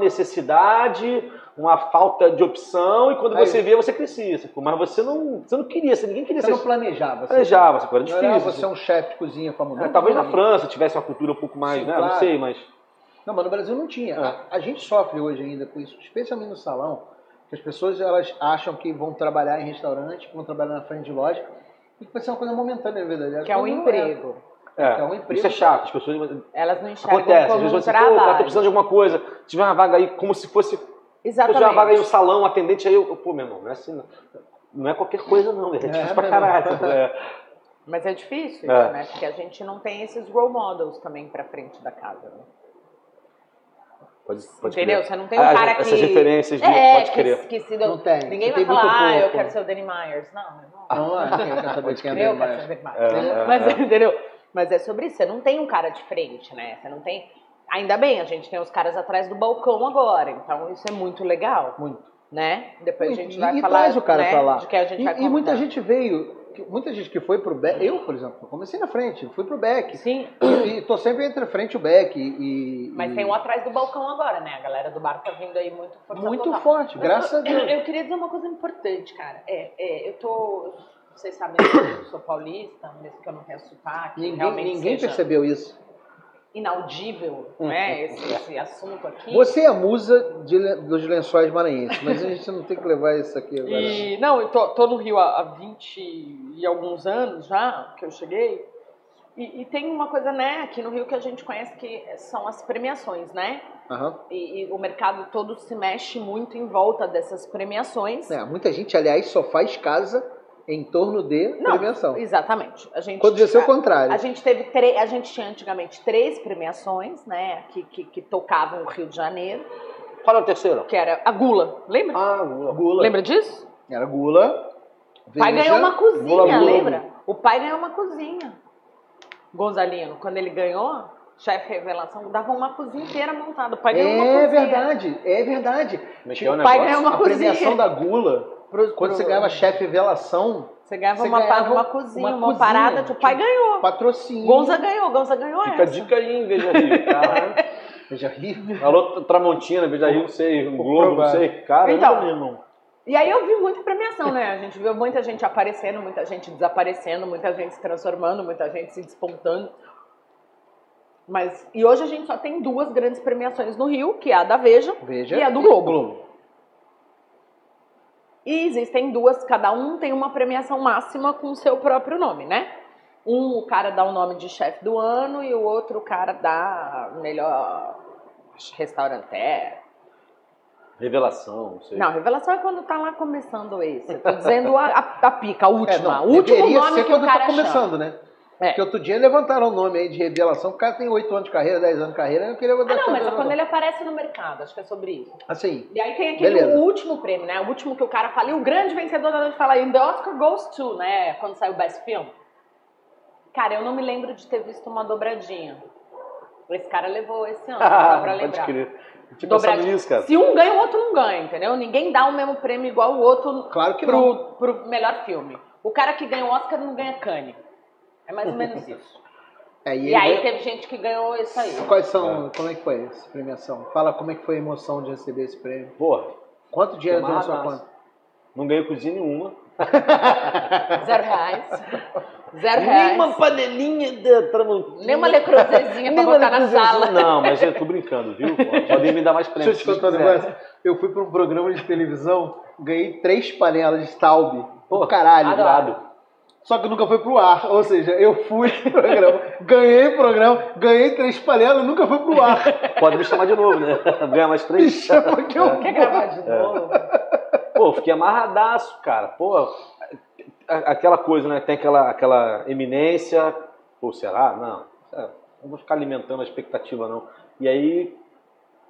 [SPEAKER 3] necessidade, uma falta de opção, e quando
[SPEAKER 1] Aí.
[SPEAKER 3] você via, você crescia, sacou? Mas você não, você não queria, você- ninguém queria
[SPEAKER 1] Você não
[SPEAKER 3] ser...
[SPEAKER 1] planejava.
[SPEAKER 3] Planejava, sacou? Era
[SPEAKER 1] Não era,
[SPEAKER 3] difícil.
[SPEAKER 1] ah, você é um chefe de cozinha famoso.
[SPEAKER 3] É,
[SPEAKER 1] Não,
[SPEAKER 3] talvez na
[SPEAKER 1] não.
[SPEAKER 3] França tivesse uma cultura um pouco mais,
[SPEAKER 1] Sim,
[SPEAKER 3] né? Não
[SPEAKER 1] claro.
[SPEAKER 3] sei, mas.
[SPEAKER 1] Não, mas no Brasil não tinha. A, a gente sofre hoje ainda com isso, especialmente no salão, que as pessoas elas acham que vão trabalhar em restaurante, vão trabalhar na frente de loja, e que vai ser uma coisa momentânea, na verdade.
[SPEAKER 4] Que é um
[SPEAKER 1] Quando não
[SPEAKER 4] emprego.
[SPEAKER 1] É um emprego.
[SPEAKER 3] Isso é chato. As pessoas.
[SPEAKER 4] Elas não enxergam
[SPEAKER 3] Acontece. Às
[SPEAKER 4] como
[SPEAKER 3] vezes
[SPEAKER 4] um
[SPEAKER 3] você, pô, cara, tô
[SPEAKER 4] trabalho.
[SPEAKER 3] precisando de alguma coisa. Tiver uma vaga aí, como se fosse. Pô,
[SPEAKER 4] Exatamente.
[SPEAKER 3] tiver uma vaga aí no salão, um atendente aí. Eu, pô, meu irmão, não é assim. Não, não é qualquer coisa, não. É difícil
[SPEAKER 1] É,
[SPEAKER 3] pra
[SPEAKER 1] meu
[SPEAKER 3] caralho.
[SPEAKER 1] irmão.
[SPEAKER 3] É.
[SPEAKER 4] Mas é difícil isso,
[SPEAKER 3] É.
[SPEAKER 4] né? Porque a gente não tem esses role models também pra frente da casa. Né?
[SPEAKER 3] Pode, pode
[SPEAKER 4] Entendeu?
[SPEAKER 3] crer.
[SPEAKER 4] Você não tem um
[SPEAKER 3] Ah,
[SPEAKER 4] cara
[SPEAKER 3] essas
[SPEAKER 4] que...
[SPEAKER 3] referências de.
[SPEAKER 4] é,
[SPEAKER 3] pode
[SPEAKER 4] que,
[SPEAKER 3] crer.
[SPEAKER 4] que se...
[SPEAKER 1] Não tem.
[SPEAKER 4] Ninguém vai
[SPEAKER 1] Tem muito
[SPEAKER 4] falar, ah, eu
[SPEAKER 1] pouco.
[SPEAKER 4] quero ser o Danny Myers. Não, meu irmão.
[SPEAKER 1] Não, ah, quem quer saber quem é
[SPEAKER 4] Eu
[SPEAKER 1] Dani
[SPEAKER 4] quero
[SPEAKER 1] Maia?
[SPEAKER 4] saber mais.
[SPEAKER 3] É,
[SPEAKER 4] né?
[SPEAKER 3] é,
[SPEAKER 4] Mas,
[SPEAKER 3] é.
[SPEAKER 4] entendeu? Mas é sobre isso. Você não tem um cara de frente, né? Você não tem. Ainda bem, a gente tem os caras atrás do balcão agora. Então isso é muito legal,
[SPEAKER 1] Muito.
[SPEAKER 4] né? Depois a gente
[SPEAKER 1] E-
[SPEAKER 4] vai
[SPEAKER 1] e
[SPEAKER 4] falar
[SPEAKER 1] traz o cara
[SPEAKER 4] né,
[SPEAKER 1] pra lá.
[SPEAKER 4] de que a gente
[SPEAKER 1] E,
[SPEAKER 4] vai
[SPEAKER 1] e muita
[SPEAKER 4] convidar.
[SPEAKER 1] gente veio, que- muita gente que foi pro back, eu, por exemplo, comecei na frente, fui pro back.
[SPEAKER 4] Sim,
[SPEAKER 1] E, e tô sempre entre a frente e o back. E, e-
[SPEAKER 4] mas tem um atrás do balcão agora, né? A galera do bar tá vindo aí muito forte.
[SPEAKER 1] muito forte, graças a Deus.
[SPEAKER 4] Eu queria dizer uma coisa importante, cara. É, é, eu tô. Vocês sabem que tá eu sou paulista, mesmo que eu não tenha sotaque.
[SPEAKER 1] Ninguém,
[SPEAKER 4] realmente
[SPEAKER 1] ninguém
[SPEAKER 4] seja
[SPEAKER 1] percebeu isso.
[SPEAKER 4] inaudível, né? Esse, esse assunto aqui.
[SPEAKER 1] Você é a musa de le- dos lençóis maranhenses, mas a gente não tem que levar isso aqui agora.
[SPEAKER 4] E, não, Então, eu tô, tô no Rio há, há 20 e alguns anos já, que eu cheguei. E, e tem uma coisa, né, aqui no Rio que a gente conhece que são as premiações, né?
[SPEAKER 1] Aham.
[SPEAKER 4] E, e o mercado todo se mexe muito em volta dessas premiações.
[SPEAKER 1] É, muita gente, aliás, só faz casa em torno de
[SPEAKER 4] Não,
[SPEAKER 1] premiação.
[SPEAKER 4] Exatamente. A gente,
[SPEAKER 1] Quando devia ser o
[SPEAKER 4] a
[SPEAKER 1] contrário.
[SPEAKER 4] gente teve três. A gente tinha antigamente três premiações, né? Que, que, que tocavam o Rio de Janeiro,
[SPEAKER 3] Qual é o terceiro?
[SPEAKER 4] que era a Gula, lembra?
[SPEAKER 3] Ah, o-
[SPEAKER 1] Gula.
[SPEAKER 4] Lembra disso?
[SPEAKER 1] Era gula.
[SPEAKER 4] O pai
[SPEAKER 1] veja,
[SPEAKER 4] ganhou uma cozinha,
[SPEAKER 1] Gula, Gula,
[SPEAKER 4] lembra?
[SPEAKER 1] Gula.
[SPEAKER 4] O pai ganhou uma cozinha. Gonzalino, quando ele ganhou, chefe revelação, dava uma cozinha inteira montada. O pai ganhou uma cozinha.
[SPEAKER 1] É verdade, é verdade.
[SPEAKER 3] Como é que é o
[SPEAKER 1] Tipo,
[SPEAKER 4] pai
[SPEAKER 3] negócio?
[SPEAKER 4] ganhou uma
[SPEAKER 1] a premiação
[SPEAKER 4] cozinha.
[SPEAKER 1] da gula,
[SPEAKER 4] Pro-
[SPEAKER 1] quando
[SPEAKER 4] pro-
[SPEAKER 1] você ganhava chefe revelação,
[SPEAKER 4] Você ganhava
[SPEAKER 1] você
[SPEAKER 4] uma, pa-
[SPEAKER 1] ganhava
[SPEAKER 4] uma cozinha,
[SPEAKER 1] uma
[SPEAKER 4] uma,
[SPEAKER 1] cozinha,
[SPEAKER 4] parada. Tipo, o pai ganhou.
[SPEAKER 1] patrocínio.
[SPEAKER 4] Gonza ganhou, Gonza ganhou
[SPEAKER 3] Fica a
[SPEAKER 4] essa.
[SPEAKER 3] dica aí, hein, Veja Rio.
[SPEAKER 4] tá?
[SPEAKER 3] Caralho.
[SPEAKER 1] Veja rio.
[SPEAKER 3] Alô, Tramontina, Veja Rio, não sei. Um Globo, não
[SPEAKER 1] Provável.
[SPEAKER 3] sei. Cara,
[SPEAKER 4] Então.
[SPEAKER 3] meu irmão.
[SPEAKER 4] E aí eu vi muita premiação, né? A gente viu muita gente aparecendo, muita gente desaparecendo, muita gente se transformando, muita gente se despontando. Mas e hoje a gente só tem duas grandes premiações no Rio, que é a da Veja
[SPEAKER 1] Veja.
[SPEAKER 4] e a do Globo. E existem duas, cada um tem uma premiação máxima com o seu próprio nome, né? Um o cara dá o nome de chefe do ano e o outro o cara dá melhor restaurante. é,
[SPEAKER 3] Revelação, não sei.
[SPEAKER 4] Não, revelação é quando tá lá começando esse. Eu tô dizendo a, a- a pica, a
[SPEAKER 1] É,
[SPEAKER 4] última.
[SPEAKER 1] não,
[SPEAKER 4] o último
[SPEAKER 1] deveria
[SPEAKER 4] nome
[SPEAKER 1] ser
[SPEAKER 4] que
[SPEAKER 1] quando
[SPEAKER 4] o cara
[SPEAKER 1] tá
[SPEAKER 4] chama.
[SPEAKER 1] começando, né?
[SPEAKER 4] É.
[SPEAKER 1] Porque outro dia levantaram o nome aí de revelação. O cara tem 8 anos de carreira, 10 anos de carreira, eu queria botar
[SPEAKER 4] Ah, não, mas é
[SPEAKER 1] chamando-
[SPEAKER 4] quando ele aparece no mercado, acho que é sobre isso.
[SPEAKER 1] Assim,
[SPEAKER 4] E aí tem aquele
[SPEAKER 1] Beleza.
[SPEAKER 4] último prêmio, né? O último que o cara fala, e o grande vencedor da noite fala, e The Oscar Goes To, né? Quando saiu o Best Film. Cara, eu não me lembro de ter visto uma dobradinha. Esse cara levou esse ano, só pra
[SPEAKER 3] Pode
[SPEAKER 4] lembrar.
[SPEAKER 3] crer. Tipo Eu
[SPEAKER 1] Tipo,
[SPEAKER 3] tinha pensado
[SPEAKER 4] Dobradinha.
[SPEAKER 3] nisso, cara.
[SPEAKER 4] Se um ganha, o outro não ganha, entendeu? Ninguém dá o mesmo prêmio igual o outro
[SPEAKER 1] claro que não.
[SPEAKER 4] pro, pro melhor filme. O cara que ganha o Oscar não ganha Cane. É mais ou menos isso.
[SPEAKER 1] É,
[SPEAKER 4] e
[SPEAKER 1] ele
[SPEAKER 4] aí
[SPEAKER 1] ganha-
[SPEAKER 4] teve gente que ganhou isso aí.
[SPEAKER 1] Quais são, como é que foi essa premiação? Fala como é que foi a emoção de receber esse prêmio.
[SPEAKER 3] Porra.
[SPEAKER 1] Quanto dinheiro
[SPEAKER 3] Que
[SPEAKER 1] tem na sua
[SPEAKER 3] maravilha.
[SPEAKER 1] conta?
[SPEAKER 3] Não ganhei cozinha nenhuma.
[SPEAKER 4] Zero reais. Zero reais.
[SPEAKER 3] Nem uma panelinha de tramontina.
[SPEAKER 4] Nem uma lecrosezinha pra
[SPEAKER 3] nem uma
[SPEAKER 4] botar na
[SPEAKER 3] lecrosezinha.
[SPEAKER 4] sala.
[SPEAKER 3] Não, mas eu tô brincando, viu? Podem me dar mais
[SPEAKER 1] Deixa eu
[SPEAKER 3] prêmios.
[SPEAKER 1] te
[SPEAKER 3] se vocês
[SPEAKER 1] contar um
[SPEAKER 3] quiserem.
[SPEAKER 1] negócio. Eu fui pra um programa de televisão, ganhei três panelas de Staub.
[SPEAKER 3] Pô,
[SPEAKER 1] Pô, caralho.
[SPEAKER 4] adoro.
[SPEAKER 3] Irado.
[SPEAKER 1] Só que nunca foi pro ar. Ou seja, eu fui pro programa, ganhei o programa, ganhei três panelas, nunca foi pro ar.
[SPEAKER 3] Pode me chamar de novo, né? Ganhar mais
[SPEAKER 1] Me
[SPEAKER 3] três.
[SPEAKER 1] chama que eu.
[SPEAKER 4] Quer gravar de novo?
[SPEAKER 3] Pô, fiquei amarradaço, cara. Pô, a- aquela coisa, né? Tem aquela, aquela eminência. Pô, será? Não. É, Não vou ficar alimentando a expectativa, não. E aí.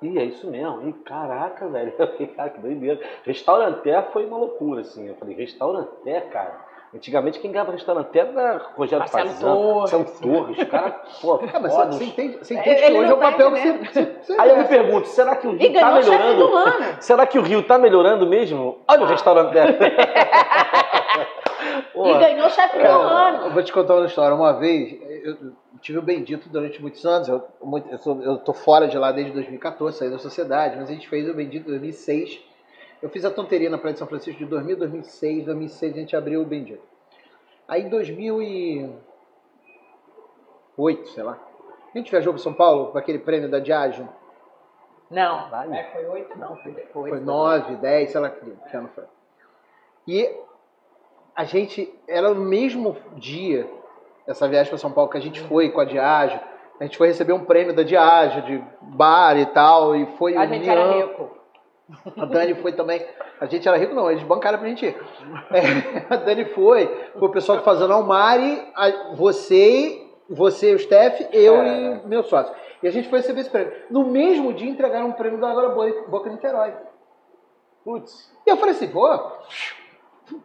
[SPEAKER 3] Ih, é isso mesmo. Ih, caraca, velho. Eu fiquei, cara, que doideira. Restauranté foi uma loucura, assim. Eu falei, restauranté, cara. Antigamente quem ganhava restauranté era Rogério
[SPEAKER 4] Marcelo
[SPEAKER 3] Fazan,
[SPEAKER 4] Torres.
[SPEAKER 3] Marcelo Torres. Os caras, pô,
[SPEAKER 1] Ah, mas você,
[SPEAKER 3] foda,
[SPEAKER 1] você
[SPEAKER 3] uns-
[SPEAKER 1] entende, você entende que
[SPEAKER 4] Ele
[SPEAKER 1] hoje é
[SPEAKER 4] não
[SPEAKER 1] o papel
[SPEAKER 4] perde,
[SPEAKER 1] que você, você, você
[SPEAKER 3] Aí eu me pergunto, será que o
[SPEAKER 4] E
[SPEAKER 3] Rio tá
[SPEAKER 4] ganhou o chefe
[SPEAKER 3] melhorando?
[SPEAKER 4] do ano.
[SPEAKER 3] Será que o Rio tá melhorando mesmo? Olha o restaurante dela.
[SPEAKER 4] E ganhou o chefe do
[SPEAKER 1] Cara,
[SPEAKER 4] é um ano.
[SPEAKER 1] é. eu vou te contar uma história. Uma vez, eu eu tive o bendito durante muitos anos. Eu, muito- eu, sou- eu tô fora de lá desde 2014, saí da sociedade, mas a gente fez o bendito em 2006. Eu fiz a tonteria na Praia de São Francisco de 2000, 2006, 2006 a gente abriu o bendito. Aí em 2008, sei lá, a gente viajou para São Paulo para aquele prêmio da Diageo.
[SPEAKER 4] Não.
[SPEAKER 3] Vale.
[SPEAKER 4] É, foi oito, não. Foi depois.
[SPEAKER 1] Foi 9, 10, sei lá que que ano foi. E a gente, era no mesmo dia, essa viagem para São Paulo que a
[SPEAKER 4] Uhum.
[SPEAKER 1] gente foi com a Diageo, a gente foi receber um prêmio da Diageo, de bar e tal, e foi
[SPEAKER 4] A
[SPEAKER 1] o
[SPEAKER 4] gente
[SPEAKER 1] Nian,
[SPEAKER 4] era rico.
[SPEAKER 1] a Dani foi também. A gente era rico, não, eles bancaram pra gente ir. É, a Dani foi, foi o pessoal que fazendo Almari, a- você, você, o Steph, eu
[SPEAKER 3] É.
[SPEAKER 1] e meu sócio. E a gente foi receber esse prêmio. No mesmo dia entregaram um prêmio da Agora Boa- Boca Niterói.
[SPEAKER 3] Putz,
[SPEAKER 1] E eu falei assim, pô,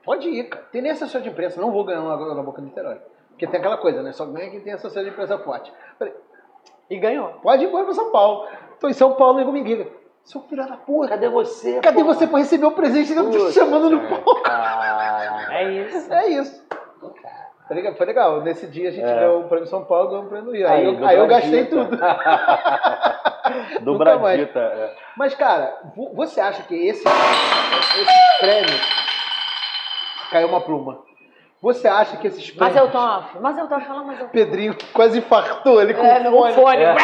[SPEAKER 1] pode ir, cara. Tem nem assessor de imprensa, não vou ganhar uma agora na Boca do Niterói. Porque tem aquela coisa, né? Só ganha quem tem assessor de imprensa forte. Falei,
[SPEAKER 4] E ganhou.
[SPEAKER 1] pode ir embora pra São Paulo. Tô em São Paulo, nego me liga. Seu filho da porra, cadê,
[SPEAKER 3] cadê você?
[SPEAKER 1] cadê
[SPEAKER 3] porra?
[SPEAKER 1] você pra receber o presente? Eu tô te
[SPEAKER 3] Putz,
[SPEAKER 1] chamando no
[SPEAKER 3] cara.
[SPEAKER 1] palco.
[SPEAKER 3] Ah,
[SPEAKER 4] É isso.
[SPEAKER 1] É isso. Foi legal, foi legal. Nesse dia a gente
[SPEAKER 3] É.
[SPEAKER 1] ganhou um prêmio São Paulo, ganhou um prêmio Rio. Aí, tá. eu, aí eu
[SPEAKER 3] dobradita.
[SPEAKER 1] gastei tudo.
[SPEAKER 3] dobradita. é.
[SPEAKER 1] Mas, cara, vo- você acha que esse, esses prêmios. Caiu uma pluma. Você acha que esses prêmios.
[SPEAKER 4] Mas eu topo. Mas eu topo. Fala, mas eu topo.
[SPEAKER 1] Pedrinho quase infartou ali com
[SPEAKER 4] É,
[SPEAKER 1] o
[SPEAKER 4] no
[SPEAKER 1] fone.
[SPEAKER 4] fone.
[SPEAKER 3] É.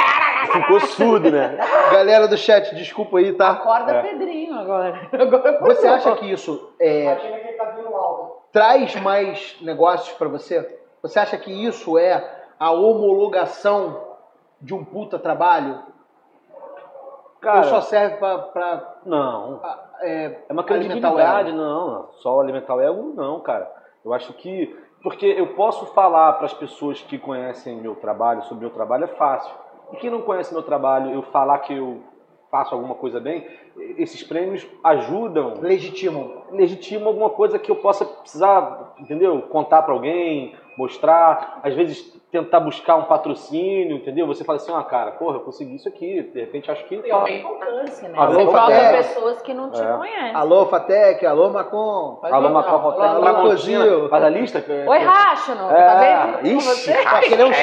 [SPEAKER 3] Ficou surdo, né?
[SPEAKER 1] Galera do chat, desculpa aí, tá?
[SPEAKER 4] Acorda
[SPEAKER 3] É.
[SPEAKER 4] Pedrinho agora. Agora foi
[SPEAKER 1] Você
[SPEAKER 4] bom.
[SPEAKER 1] acha que isso é,
[SPEAKER 5] Imagina que ele tá vindo alto.
[SPEAKER 1] traz mais negócios pra você? Você acha que isso é a homologação de um puta trabalho?
[SPEAKER 3] Cara,
[SPEAKER 1] Ou só serve pra, pra,
[SPEAKER 3] não.
[SPEAKER 1] é,
[SPEAKER 3] É
[SPEAKER 1] Alimentar
[SPEAKER 3] uma
[SPEAKER 1] o
[SPEAKER 3] credibilidade, não, não. Só alimentar o ego, não, cara. Eu acho que. Porque eu posso falar para as pessoas que conhecem meu trabalho, sobre meu trabalho, é fácil. E quem não conhece meu trabalho, eu falar que eu faço alguma coisa bem, esses prêmios ajudam
[SPEAKER 1] legítimo?
[SPEAKER 3] legitima alguma coisa que eu possa precisar, entendeu? Contar pra alguém, mostrar, às vezes tentar buscar um patrocínio, entendeu? Você fala assim, ah, cara, porra, eu consegui isso aqui, de repente acho que tá."
[SPEAKER 4] Tem uma importância, né?
[SPEAKER 3] Ah,
[SPEAKER 4] Você
[SPEAKER 3] vamos
[SPEAKER 4] prova
[SPEAKER 1] fazer.
[SPEAKER 4] pessoas que não te
[SPEAKER 3] É.
[SPEAKER 4] conhecem.
[SPEAKER 1] Alô, Fatec, alô, Macon.
[SPEAKER 4] Pode
[SPEAKER 3] Alô,
[SPEAKER 4] mandar.
[SPEAKER 3] Macau Hotel,
[SPEAKER 1] Alô,
[SPEAKER 3] Tramontina,
[SPEAKER 1] Cozil.
[SPEAKER 3] faz a lista. que-
[SPEAKER 4] Oi, Rational. Tá
[SPEAKER 3] É,
[SPEAKER 4] vendo?
[SPEAKER 3] ixi,
[SPEAKER 1] Ó, queremos,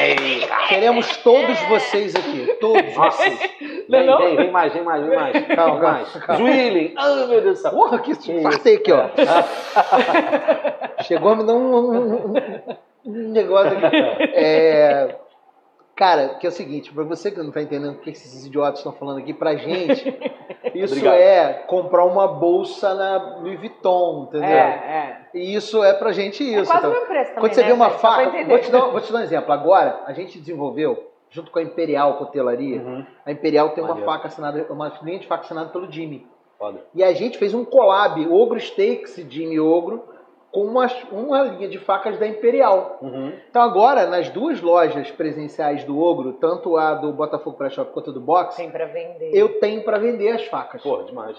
[SPEAKER 1] queremos todos vocês aqui. Todos
[SPEAKER 3] Nossa,
[SPEAKER 1] vocês.
[SPEAKER 3] vem,
[SPEAKER 4] Não é não?
[SPEAKER 3] vem, vem mais, vem mais, vem mais.
[SPEAKER 1] Calma,
[SPEAKER 3] vem mais.
[SPEAKER 1] calma, calma.
[SPEAKER 3] Zwilling, ai meu Deus do céu.
[SPEAKER 1] Porra, que
[SPEAKER 3] Que
[SPEAKER 1] infartei aqui, ó. Chegou a me dar um, um- um- um negócio aqui. É, cara, que é o seguinte, pra você que não tá entendendo o que esses idiotas estão falando aqui, pra gente, isso
[SPEAKER 3] Obrigado.
[SPEAKER 1] é comprar uma bolsa na Louis Vuitton, entendeu?
[SPEAKER 4] É, é.
[SPEAKER 1] E isso é pra gente
[SPEAKER 4] É
[SPEAKER 1] isso.
[SPEAKER 4] quase
[SPEAKER 3] um
[SPEAKER 1] então.
[SPEAKER 4] meu preço também,
[SPEAKER 1] Quando você
[SPEAKER 4] né,
[SPEAKER 1] vê uma
[SPEAKER 4] gente? Só pra
[SPEAKER 1] faca,
[SPEAKER 4] entender.
[SPEAKER 1] vou te, dar, vou te dar um exemplo. Agora, a gente desenvolveu, junto com a Imperial Cotelaria,
[SPEAKER 3] Uhum,
[SPEAKER 1] a Imperial tem uma
[SPEAKER 3] Maneiro.
[SPEAKER 1] faca assinada, uma linha de faca assinada pelo Jimmy.
[SPEAKER 3] Foda.
[SPEAKER 1] E a gente fez um collab, Ogro Steaks, Jimmy Ogro, com uma, uma linha de facas da Imperial.
[SPEAKER 3] Uhum.
[SPEAKER 1] Então agora, nas duas lojas presenciais do Ogro, tanto a do Botafogo Press Shop quanto a do Box,
[SPEAKER 4] Tem Assim, pra vender.
[SPEAKER 1] um eu tenho pra vender as facas.
[SPEAKER 3] Porra, demais.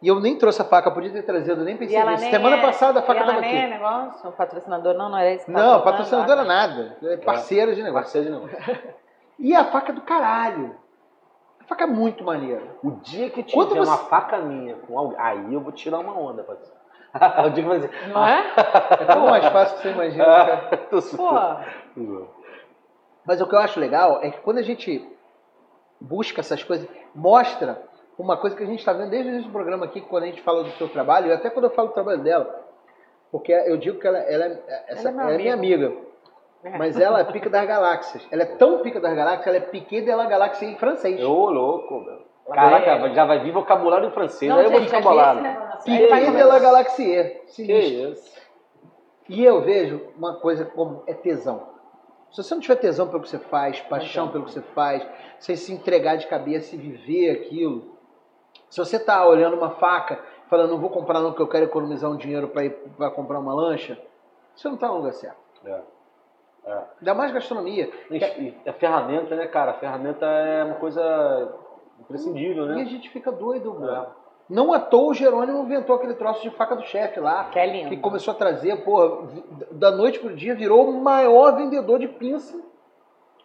[SPEAKER 1] E eu nem trouxe a faca, podia ter trazido, nem
[SPEAKER 4] E
[SPEAKER 1] pensei
[SPEAKER 4] ela
[SPEAKER 1] nisso.
[SPEAKER 4] nem
[SPEAKER 1] Semana
[SPEAKER 4] é-
[SPEAKER 1] passada a
[SPEAKER 4] e
[SPEAKER 1] faca
[SPEAKER 4] ela
[SPEAKER 1] tava
[SPEAKER 4] nem é
[SPEAKER 1] aqui.
[SPEAKER 4] negócio? Patrocinador não, não era esse?
[SPEAKER 1] Não, patrocinadora
[SPEAKER 4] patrocinador
[SPEAKER 1] nada. É parceira de negócio.
[SPEAKER 3] Marcelo, não.
[SPEAKER 1] E a faca do caralho. A faca é muito maneira.
[SPEAKER 3] O dia que tiver
[SPEAKER 1] Quando
[SPEAKER 3] uma
[SPEAKER 1] você-
[SPEAKER 3] faca minha com alguém, aí eu vou tirar uma onda, parceiro. o dia que vai dizer,
[SPEAKER 4] Não é?
[SPEAKER 1] É tão mais fácil que você imagina. né? cara.
[SPEAKER 3] Ah, tô su-
[SPEAKER 4] Pô,
[SPEAKER 1] Mas o que eu acho legal é que quando a gente busca essas coisas, mostra uma coisa que a gente está vendo desde o início do programa aqui, quando a gente fala do seu trabalho, e até quando eu falo do trabalho dela, porque eu digo que ela, ela é, essa-
[SPEAKER 4] Ela é
[SPEAKER 1] ela é minha amiga, mas ela é pica das galáxias. Ela é tão pica das galáxias, ela é piquet de la galáxia em francês.
[SPEAKER 3] Ô, louco, meu. Caraca, já vai vir vocabulário em francês, aí eu vou
[SPEAKER 4] é
[SPEAKER 3] ficar bolado.
[SPEAKER 4] né?
[SPEAKER 1] Piquet de la galaxie.
[SPEAKER 3] Que isso?
[SPEAKER 1] E eu vejo uma coisa como é tesão. Se você não tiver tesão pelo que você faz, paixão pelo que você faz, você se entregar de cabeça e viver aquilo. Se você tá olhando uma faca, falando, não vou comprar não, porque eu quero economizar um dinheiro para ir pra comprar uma lancha, você não tá no lugar certo.
[SPEAKER 3] É.
[SPEAKER 1] Ainda mais
[SPEAKER 4] É
[SPEAKER 1] gastronomia.
[SPEAKER 3] E A ferramenta, né, cara? A ferramenta é uma coisa imprescindível,
[SPEAKER 1] E a
[SPEAKER 3] né?
[SPEAKER 1] gente fica doido, mano.
[SPEAKER 3] É.
[SPEAKER 1] Não à toa o Jerônimo inventou aquele troço de faca do chefe lá.
[SPEAKER 4] Que é lindo.
[SPEAKER 1] Que começou a trazer, porra, vi- da noite pro dia, virou o maior vendedor de pinça do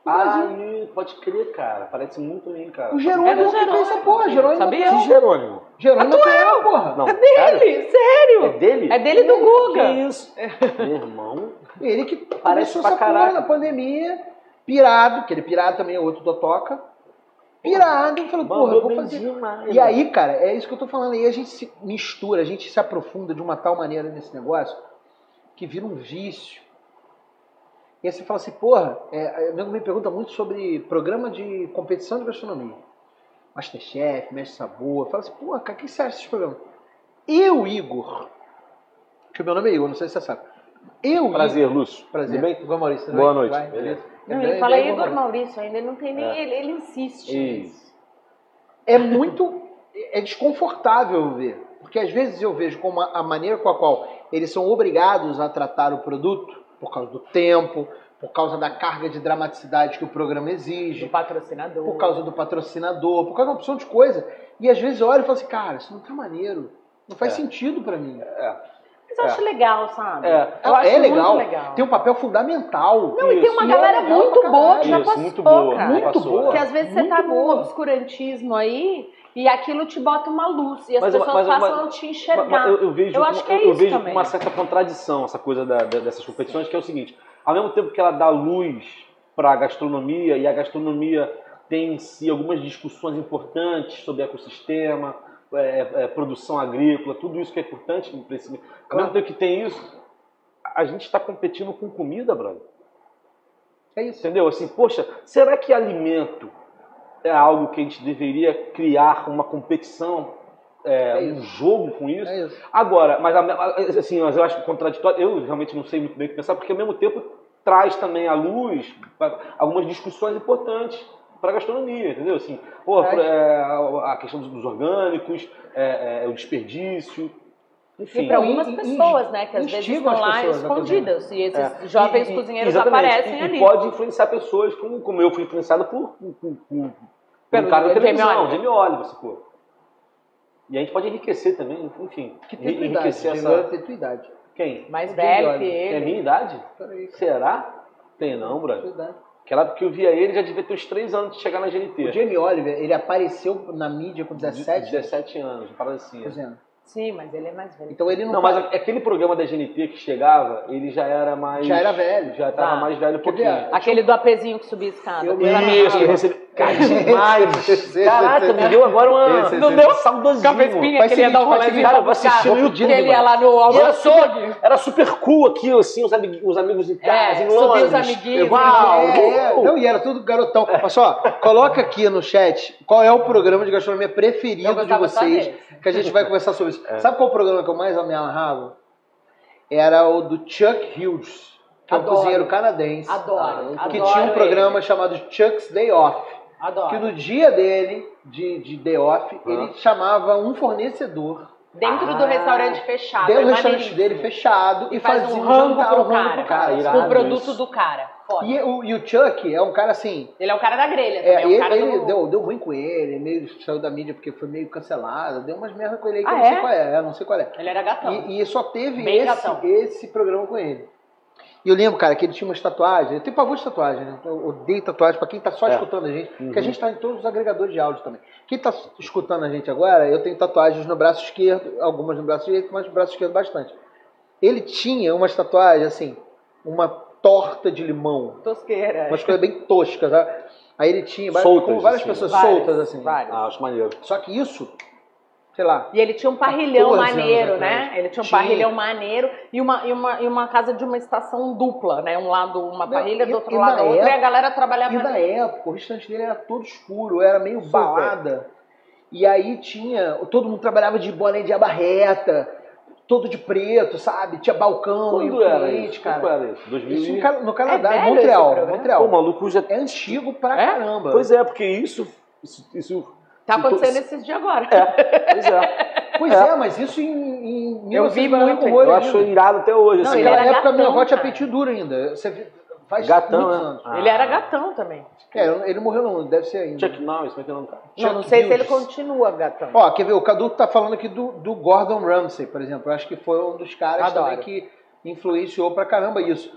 [SPEAKER 1] Brasil.
[SPEAKER 3] Aí, pode crer, cara. Parece muito mim, cara.
[SPEAKER 1] O Jerônimo
[SPEAKER 4] É do
[SPEAKER 1] que fez essa
[SPEAKER 4] Jerônimo.
[SPEAKER 1] porra, Jerônimo.
[SPEAKER 4] Sabia?
[SPEAKER 1] Que
[SPEAKER 3] Que Jerônimo?
[SPEAKER 1] Jerônimo que é, porra.
[SPEAKER 3] Não,
[SPEAKER 4] É
[SPEAKER 3] sério?
[SPEAKER 4] dele, sério.
[SPEAKER 3] É dele?
[SPEAKER 4] É dele e do Guga.
[SPEAKER 3] Que isso? Meu irmão.
[SPEAKER 1] Ele que
[SPEAKER 3] Parece
[SPEAKER 1] começou
[SPEAKER 3] pra
[SPEAKER 1] essa porra
[SPEAKER 3] caraca.
[SPEAKER 1] na pandemia, pirado, que ele pirado também é outro do Toca. Pirado, falou, porra, eu vou fazer. E aí, cara, é isso que eu tô falando. Aí a gente se mistura, a gente se aprofunda de uma tal maneira nesse negócio que vira um vício. E aí você fala assim, porra, é, amigo me pergunta muito sobre programa de competição de gastronomia. Masterchef, Mestre Sabor. Fala assim, porra, cara, o que você acha desses programas? Eu, Igor, que o meu nome é Igor, não sei se você sabe. Eu,
[SPEAKER 3] Prazer, Lúcio.
[SPEAKER 1] Igor, prazer.
[SPEAKER 3] Tudo bem?
[SPEAKER 1] Igor Maurício. tudo
[SPEAKER 3] Boa
[SPEAKER 1] bem?
[SPEAKER 3] noite.
[SPEAKER 1] Vai,
[SPEAKER 3] Beleza.
[SPEAKER 1] beleza?
[SPEAKER 4] Não,
[SPEAKER 1] Bem-
[SPEAKER 4] ele fala
[SPEAKER 1] bem,
[SPEAKER 4] Igor Maurício ainda, ele não tem nem. Ele, ele insiste.
[SPEAKER 3] Isso.
[SPEAKER 1] é muito é desconfortável ver, porque às vezes eu vejo como a, a maneira com a qual eles são obrigados a tratar o produto por causa do tempo, por causa da carga de dramaticidade que o programa
[SPEAKER 4] Do
[SPEAKER 1] exige,
[SPEAKER 4] patrocinador.
[SPEAKER 1] por causa do patrocinador, por causa de uma opção de coisa. E às vezes eu olho e falo assim, cara, isso não tá maneiro, não faz
[SPEAKER 3] É.
[SPEAKER 1] sentido pra mim.
[SPEAKER 4] Mas eu acho legal, sabe?
[SPEAKER 3] É.
[SPEAKER 4] Eu acho
[SPEAKER 1] é legal,
[SPEAKER 4] muito legal.
[SPEAKER 1] tem um papel fundamental.
[SPEAKER 4] Não, e tem uma
[SPEAKER 1] Isso,
[SPEAKER 4] galera
[SPEAKER 1] é,
[SPEAKER 4] muito
[SPEAKER 1] é,
[SPEAKER 4] boa que
[SPEAKER 1] isso,
[SPEAKER 4] já
[SPEAKER 3] Isso,
[SPEAKER 4] passou,
[SPEAKER 3] muito boa.
[SPEAKER 4] cara.
[SPEAKER 1] Muito
[SPEAKER 3] Passou,
[SPEAKER 1] boa.
[SPEAKER 3] né?
[SPEAKER 4] Porque às vezes você
[SPEAKER 1] Muito
[SPEAKER 4] tá num
[SPEAKER 1] boa.
[SPEAKER 4] obscurantismo aí e aquilo te bota uma luz. E as
[SPEAKER 3] Mas uma-
[SPEAKER 4] pessoas
[SPEAKER 3] mas uma-
[SPEAKER 4] passam a te enxergar.
[SPEAKER 3] Mas- mas Eu, eu vejo,
[SPEAKER 4] Eu acho que é
[SPEAKER 3] eu
[SPEAKER 4] isso
[SPEAKER 3] vejo
[SPEAKER 4] também.
[SPEAKER 3] uma certa contradição essa coisa da- da- dessas competições, que é o seguinte: ao mesmo tempo que ela dá luz para a gastronomia, e a gastronomia tem em si algumas discussões importantes sobre ecossistema, é, é, produção agrícola, tudo isso que é importante, pra esse- ao mesmo tempo que tem isso, a gente está competindo com comida, brother.
[SPEAKER 1] É isso.
[SPEAKER 3] Entendeu? Assim, poxa, será que alimento é algo que a gente deveria criar uma competição, é,
[SPEAKER 1] É
[SPEAKER 3] um
[SPEAKER 1] isso.
[SPEAKER 3] jogo com isso?
[SPEAKER 1] É isso.
[SPEAKER 3] Agora, mas a- assim, mas eu acho contraditório, eu realmente não sei muito bem o que pensar, porque ao mesmo tempo traz também à luz algumas discussões importantes para a gastronomia, entendeu? Assim, pô,
[SPEAKER 1] Traz.
[SPEAKER 3] é, a questão dos orgânicos, é, é, o desperdício,
[SPEAKER 4] E
[SPEAKER 3] enfim.
[SPEAKER 4] para algumas
[SPEAKER 1] E- e-
[SPEAKER 4] pessoas, né? Que às vezes
[SPEAKER 1] instigam
[SPEAKER 4] estão
[SPEAKER 1] as
[SPEAKER 4] lá
[SPEAKER 1] pessoas a
[SPEAKER 4] escondidas. E esses
[SPEAKER 3] É.
[SPEAKER 4] jovens
[SPEAKER 3] E- e-
[SPEAKER 4] cozinheiros
[SPEAKER 3] exatamente.
[SPEAKER 4] aparecem
[SPEAKER 3] E- e
[SPEAKER 4] ali.
[SPEAKER 3] pode influenciar pessoas, como, como eu fui influenciado por, por, por, por
[SPEAKER 4] Pelo
[SPEAKER 3] um cara da
[SPEAKER 4] Jamie
[SPEAKER 3] televisão,
[SPEAKER 4] Oliver.
[SPEAKER 3] Jamie Oliver, se for. E a gente pode enriquecer também, enfim.
[SPEAKER 1] Que tem tua idade,
[SPEAKER 3] enriquecer
[SPEAKER 1] Diego,
[SPEAKER 3] essa...
[SPEAKER 1] tem tua idade.
[SPEAKER 3] Quem?
[SPEAKER 4] Mais
[SPEAKER 1] Entendi,
[SPEAKER 4] velho
[SPEAKER 1] olha.
[SPEAKER 4] que
[SPEAKER 3] É a
[SPEAKER 4] ele.
[SPEAKER 3] minha idade?
[SPEAKER 1] Peraí,
[SPEAKER 3] Será? Tem não, brother.
[SPEAKER 1] tua idade.
[SPEAKER 3] Aquela época que eu via ele já devia ter uns 3 anos de chegar na
[SPEAKER 1] O é
[SPEAKER 3] GNT.
[SPEAKER 1] Jamie Oliver, ele apareceu na mídia com 17,
[SPEAKER 3] 17 anos, uma parada assim. é.
[SPEAKER 1] anos.
[SPEAKER 4] Sim, mas ele é mais velho.
[SPEAKER 1] Então ele não,
[SPEAKER 3] Não, mas aquele programa da GNT que chegava, ele já era mais.
[SPEAKER 1] Já era velho. Ah,
[SPEAKER 3] Já tava
[SPEAKER 4] Tá.
[SPEAKER 3] mais velho um
[SPEAKER 1] Quer ver?
[SPEAKER 3] pouquinho.
[SPEAKER 4] Aquele do apezinho que subia a escada.
[SPEAKER 1] Eu-
[SPEAKER 4] Pela
[SPEAKER 1] Isso,
[SPEAKER 4] minha-
[SPEAKER 1] eu
[SPEAKER 3] recebi. Cara,
[SPEAKER 1] Esse, esse,
[SPEAKER 3] demais! Caraca,
[SPEAKER 1] esse. é
[SPEAKER 3] me deu agora uma.
[SPEAKER 1] Esse, esse,
[SPEAKER 3] Não
[SPEAKER 1] esse.
[SPEAKER 3] deu um saudosinho.
[SPEAKER 4] Cabecinha
[SPEAKER 1] Faz
[SPEAKER 4] que ele ia
[SPEAKER 1] seguinte,
[SPEAKER 4] dar
[SPEAKER 1] faz
[SPEAKER 4] um rolezinho
[SPEAKER 1] seguinte,
[SPEAKER 4] pra
[SPEAKER 1] eu vou
[SPEAKER 4] buscar.
[SPEAKER 1] assistir no YouTube,
[SPEAKER 4] Que ele ia
[SPEAKER 1] mano.
[SPEAKER 4] lá no
[SPEAKER 3] E era
[SPEAKER 4] almoço.
[SPEAKER 3] Era super cool aqui, assim, os, amigui- os amigos em casa,
[SPEAKER 4] É,
[SPEAKER 3] em
[SPEAKER 4] subiu É, os
[SPEAKER 3] Londres.
[SPEAKER 4] amiguinhos, né?
[SPEAKER 3] Uau!
[SPEAKER 1] É, é.
[SPEAKER 3] uau.
[SPEAKER 1] Não, e era tudo garotão. Mas só, coloca aqui no chat qual é o programa de gastronomia
[SPEAKER 4] Eu
[SPEAKER 1] preferido de
[SPEAKER 4] gostava só É.
[SPEAKER 1] vocês, que a gente vai conversar sobre isso. Sabe qual o programa que eu mais me amarrava? Era o do Chuck Hughes, que é um
[SPEAKER 4] Adoro.
[SPEAKER 1] cozinheiro canadense,
[SPEAKER 4] Adoro,
[SPEAKER 1] que
[SPEAKER 4] adoro
[SPEAKER 1] tinha um
[SPEAKER 4] ele.
[SPEAKER 1] programa chamado Chuck's Day Off. Que
[SPEAKER 4] Adoro.
[SPEAKER 1] no dia dele, de, de day off,
[SPEAKER 3] Uhum.
[SPEAKER 1] ele chamava um fornecedor
[SPEAKER 4] Dentro do
[SPEAKER 3] Ah.
[SPEAKER 4] restaurante fechado.
[SPEAKER 1] dentro do
[SPEAKER 4] é
[SPEAKER 1] restaurante
[SPEAKER 4] maneiríssimo.
[SPEAKER 1] dele fechado e,
[SPEAKER 4] Faz
[SPEAKER 1] fazia
[SPEAKER 4] um rango
[SPEAKER 1] jantar, um
[SPEAKER 4] pro
[SPEAKER 1] rango
[SPEAKER 4] cara.
[SPEAKER 1] pro cara.
[SPEAKER 3] Irado.
[SPEAKER 4] Com o produto
[SPEAKER 3] isso.
[SPEAKER 4] do cara. Foda.
[SPEAKER 1] E o, e o Chuck é um cara assim.
[SPEAKER 4] Ele é o cara da grelha também.
[SPEAKER 1] é,
[SPEAKER 4] É, um
[SPEAKER 1] ele,
[SPEAKER 4] cara
[SPEAKER 1] ele
[SPEAKER 4] do...
[SPEAKER 1] deu, deu ruim com ele, meio saiu da mídia porque foi meio cancelado, deu umas merda com ele aí que
[SPEAKER 4] Ah,
[SPEAKER 1] eu não sei
[SPEAKER 4] é?
[SPEAKER 1] qual é, eu não sei qual é.
[SPEAKER 4] Ele era gatão.
[SPEAKER 1] E, e só teve
[SPEAKER 4] Bem gatão.
[SPEAKER 1] esse, esse programa com ele. E eu lembro, cara, que ele tinha umas tatuagens. Eu tenho pavor de tatuagem, né? Eu odeio tatuagem pra quem tá só
[SPEAKER 3] É.
[SPEAKER 1] escutando a gente. Porque a
[SPEAKER 3] Uhum.
[SPEAKER 1] gente tá em todos os agregadores de áudio também. Quem tá escutando a gente agora, eu tenho tatuagens no braço esquerdo, algumas no braço direito, mas no braço esquerdo bastante. Ele tinha umas tatuagens, assim, uma torta de limão.
[SPEAKER 4] Tosqueira.
[SPEAKER 1] É. Umas coisas bem toscas, sabe? Aí ele tinha várias-
[SPEAKER 3] Soltas,
[SPEAKER 1] como várias
[SPEAKER 3] assim.
[SPEAKER 1] pessoas
[SPEAKER 4] Várias,
[SPEAKER 1] soltas, assim.
[SPEAKER 4] várias.
[SPEAKER 3] Ah, acho maneiro.
[SPEAKER 1] Só que isso, sei lá,
[SPEAKER 4] E ele tinha um parrilhão
[SPEAKER 1] 14 anos
[SPEAKER 4] maneiro,
[SPEAKER 1] atrás.
[SPEAKER 4] né? Ele tinha um
[SPEAKER 1] Tinha.
[SPEAKER 4] parrilhão maneiro e uma, e, uma, e uma casa de uma estação dupla, né? Um lado uma
[SPEAKER 1] Não,
[SPEAKER 4] parrilha,
[SPEAKER 1] e-
[SPEAKER 4] do outro
[SPEAKER 1] e
[SPEAKER 4] lado
[SPEAKER 1] na
[SPEAKER 4] outra, e a
[SPEAKER 1] época-
[SPEAKER 4] galera trabalhava
[SPEAKER 1] E na época, o restaurante dele era todo escuro, era meio
[SPEAKER 3] Super.
[SPEAKER 1] balada. E aí tinha. Todo mundo trabalhava de boné de aba reta, todo de preto, sabe? Tinha balcão e
[SPEAKER 3] Quando era
[SPEAKER 1] cliente,
[SPEAKER 3] isso? Quando
[SPEAKER 1] cara.
[SPEAKER 3] era isso? 2000
[SPEAKER 1] Isso
[SPEAKER 3] e-
[SPEAKER 1] no, Ca- no Canadá,
[SPEAKER 4] É
[SPEAKER 1] em
[SPEAKER 4] velho esse
[SPEAKER 1] Montreal.
[SPEAKER 4] programa?
[SPEAKER 1] Montreal.
[SPEAKER 3] Pô, o maluco já...
[SPEAKER 1] É antigo pra
[SPEAKER 4] É?
[SPEAKER 1] caramba.
[SPEAKER 3] Pois é, porque isso... Isso... isso-
[SPEAKER 4] Tá
[SPEAKER 3] isso-
[SPEAKER 4] acontecendo esses dias agora. É.
[SPEAKER 3] Pois é.
[SPEAKER 1] Pois é, mas isso em, em
[SPEAKER 4] Eu vi
[SPEAKER 1] 1940
[SPEAKER 4] muito,
[SPEAKER 1] com o olho
[SPEAKER 3] Eu
[SPEAKER 1] ainda.
[SPEAKER 3] acho irado até hoje.
[SPEAKER 1] Não,
[SPEAKER 3] assim,
[SPEAKER 1] e na
[SPEAKER 4] ele
[SPEAKER 3] cara.
[SPEAKER 4] era
[SPEAKER 1] época minha avó
[SPEAKER 4] gatão,
[SPEAKER 1] tinha
[SPEAKER 4] cara.
[SPEAKER 1] apetite duro ainda. Você vê- faz
[SPEAKER 3] Gatão,
[SPEAKER 1] muitos
[SPEAKER 3] né?
[SPEAKER 1] anos.
[SPEAKER 3] Ah.
[SPEAKER 4] Ele era gatão também.
[SPEAKER 1] É, ele morreu não, deve ser ainda.
[SPEAKER 3] Chuck Norris, como é que é o nome do cara?
[SPEAKER 4] Não,
[SPEAKER 1] Chuck
[SPEAKER 4] não sei se ele
[SPEAKER 1] Hughes.
[SPEAKER 4] continua gatão.
[SPEAKER 1] Ó, quer ver? O Cadu tá falando aqui do, do Gordon Ramsay, por exemplo. Eu acho que foi um dos caras
[SPEAKER 4] Adoro.
[SPEAKER 1] também que influenciou pra caramba isso.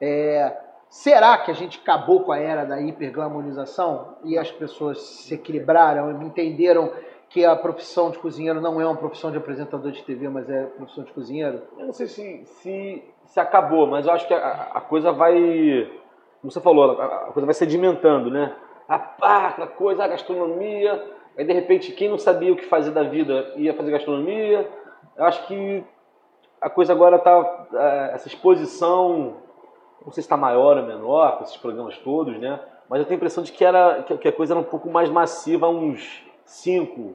[SPEAKER 1] É, será que a gente acabou com a era da hiperglamonização e as pessoas se equilibraram e entenderam que a profissão de cozinheiro não é uma profissão de apresentador de TV, mas é profissão de cozinheiro?
[SPEAKER 3] Eu não sei se, se, se acabou, mas eu acho que a, a coisa vai. Como você falou, a, a coisa vai sedimentando, né? A pá, aquela coisa, a gastronomia. Aí de repente, quem não sabia o que fazer da vida ia fazer gastronomia. Eu acho que a coisa agora tá. eh, Essa exposição, não sei se está maior ou menor, com esses programas todos, né? Mas eu tenho a impressão de que, era, que que a coisa era um pouco mais massiva há uns 5,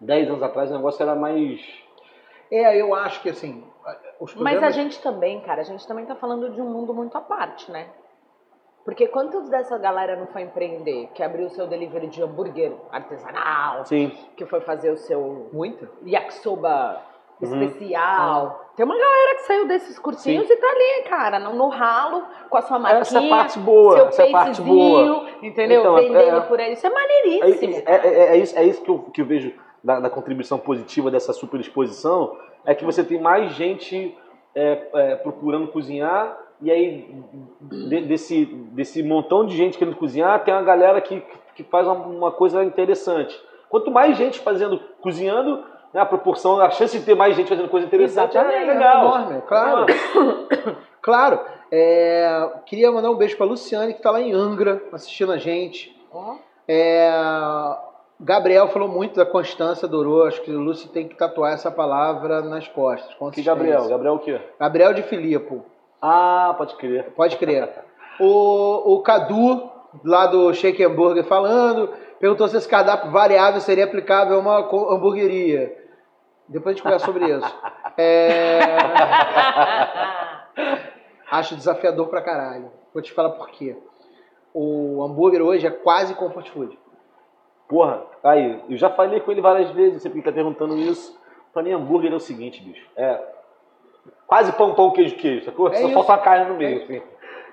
[SPEAKER 3] 10 anos atrás. O negócio era mais.
[SPEAKER 1] É, eu acho que assim. Os
[SPEAKER 4] Mas a
[SPEAKER 1] programas-
[SPEAKER 4] gente também, cara, a gente também tá falando de um mundo muito à parte, né? Porque quantos dessa galera não foi empreender, que abriu o seu delivery de hambúrguer artesanal,
[SPEAKER 3] Sim.
[SPEAKER 4] que foi fazer o seu
[SPEAKER 1] Muito.
[SPEAKER 4] yakisoba
[SPEAKER 3] Uhum.
[SPEAKER 4] especial. Tem uma galera que saiu desses cursinhos e tá ali, cara, no, no ralo, com a sua marquinha,
[SPEAKER 3] Essa é a parte boa,
[SPEAKER 4] seu
[SPEAKER 3] essa é a parte boa.
[SPEAKER 4] entendeu?
[SPEAKER 3] Então, é-
[SPEAKER 4] Vendendo
[SPEAKER 3] é.
[SPEAKER 4] por aí. Isso é
[SPEAKER 3] É,
[SPEAKER 4] maneiríssimo.
[SPEAKER 3] é- é- é isso, é isso que, eu, que eu vejo da, da contribuição positiva dessa superexposição, é que você tem mais gente é, é, procurando cozinhar, e aí de- desse, desse montão de gente querendo cozinhar, tem uma galera que, que faz uma, uma coisa interessante. Quanto mais gente fazendo, cozinhando, né, a proporção, a chance de ter mais gente fazendo coisa interessante é
[SPEAKER 1] Exatamente,
[SPEAKER 3] legal.
[SPEAKER 1] é enorme, claro. Claro. É, queria mandar um beijo pra Luciane, que tá lá em Angra, assistindo a gente.
[SPEAKER 4] Ó,
[SPEAKER 1] É, Gabriel falou muito da Constância, adorou. Acho que o Lúcio tem que tatuar essa palavra nas costas.
[SPEAKER 3] Que
[SPEAKER 1] consistência.
[SPEAKER 3] Gabriel? Gabriel o quê?
[SPEAKER 1] Gabriel de Filippo,
[SPEAKER 3] É Ah, pode crer.
[SPEAKER 1] pode crer. o, o Cadu, lá do Shake Hamburger, falando, perguntou se esse cardápio variável seria aplicável a uma co- hamburgueria. Depois a gente conversa sobre isso. É, acho desafiador pra caralho. Vou te falar por quê. O hambúrguer hoje é quase comfort food.
[SPEAKER 3] Porra, aí, eu já falei com ele várias vezes, não sei porque ele tá perguntando isso. Pra mim, hambúrguer é o seguinte, bicho. É. Quase pão, pão, queijo, queijo, sacou?
[SPEAKER 1] É
[SPEAKER 3] Só
[SPEAKER 1] isso. É
[SPEAKER 3] falta a carne no meio, assim.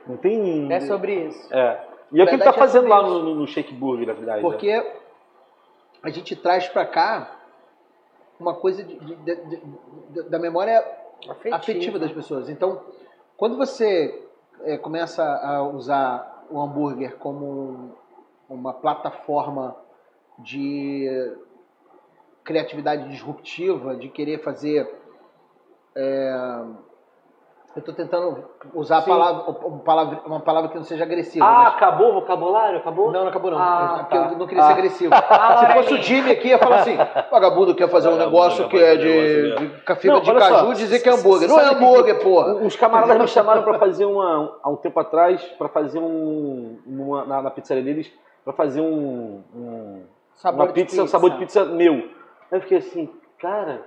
[SPEAKER 3] Não tem.
[SPEAKER 4] é sobre isso.
[SPEAKER 3] É. E é o que
[SPEAKER 1] Verdade,
[SPEAKER 3] ele tá
[SPEAKER 1] é
[SPEAKER 3] fazendo
[SPEAKER 1] sobre
[SPEAKER 3] lá
[SPEAKER 1] isso.
[SPEAKER 3] no, no Shake Burger, na verdade. né?
[SPEAKER 1] Porque a gente traz pra cá uma coisa de- de- de- de- de- da memória afetiva. das pessoas. Então, quando você eh, começa a usar o hambúrguer como um- uma plataforma de criatividade disruptiva, de querer fazer. eh, eu estou tentando usar a
[SPEAKER 3] Sim.
[SPEAKER 1] palavra- um palavra- uma palavra que não seja agressiva.
[SPEAKER 3] Ah,
[SPEAKER 1] mas-
[SPEAKER 3] acabou o vocabulário? Acabou?
[SPEAKER 1] não, não acabou não.
[SPEAKER 3] Ah,
[SPEAKER 1] É porque
[SPEAKER 3] tá.
[SPEAKER 1] eu não queria ser
[SPEAKER 3] Ah.
[SPEAKER 1] agressivo.
[SPEAKER 4] Ah,
[SPEAKER 1] Se
[SPEAKER 4] Laura
[SPEAKER 1] fosse o Jimmy aqui, ia falar assim: vagabundo quer fazer um
[SPEAKER 3] Vagabundo
[SPEAKER 1] negócio
[SPEAKER 3] quer
[SPEAKER 1] que
[SPEAKER 3] fazer
[SPEAKER 1] é
[SPEAKER 3] um negócio,
[SPEAKER 1] de, de ca- fibra
[SPEAKER 3] Não,
[SPEAKER 1] de
[SPEAKER 3] olha
[SPEAKER 1] caju
[SPEAKER 3] só.
[SPEAKER 1] dizer que é hambúrguer. Não é
[SPEAKER 3] Sabe que-
[SPEAKER 1] hambúrguer, porra.
[SPEAKER 3] Os camaradas me chamaram pra fazer uma. Há um tempo atrás, pra fazer um. uma- na, na pizzaria deles, pra fazer um- um
[SPEAKER 4] Sabor
[SPEAKER 3] uma
[SPEAKER 4] de
[SPEAKER 3] pizza, um sabor de pizza meu. Aí eu fiquei assim, cara,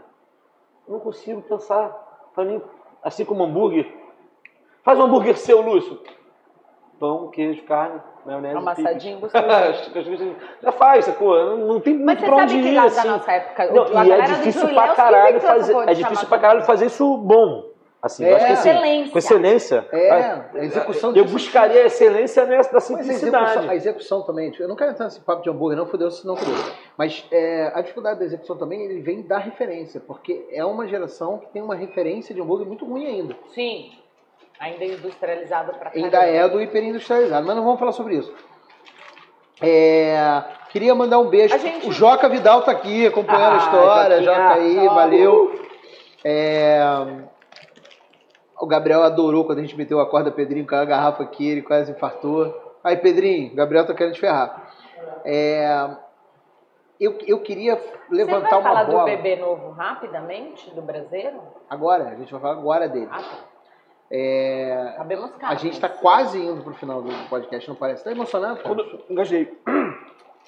[SPEAKER 3] eu não consigo pensar. Pra mim, assim como hambúrguer, faz um hambúrguer seu, Lúcio. Pão, queijo, carne, maionese,
[SPEAKER 4] Amassadinho,
[SPEAKER 3] pizza. assim. Já faz, sacou? Não, não tem
[SPEAKER 4] Mas
[SPEAKER 3] muito
[SPEAKER 4] você
[SPEAKER 3] pra
[SPEAKER 4] sabe
[SPEAKER 3] onde
[SPEAKER 4] que
[SPEAKER 3] ir,
[SPEAKER 4] lá da
[SPEAKER 3] assim.
[SPEAKER 4] nossa época,
[SPEAKER 3] Não,
[SPEAKER 4] o- a
[SPEAKER 3] e é
[SPEAKER 4] galera
[SPEAKER 3] difícil
[SPEAKER 4] do
[SPEAKER 3] pra
[SPEAKER 4] Julius
[SPEAKER 3] caralho
[SPEAKER 4] que inventou essa
[SPEAKER 3] fazer.
[SPEAKER 4] porra um de
[SPEAKER 3] É difícil
[SPEAKER 4] chamar
[SPEAKER 3] pra caralho fazer isso bom. Assim, eu
[SPEAKER 1] É.
[SPEAKER 3] acho que assim,
[SPEAKER 4] Excelência.
[SPEAKER 3] com excelência. eu acho
[SPEAKER 1] É,
[SPEAKER 3] que-
[SPEAKER 1] a execução
[SPEAKER 3] Eu
[SPEAKER 1] de-
[SPEAKER 3] buscaria a excelência nessa
[SPEAKER 1] Mas
[SPEAKER 3] da
[SPEAKER 1] a execução, a
[SPEAKER 3] simplicidade.
[SPEAKER 1] execução também, tipo, eu não quero entrar nesse papo de hambúrguer, não fudeu, senão fudeu. Mas é, a dificuldade da execução também ele vem da referência, porque é uma geração que tem uma referência de hambúrguer muito ruim ainda.
[SPEAKER 4] Sim. Ainda industrializado pra caramba.
[SPEAKER 1] Ainda é do hiperindustrializado, mas não vamos falar sobre isso. É, queria mandar um beijo.
[SPEAKER 4] A gente-
[SPEAKER 1] O Joca Vidal tá aqui acompanhando a
[SPEAKER 3] Ah,
[SPEAKER 1] história.
[SPEAKER 3] Joquinha,
[SPEAKER 1] Joca aí,
[SPEAKER 3] salve.
[SPEAKER 1] valeu. É, o Gabriel adorou quando a gente meteu a corda Pedrinho com a garrafa aqui, ele quase infartou. Aí, Pedrinho, Gabriel tá querendo te ferrar. É, eu, eu queria levantar
[SPEAKER 4] Você vai falar
[SPEAKER 1] uma bola.
[SPEAKER 4] do bebê novo rapidamente, do brasileiro?
[SPEAKER 1] Agora, a gente vai falar agora dele.
[SPEAKER 4] Ah, tá.
[SPEAKER 1] É,
[SPEAKER 4] Sabemos
[SPEAKER 1] a gente
[SPEAKER 4] né?
[SPEAKER 1] está quase indo pro final do podcast, não parece? Tá emocionado? Pô?
[SPEAKER 3] Quando, engajei.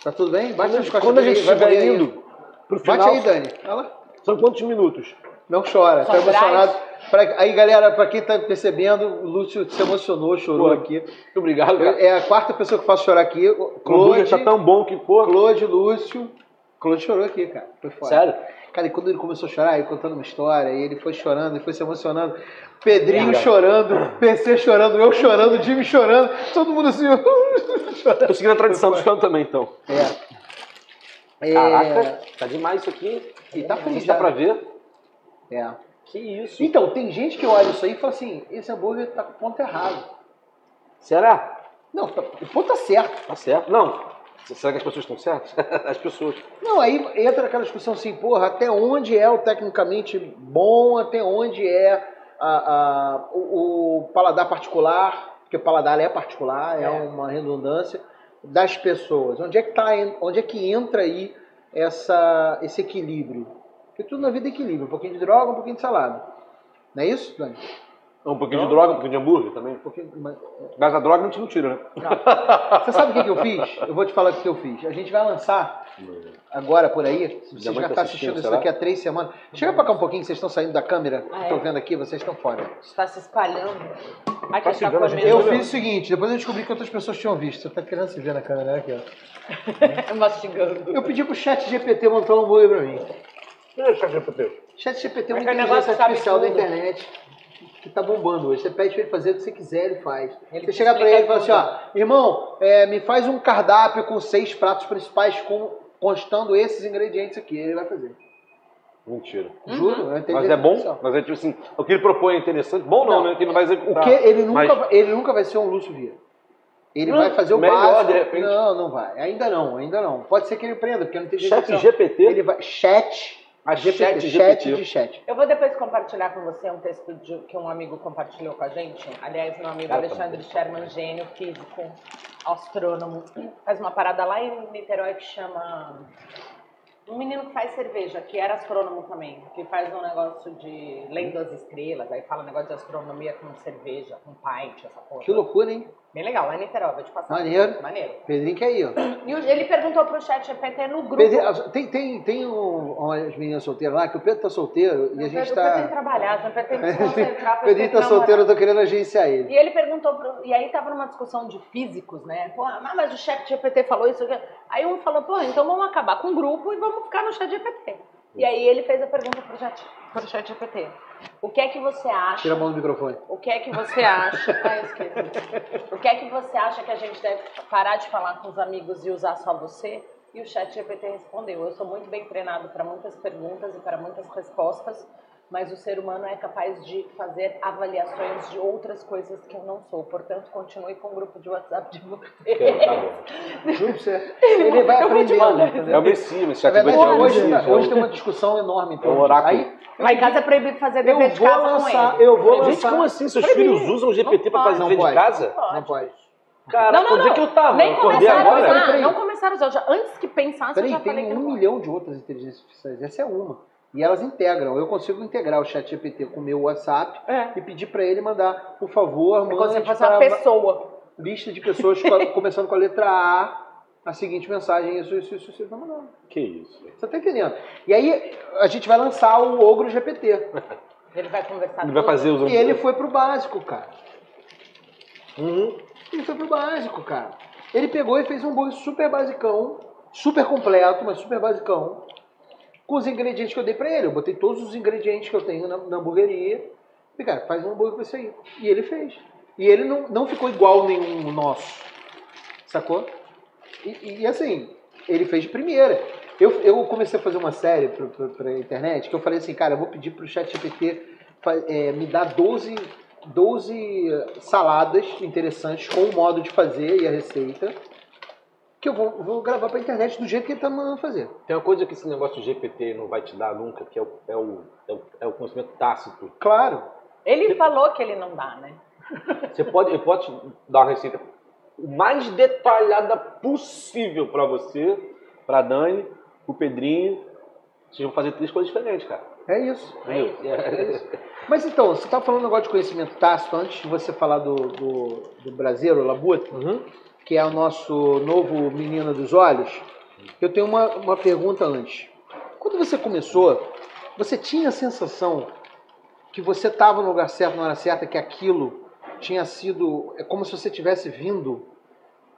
[SPEAKER 1] Tá tudo bem? Bate nas
[SPEAKER 3] Quando,
[SPEAKER 1] costas
[SPEAKER 3] quando a
[SPEAKER 1] dele,
[SPEAKER 3] gente
[SPEAKER 1] vai
[SPEAKER 3] estiver
[SPEAKER 1] morrer aí.
[SPEAKER 3] indo pro
[SPEAKER 1] Bate
[SPEAKER 3] final,
[SPEAKER 1] aí, Dani. Olha lá.
[SPEAKER 3] são quantos minutos?
[SPEAKER 1] Não chora,
[SPEAKER 4] Só
[SPEAKER 1] tá
[SPEAKER 4] traz.
[SPEAKER 1] emocionado. Pra- aí, galera, pra quem tá percebendo, o Lúcio se emocionou, chorou
[SPEAKER 3] Pô.
[SPEAKER 1] aqui.
[SPEAKER 3] Muito obrigado,
[SPEAKER 1] Eu-
[SPEAKER 3] cara.
[SPEAKER 1] é a quarta pessoa que eu faço chorar aqui. O
[SPEAKER 3] O hambúrguer
[SPEAKER 1] Claude,
[SPEAKER 3] tá tão bom que, pô...
[SPEAKER 1] Claude, Lúcio. Claude chorou aqui, cara. Foi foda.
[SPEAKER 3] Sério?
[SPEAKER 1] Cara, e quando ele começou a chorar, ele contando uma história, e ele foi chorando, e foi se emocionando. Pedrinho
[SPEAKER 3] Obrigado.
[SPEAKER 1] chorando, PC chorando, eu chorando, Jimmy chorando, todo mundo assim. chorando.
[SPEAKER 3] Tô seguindo a tradição dos cantos também, então.
[SPEAKER 1] É. É,
[SPEAKER 3] Caraca, tá demais isso aqui.
[SPEAKER 1] E tá
[SPEAKER 3] Não sei
[SPEAKER 1] feliz,
[SPEAKER 3] se dá
[SPEAKER 1] né?
[SPEAKER 3] pra ver.
[SPEAKER 1] é.
[SPEAKER 3] Que isso?
[SPEAKER 1] Então, tem gente que olha isso aí e fala assim: esse hambúrguer tá com o ponto errado.
[SPEAKER 3] Será?
[SPEAKER 1] Não, tá- o ponto tá certo.
[SPEAKER 3] Tá certo. Não. Será que as pessoas estão certas? As pessoas.
[SPEAKER 1] Não, aí entra aquela discussão assim, porra, até onde é o tecnicamente bom, até onde é a- a- o, o paladar particular, porque o paladar é particular, é,
[SPEAKER 4] É.
[SPEAKER 1] uma redundância, das pessoas. Onde é que, tá, en- onde é que entra aí essa, esse equilíbrio? Porque tudo na vida é equilíbrio, um pouquinho de droga, um pouquinho de salada. Não é isso, Dani?
[SPEAKER 3] Um pouquinho
[SPEAKER 1] Não.
[SPEAKER 3] de droga, um pouquinho de hambúrguer também.
[SPEAKER 1] Um pouquinho- mas-
[SPEAKER 3] Mas a droga a gente não tira, né?
[SPEAKER 1] Você sabe o que, que eu fiz? Eu vou te falar o que que eu fiz. A gente vai lançar agora por aí, se
[SPEAKER 3] Minha
[SPEAKER 1] vocês
[SPEAKER 3] mãe
[SPEAKER 1] já
[SPEAKER 3] tá
[SPEAKER 1] estão
[SPEAKER 3] assistindo,
[SPEAKER 1] assistindo isso
[SPEAKER 3] será?
[SPEAKER 1] daqui há três semanas. Chega pra cá um pouquinho, vocês estão saindo da câmera,
[SPEAKER 4] Ah,
[SPEAKER 1] que
[SPEAKER 4] é?
[SPEAKER 1] estão vendo aqui, vocês estão fora.
[SPEAKER 4] Está se espalhando. Ai,
[SPEAKER 3] Tá
[SPEAKER 4] que tá
[SPEAKER 3] chegando,
[SPEAKER 4] comendo.
[SPEAKER 3] gente.
[SPEAKER 1] Eu
[SPEAKER 3] vendo?
[SPEAKER 1] fiz o seguinte, depois eu descobri que outras pessoas tinham visto. Você tá querendo se ver na câmera, né? Aqui, ó.
[SPEAKER 4] mastigando.
[SPEAKER 1] Eu pedi pro chat GPT montar um hambúrguer pra mim. é Chat GPT é uma
[SPEAKER 4] Mas que
[SPEAKER 1] inteligência
[SPEAKER 4] negócio sabe
[SPEAKER 1] artificial da
[SPEAKER 4] tudo.
[SPEAKER 1] internet que tá bombando hoje. Você pede pra ele fazer o que você quiser, ele faz.
[SPEAKER 4] Ele
[SPEAKER 1] você chega pra
[SPEAKER 4] explica
[SPEAKER 1] ele e fala assim,
[SPEAKER 4] tudo.
[SPEAKER 1] ó, irmão, é, me faz um cardápio com seis pratos principais com, constando esses ingredientes aqui. Ele vai fazer.
[SPEAKER 3] Mentira.
[SPEAKER 1] Juro, eu entendi.
[SPEAKER 3] Mas é bom? Mas é tipo assim, o que ele propõe é interessante? Bom não,
[SPEAKER 1] Não.
[SPEAKER 3] né? Que ele vai executar.
[SPEAKER 1] O que ele nunca,
[SPEAKER 3] Mas-
[SPEAKER 1] vai- ele nunca vai ser um Lúcio Vieira. Ele
[SPEAKER 3] Não,
[SPEAKER 1] vai fazer o
[SPEAKER 3] melhor,
[SPEAKER 1] básico.
[SPEAKER 3] de repente.
[SPEAKER 1] Não, não vai. Ainda não, ainda não. Pode ser que ele prenda, porque não tem jeito
[SPEAKER 3] Chat
[SPEAKER 1] de-
[SPEAKER 3] GPT?
[SPEAKER 1] Ele vai chat,
[SPEAKER 3] Ah,
[SPEAKER 1] GPT, chat
[SPEAKER 3] chat GPT.
[SPEAKER 1] de chat.
[SPEAKER 4] Eu vou depois compartilhar com você um texto de- que um amigo compartilhou com a gente. Aliás, meu amigo
[SPEAKER 3] Cara, tá
[SPEAKER 4] Alexandre Sherman, gênio, físico, astrônomo, faz uma parada lá em Niterói que chama. Um menino que faz cerveja, que era astrônomo também, que faz um negócio de lendo as estrelas, aí fala um negócio de astronomia com cerveja, com pint, essa porra.
[SPEAKER 1] Que loucura, hein?
[SPEAKER 4] Bem legal, lá em Niterói, vou te passar.
[SPEAKER 1] Maneiro.
[SPEAKER 4] Maneiro.
[SPEAKER 1] Pedrinho que é aí, ó.
[SPEAKER 4] E o- ele perguntou pro chat GPT no grupo.
[SPEAKER 1] Pedrinho, tem tem, tem um, umas meninas solteiras lá, que o Pedro tá solteiro e a gente
[SPEAKER 4] Pedro, tem
[SPEAKER 1] tá.
[SPEAKER 4] que trabalhar, Pedro tem que se concentrar.
[SPEAKER 1] O
[SPEAKER 4] Pedro tem
[SPEAKER 1] Pedrinho
[SPEAKER 4] que
[SPEAKER 1] tá
[SPEAKER 4] namorar.
[SPEAKER 1] solteiro, eu tô querendo agenciar ele.
[SPEAKER 4] E ele perguntou, pro- e aí tava numa discussão de físicos, né? Pô, ah, mas o chat GPT falou isso. aquilo. Aí um falou, pô, então vamos acabar com o grupo e vamos ficar no chat GPT. E aí ele fez a pergunta pro chat, pro chat GPT. O que é que você acha?
[SPEAKER 1] Tira a mão do microfone.
[SPEAKER 4] O que é que você acha? Ah, eu esqueci. O que é que você acha que a gente deve parar de falar com os amigos e usar só você? E o chat GPT respondeu: Eu sou muito bem treinado para muitas perguntas e para muitas respostas, mas o ser humano é capaz de fazer avaliações de outras coisas que eu não sou. Portanto, continue com o grupo de WhatsApp de você.
[SPEAKER 3] É, tá bom.
[SPEAKER 1] Juro pra você. Ele vai
[SPEAKER 4] Eu vou te
[SPEAKER 1] aprendendo.
[SPEAKER 4] mandar.
[SPEAKER 1] entendeu?
[SPEAKER 3] É o Messias,
[SPEAKER 1] Na
[SPEAKER 3] mas chat
[SPEAKER 1] verdade,
[SPEAKER 3] GPT é o
[SPEAKER 1] hoje, tá,
[SPEAKER 3] Messias.
[SPEAKER 1] hoje tem uma discussão enorme. em
[SPEAKER 3] É um
[SPEAKER 1] torno disso.
[SPEAKER 3] oráculo.
[SPEAKER 1] Aí,
[SPEAKER 4] Lá em casa é proibido fazer
[SPEAKER 1] Eu
[SPEAKER 4] dever de
[SPEAKER 1] vou
[SPEAKER 4] casa
[SPEAKER 1] lançar,
[SPEAKER 4] com ele.
[SPEAKER 1] eu vou lançar.
[SPEAKER 3] Gente, como assim? Seus
[SPEAKER 4] Pra
[SPEAKER 3] filhos
[SPEAKER 4] mim,
[SPEAKER 3] usam o GPT pra
[SPEAKER 4] pode.
[SPEAKER 3] fazer dever de casa?
[SPEAKER 1] Não pode.
[SPEAKER 3] Caraca,
[SPEAKER 4] Não, não,
[SPEAKER 3] onde é que eu tava?
[SPEAKER 4] Nem
[SPEAKER 3] Eu acordei
[SPEAKER 4] começaram a
[SPEAKER 3] agora?
[SPEAKER 4] usar,
[SPEAKER 1] Peraí.
[SPEAKER 4] não começaram a usar. Eu já- antes que pensasse, eu
[SPEAKER 1] Peraí,
[SPEAKER 4] já falei
[SPEAKER 1] tem
[SPEAKER 4] que
[SPEAKER 1] um
[SPEAKER 4] não pode.
[SPEAKER 1] milhão de outras inteligências artificiais. Essa é uma. E elas integram. Eu consigo integrar o chat GPT com o meu WhatsApp
[SPEAKER 4] É.
[SPEAKER 1] e pedir para ele mandar, por favor,
[SPEAKER 4] É como se
[SPEAKER 1] mande
[SPEAKER 4] fosse uma
[SPEAKER 1] para a
[SPEAKER 4] pessoa.
[SPEAKER 1] lista de pessoas co- começando com a letra A a seguinte mensagem, isso, isso, isso, isso, vamos lá.
[SPEAKER 3] Que isso?
[SPEAKER 1] Você tá entendendo? E aí a gente vai lançar o Ogro GPT.
[SPEAKER 4] Ele vai conversar
[SPEAKER 3] Ele vai
[SPEAKER 4] tudo.
[SPEAKER 3] fazer os...
[SPEAKER 1] E ele foi pro básico, cara. Ele foi pro básico, cara. Ele pegou e fez um bolo super basicão, super completo, mas super basicão, com os ingredientes que eu dei pra ele. Eu botei todos os ingredientes que eu tenho na, na hamburgueria. E, cara, faz um hambúrguer com isso aí. E ele fez. E ele não, não ficou igual nenhum nosso. Sacou? E, e, assim, ele fez de primeira. Eu, eu comecei a fazer uma série pra, pra, pra internet que eu falei assim, cara, eu vou pedir pro chat GPT fa- é, me dar 12, 12 eh, saladas interessantes com o modo de fazer e a receita que eu vou, vou gravar pra internet do jeito que ele tá mandando fazer.
[SPEAKER 3] Tem uma coisa que esse negócio de GPT não vai te dar nunca, que é o, é o, é o, é o conhecimento tácito.
[SPEAKER 1] Claro.
[SPEAKER 4] Ele falou que ele não dá, né?
[SPEAKER 3] Você pode, eu posso te dar uma receita o mais detalhada possível pra você, pra Dani, pro Pedrinho. Vocês vão fazer três coisas diferentes, cara.
[SPEAKER 1] É isso.
[SPEAKER 3] É isso.
[SPEAKER 1] Mas então, você estava falando um negócio de conhecimento tácito, antes de você falar do, do, do Brasileiro, Labuta, que é o nosso novo menino dos olhos, eu tenho uma, uma pergunta antes. Quando você começou, você tinha a sensação que você estava no lugar certo, na hora certa, que aquilo tinha sido. É como se você tivesse vindo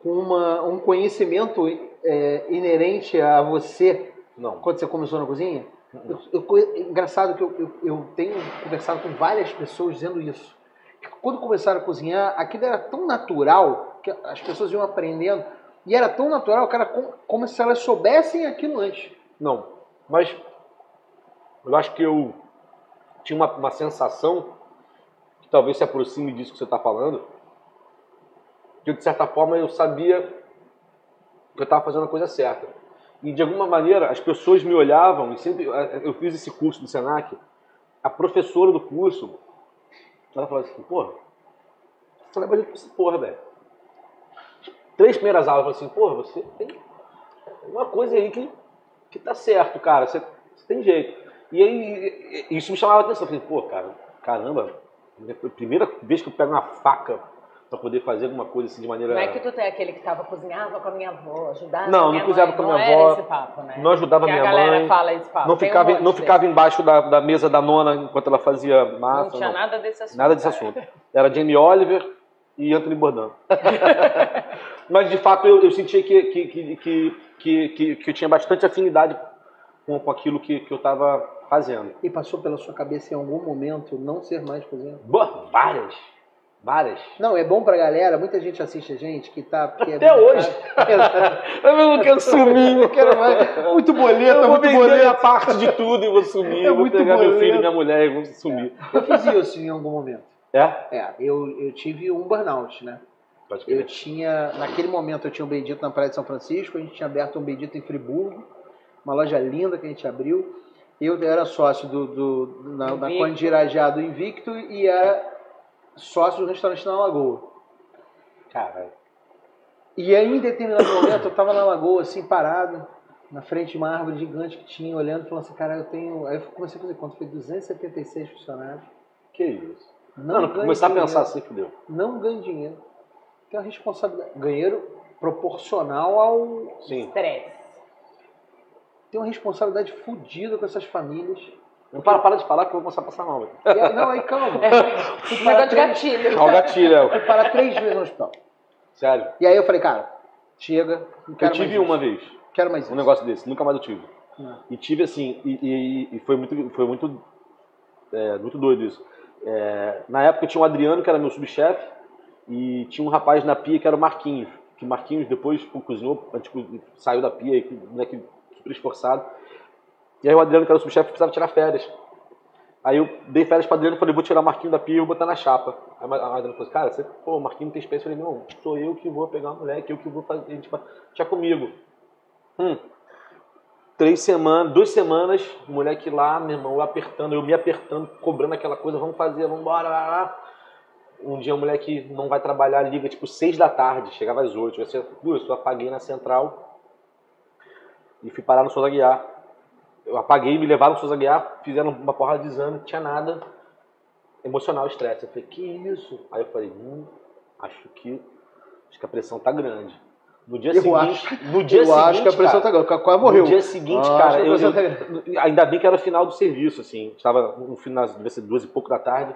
[SPEAKER 1] com uma, um conhecimento é, inerente a você
[SPEAKER 3] Não.
[SPEAKER 1] quando você começou na cozinha? Eu- eu co- engraçado que eu, eu- eu tenho conversado com várias pessoas dizendo isso. Que Quando começaram a cozinhar, aquilo era tão natural que as pessoas iam aprendendo. E era tão natural, cara, com- como se elas soubessem aquilo antes.
[SPEAKER 3] Não. Mas eu acho que eu tinha uma, uma sensação que talvez se aproxime disso que você está falando. Que eu, de certa forma eu sabia que eu estava fazendo a coisa certa. E de alguma maneira as pessoas me olhavam e sempre eh, eu fiz esse curso do Senac, a professora do curso, ela falava assim, porra, você leva jeito pra essa porra, velho. Três primeiras aulas, eu falei assim, porra, você tem uma coisa aí que que tá certo, cara, você, você tem jeito. E aí, e- e- isso me chamava a atenção. Eu falei, pô, cara, caramba, é a primeira vez que eu pego uma faca pra poder fazer alguma coisa assim de maneira.
[SPEAKER 4] Não é que tu tem aquele que tava cozinhava com a minha avó, ajudava
[SPEAKER 3] Não,
[SPEAKER 4] a
[SPEAKER 3] não
[SPEAKER 4] minha
[SPEAKER 3] cozinhava
[SPEAKER 4] mãe.
[SPEAKER 3] com a minha
[SPEAKER 4] não
[SPEAKER 3] avó,
[SPEAKER 4] Era esse papo, né?
[SPEAKER 3] não ajudava
[SPEAKER 4] que
[SPEAKER 3] minha
[SPEAKER 4] a galera
[SPEAKER 3] mãe,
[SPEAKER 4] fala esse papo.
[SPEAKER 3] não
[SPEAKER 4] Tem um
[SPEAKER 3] ficava,
[SPEAKER 4] monte
[SPEAKER 3] não
[SPEAKER 4] desse.
[SPEAKER 3] ficava embaixo da, da mesa da nona enquanto ela fazia massa.
[SPEAKER 4] Não tinha
[SPEAKER 3] não.
[SPEAKER 4] nada desse assunto.
[SPEAKER 3] Nada desse assunto. Era Jamie Oliver e Anthony Bourdain. Mas, de fato, eu, eu sentia que, que, que, que, que, que- que eu tinha bastante afinidade com, com aquilo que, que eu estava fazendo.
[SPEAKER 1] E passou pela sua cabeça em algum momento não ser mais cozinheiro?
[SPEAKER 3] Boa, várias. Várias.
[SPEAKER 1] Não, é bom pra galera, muita gente assiste a gente que tá. que é
[SPEAKER 3] Até
[SPEAKER 1] muito
[SPEAKER 3] hoje.
[SPEAKER 1] caro. Exato.
[SPEAKER 3] Eu não quero sumir.
[SPEAKER 1] Eu quero mais. Muito boleto,
[SPEAKER 3] Eu vou
[SPEAKER 1] tá muito
[SPEAKER 3] vender a
[SPEAKER 1] boleto.
[SPEAKER 3] parte de tudo e vou sumir.
[SPEAKER 1] É
[SPEAKER 3] eu vou
[SPEAKER 1] muito
[SPEAKER 3] pegar meu filho
[SPEAKER 1] boleto.
[SPEAKER 3] e minha mulher e vou sumir.
[SPEAKER 1] Eu fiz isso em algum momento.
[SPEAKER 3] É?
[SPEAKER 1] É, eu, eu tive um burnout, né?
[SPEAKER 3] Pode
[SPEAKER 1] Eu
[SPEAKER 3] crer.
[SPEAKER 1] tinha, naquele momento eu tinha um Bendito na Praia de São Francisco, a gente tinha aberto um Bendito em Friburgo, uma loja linda que a gente abriu. Eu era sócio do, do, na, na
[SPEAKER 4] Invicto.
[SPEAKER 1] Quandirajá do Invicto e era sócio do restaurante na Lagoa.
[SPEAKER 3] Caralho.
[SPEAKER 1] E aí, em determinado momento, eu tava na lagoa, assim, parado, na frente de uma árvore gigante que tinha, olhando, falando assim, cara, eu tenho. Aí eu comecei a fazer conta, foi 276 funcionários.
[SPEAKER 3] Que isso.
[SPEAKER 1] Não,
[SPEAKER 3] Mano,
[SPEAKER 1] ganho
[SPEAKER 3] começar a
[SPEAKER 1] dinheiro,
[SPEAKER 3] pensar assim, fudeu.
[SPEAKER 1] Não ganho dinheiro. Tem uma responsabilidade. Dinheiro proporcional ao,
[SPEAKER 3] Sim.
[SPEAKER 4] Estresse.
[SPEAKER 1] tem uma responsabilidade fodida com essas famílias.
[SPEAKER 3] Não para, para de falar que eu vou começar a passar mal. velho.
[SPEAKER 1] E aí- não, aí calma. Fui
[SPEAKER 4] Um
[SPEAKER 1] parar,
[SPEAKER 4] negócio de
[SPEAKER 1] três,
[SPEAKER 4] gatilho.
[SPEAKER 3] Ó o gatilho, Léo.
[SPEAKER 1] fui parar três vezes no hospital.
[SPEAKER 3] Sério.
[SPEAKER 1] E aí eu falei, cara, chega, não
[SPEAKER 3] Eu
[SPEAKER 1] quero mais
[SPEAKER 3] tive
[SPEAKER 1] isso,
[SPEAKER 3] uma vez.
[SPEAKER 1] não Quero mais isso.
[SPEAKER 3] um negócio desse, nunca mais eu tive.
[SPEAKER 1] Não.
[SPEAKER 3] E tive assim, e, e- e foi muito, foi muito, é, muito doido isso. É, na época tinha o Adriano, que era meu subchefe, e tinha um rapaz na pia que era o Marquinhos. Que o Marquinhos depois pô, cozinhou, a gente co- saiu da pia, e, moleque super esforçado. E aí o Adriano, que era o subchefe, precisava tirar férias. Aí eu dei férias pra Adriano e falei, vou tirar o Marquinho da pia e vou botar na chapa. Aí a Adriano falou, assim, cara, você, pô, o Marquinho não tem experiência. Eu falei, não, sou eu que vou pegar a moleque, eu que vou fazer, a gente vai- tinha comigo. Hum. Três semanas, duas semanas, o moleque lá, meu irmão, eu apertando, eu me apertando, cobrando aquela coisa, vamos fazer, vamos embora, lá, lá. Um dia o moleque não vai trabalhar, liga tipo seis da tarde, chegava às oito. Eu, assim, "Putz, eu apaguei na central e fui parar no Souza Guiar. Eu apaguei, me levaram no Souza Guiar, fizeram uma porrada de exame, não tinha nada. Emocional, estresse. Eu falei, que isso? Aí eu falei, hum, acho que, acho que a pressão tá grande. No dia
[SPEAKER 1] Eu
[SPEAKER 3] seguinte, no dia
[SPEAKER 1] eu
[SPEAKER 3] seguinte,
[SPEAKER 1] acho que a pressão
[SPEAKER 3] cara,
[SPEAKER 1] tá grande, porque quase morreu.
[SPEAKER 3] no dia seguinte,
[SPEAKER 1] Ah,
[SPEAKER 3] cara,
[SPEAKER 1] acho que
[SPEAKER 3] eu,
[SPEAKER 1] a pressão
[SPEAKER 3] eu- ainda bem que era final do serviço, assim. Estava no final, devia ser duas e pouco da tarde.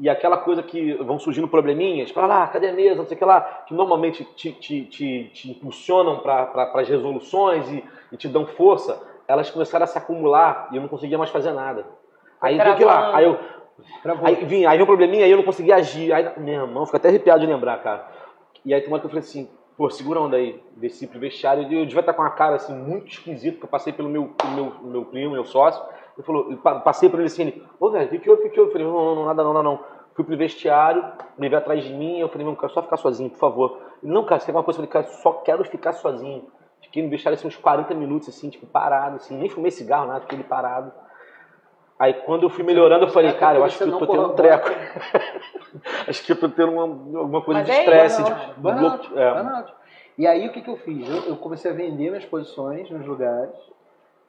[SPEAKER 3] E aquela coisa que vão surgindo probleminhas, pra lá, cadê a mesa, não sei o que lá, que normalmente te, te, te, te impulsionam para pra, as resoluções e, e te dão força, elas começaram a se acumular e eu não conseguia mais fazer nada. Aí,
[SPEAKER 4] Foi
[SPEAKER 3] tem que ir lá,
[SPEAKER 4] travando.
[SPEAKER 3] aí eu,
[SPEAKER 1] Travou.
[SPEAKER 3] Aí vinha, aí vinha um probleminha, aí eu não conseguia agir. Aí, meu irmão, fico até arrepiado de lembrar, cara. E aí tem uma hora que eu falei assim, pô, segura a onda aí, desci pro vestiário. E eu devia estar com uma cara assim, muito esquisita, que eu passei pelo meu, pelo meu, meu primo, meu sócio. Ele falou, eu pa- passei por ele assim, ele, ô velho, o que que houve, o que que houve? Eu falei, não, não, não, nada não, nada não. Fui pro vestiário, ele veio atrás de mim, eu falei, não, cara, só ficar sozinho, por favor. Ele, não, cara, você quer alguma coisa? Eu falei, cara, só quero ficar sozinho. Fiquei no vestiário assim, uns 40 minutos, assim, tipo, parado, assim, nem fumei cigarro, nada, fiquei ali parado. Aí quando eu fui melhorando, eu falei,
[SPEAKER 1] Será
[SPEAKER 3] cara, eu acho
[SPEAKER 1] você
[SPEAKER 3] que eu
[SPEAKER 1] não
[SPEAKER 3] tô tendo um
[SPEAKER 1] corrobora
[SPEAKER 3] treco. acho que eu tô tendo uma, alguma coisa
[SPEAKER 4] Mas
[SPEAKER 3] de
[SPEAKER 4] é
[SPEAKER 3] estresse.
[SPEAKER 1] Burnout,
[SPEAKER 3] de
[SPEAKER 1] burnout,
[SPEAKER 3] bloque- é.
[SPEAKER 1] burnout. E aí o que, que eu fiz? Eu, eu comecei a vender minhas posições nos lugares.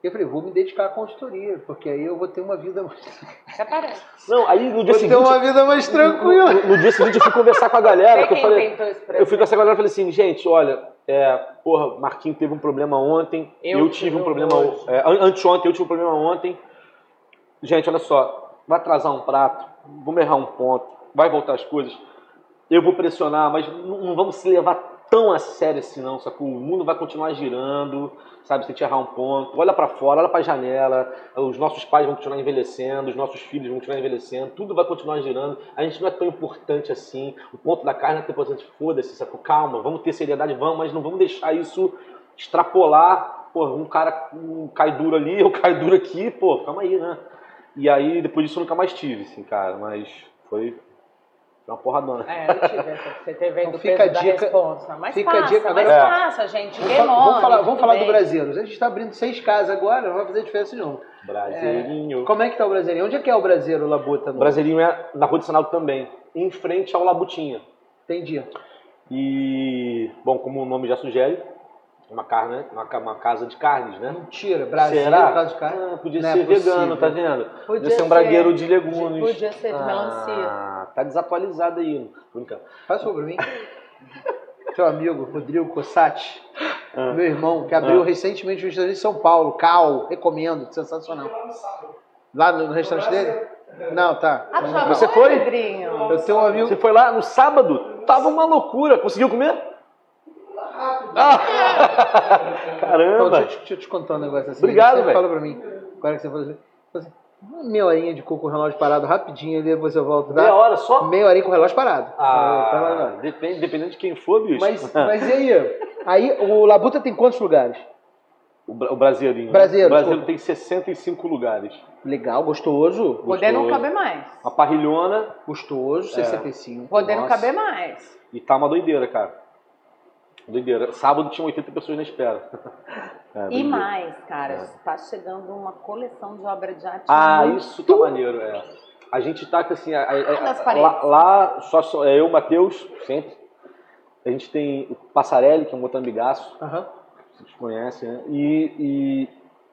[SPEAKER 1] E eu falei, vou me dedicar à consultoria, porque aí eu vou ter uma vida mais,
[SPEAKER 4] Até parece.
[SPEAKER 3] Não, aí no dia
[SPEAKER 1] vou ter
[SPEAKER 3] seguinte.
[SPEAKER 1] uma vida mais tranquila.
[SPEAKER 3] No, no dia seguinte eu fui conversar com a
[SPEAKER 4] Sei
[SPEAKER 3] galera, que eu
[SPEAKER 4] quem
[SPEAKER 3] falei.
[SPEAKER 4] inventou esse
[SPEAKER 3] Eu
[SPEAKER 4] preço.
[SPEAKER 3] fui com essa galera e falei assim, gente, olha, é, porra, Marquinhos teve um problema ontem, eu,
[SPEAKER 4] Eu
[SPEAKER 3] tive
[SPEAKER 1] tive
[SPEAKER 3] um
[SPEAKER 1] um
[SPEAKER 3] problema
[SPEAKER 1] hoje.
[SPEAKER 3] é, an- anteontem, eu tive um problema ontem. Gente, olha só, vai atrasar um prato, vamos errar um ponto, vai voltar as coisas. Eu vou pressionar, mas não, não vamos se levar tão a sério assim não, sacou? O mundo vai continuar girando, sabe? Se a gente errar um ponto, olha pra fora, olha pra janela, os nossos pais vão continuar envelhecendo, os nossos filhos vão continuar envelhecendo, tudo vai continuar girando, a gente não é tão importante assim, o ponto da carne é tão importante, foda-se, sacou? Calma, vamos ter seriedade, vamos, mas não vamos deixar isso extrapolar, pô, um cara um cai duro ali, eu caio duro aqui, pô, calma aí, né? E aí, depois disso eu nunca mais tive, assim, cara, mas foi foi uma porradona.
[SPEAKER 4] É, eu tive essa. Você teve
[SPEAKER 1] Então
[SPEAKER 4] do
[SPEAKER 1] fica
[SPEAKER 4] peso
[SPEAKER 1] a
[SPEAKER 4] da
[SPEAKER 1] dica-
[SPEAKER 4] responsa. Mas
[SPEAKER 1] fica a
[SPEAKER 4] passa,
[SPEAKER 1] dica-
[SPEAKER 4] mas
[SPEAKER 3] agora-
[SPEAKER 4] passa, gente.
[SPEAKER 1] Vamos, falar- vamos
[SPEAKER 4] Demora,
[SPEAKER 1] falar, vamos
[SPEAKER 4] tudo
[SPEAKER 1] falar do
[SPEAKER 4] bem.
[SPEAKER 1] Brasileiros. A gente está abrindo seis casas agora, não vai fazer diferença nenhuma.
[SPEAKER 3] Brasileirinho.
[SPEAKER 1] Como é que tá o Brasileirinho? Onde é que é o Brasileiro Labuta?
[SPEAKER 3] O
[SPEAKER 1] no-
[SPEAKER 3] Brasileirinho é na Rua de Senado também, em frente ao Labutinha.
[SPEAKER 1] Entendi.
[SPEAKER 3] E, bom, como o nome já sugere, é uma, carne, uma, ca- uma casa de carnes, né?
[SPEAKER 1] Mentira, Brasileiro,
[SPEAKER 3] Será?
[SPEAKER 1] por causa de carne.
[SPEAKER 3] Ah, podia
[SPEAKER 1] Não é
[SPEAKER 3] ser vegano,
[SPEAKER 1] possível.
[SPEAKER 3] tá vendo? Podia,
[SPEAKER 4] Podia
[SPEAKER 3] ser um
[SPEAKER 4] ser-
[SPEAKER 3] bragueiro de legumes.
[SPEAKER 4] podia ser de
[SPEAKER 3] Ah,
[SPEAKER 4] melancia.
[SPEAKER 3] tá desatualizado aí. Brincando.
[SPEAKER 1] Faz sobre mim. Teu amigo, Rodrigo Cossati,
[SPEAKER 3] Ah.
[SPEAKER 1] meu irmão, que abriu
[SPEAKER 3] Ah.
[SPEAKER 1] recentemente um restaurante em São Paulo, Cal, recomendo, sensacional. Lá no, no restaurante dele? Não, tá.
[SPEAKER 4] Ah, já
[SPEAKER 3] Você
[SPEAKER 4] vai,
[SPEAKER 3] foi?
[SPEAKER 4] Pedrinho?
[SPEAKER 1] Eu tenho um amigo.
[SPEAKER 3] Você foi lá no sábado? Tava uma loucura. Conseguiu comer? Ah!
[SPEAKER 1] Então,
[SPEAKER 3] Caramba!
[SPEAKER 1] deixa, eu te- deixa eu te contar um negócio assim.
[SPEAKER 3] Obrigado,
[SPEAKER 1] Você
[SPEAKER 3] velho.
[SPEAKER 1] Fala pra mim. Agora que você falou assim. fala assim, uma meia horinha de cu com o relógio parado rapidinho e depois eu volto.
[SPEAKER 3] Meia
[SPEAKER 1] Dá
[SPEAKER 3] hora só?
[SPEAKER 1] meia horinha com o relógio parado. Não, não, não,
[SPEAKER 3] Ah,
[SPEAKER 1] não.
[SPEAKER 3] depende, dependendo de quem for, bicho.
[SPEAKER 1] tá Mas, mas e aí? Aí o Labuta tem quantos lugares?
[SPEAKER 3] O, bra- o brasileirinho. né?
[SPEAKER 1] Brasileiro,
[SPEAKER 3] o brasileiro
[SPEAKER 1] desculpa.
[SPEAKER 3] tem 65 lugares.
[SPEAKER 1] Legal, gostoso.
[SPEAKER 4] Poder não
[SPEAKER 3] Gostoso. É.
[SPEAKER 4] caber mais.
[SPEAKER 3] Uma parrilhona
[SPEAKER 1] Gostoso, 65.
[SPEAKER 4] Poder não
[SPEAKER 1] Nossa.
[SPEAKER 4] caber mais.
[SPEAKER 3] e tá uma doideira, cara. Doideira. Sábado tinha 80 pessoas na espera. É,
[SPEAKER 4] E
[SPEAKER 3] doideira.
[SPEAKER 4] mais, cara,
[SPEAKER 3] É.
[SPEAKER 4] está chegando uma coleção de obra de arte.
[SPEAKER 3] Ah,
[SPEAKER 4] muito-
[SPEAKER 3] isso tá maneiro, é. A gente tá com assim. a- a- a-
[SPEAKER 4] Ah, nas
[SPEAKER 3] lá,
[SPEAKER 4] paredes.
[SPEAKER 3] lá só, só é eu, Matheus, sempre. A gente tem o Passarelli, que é um motambigaço,
[SPEAKER 1] Aham.
[SPEAKER 3] vocês conhecem, né? E, e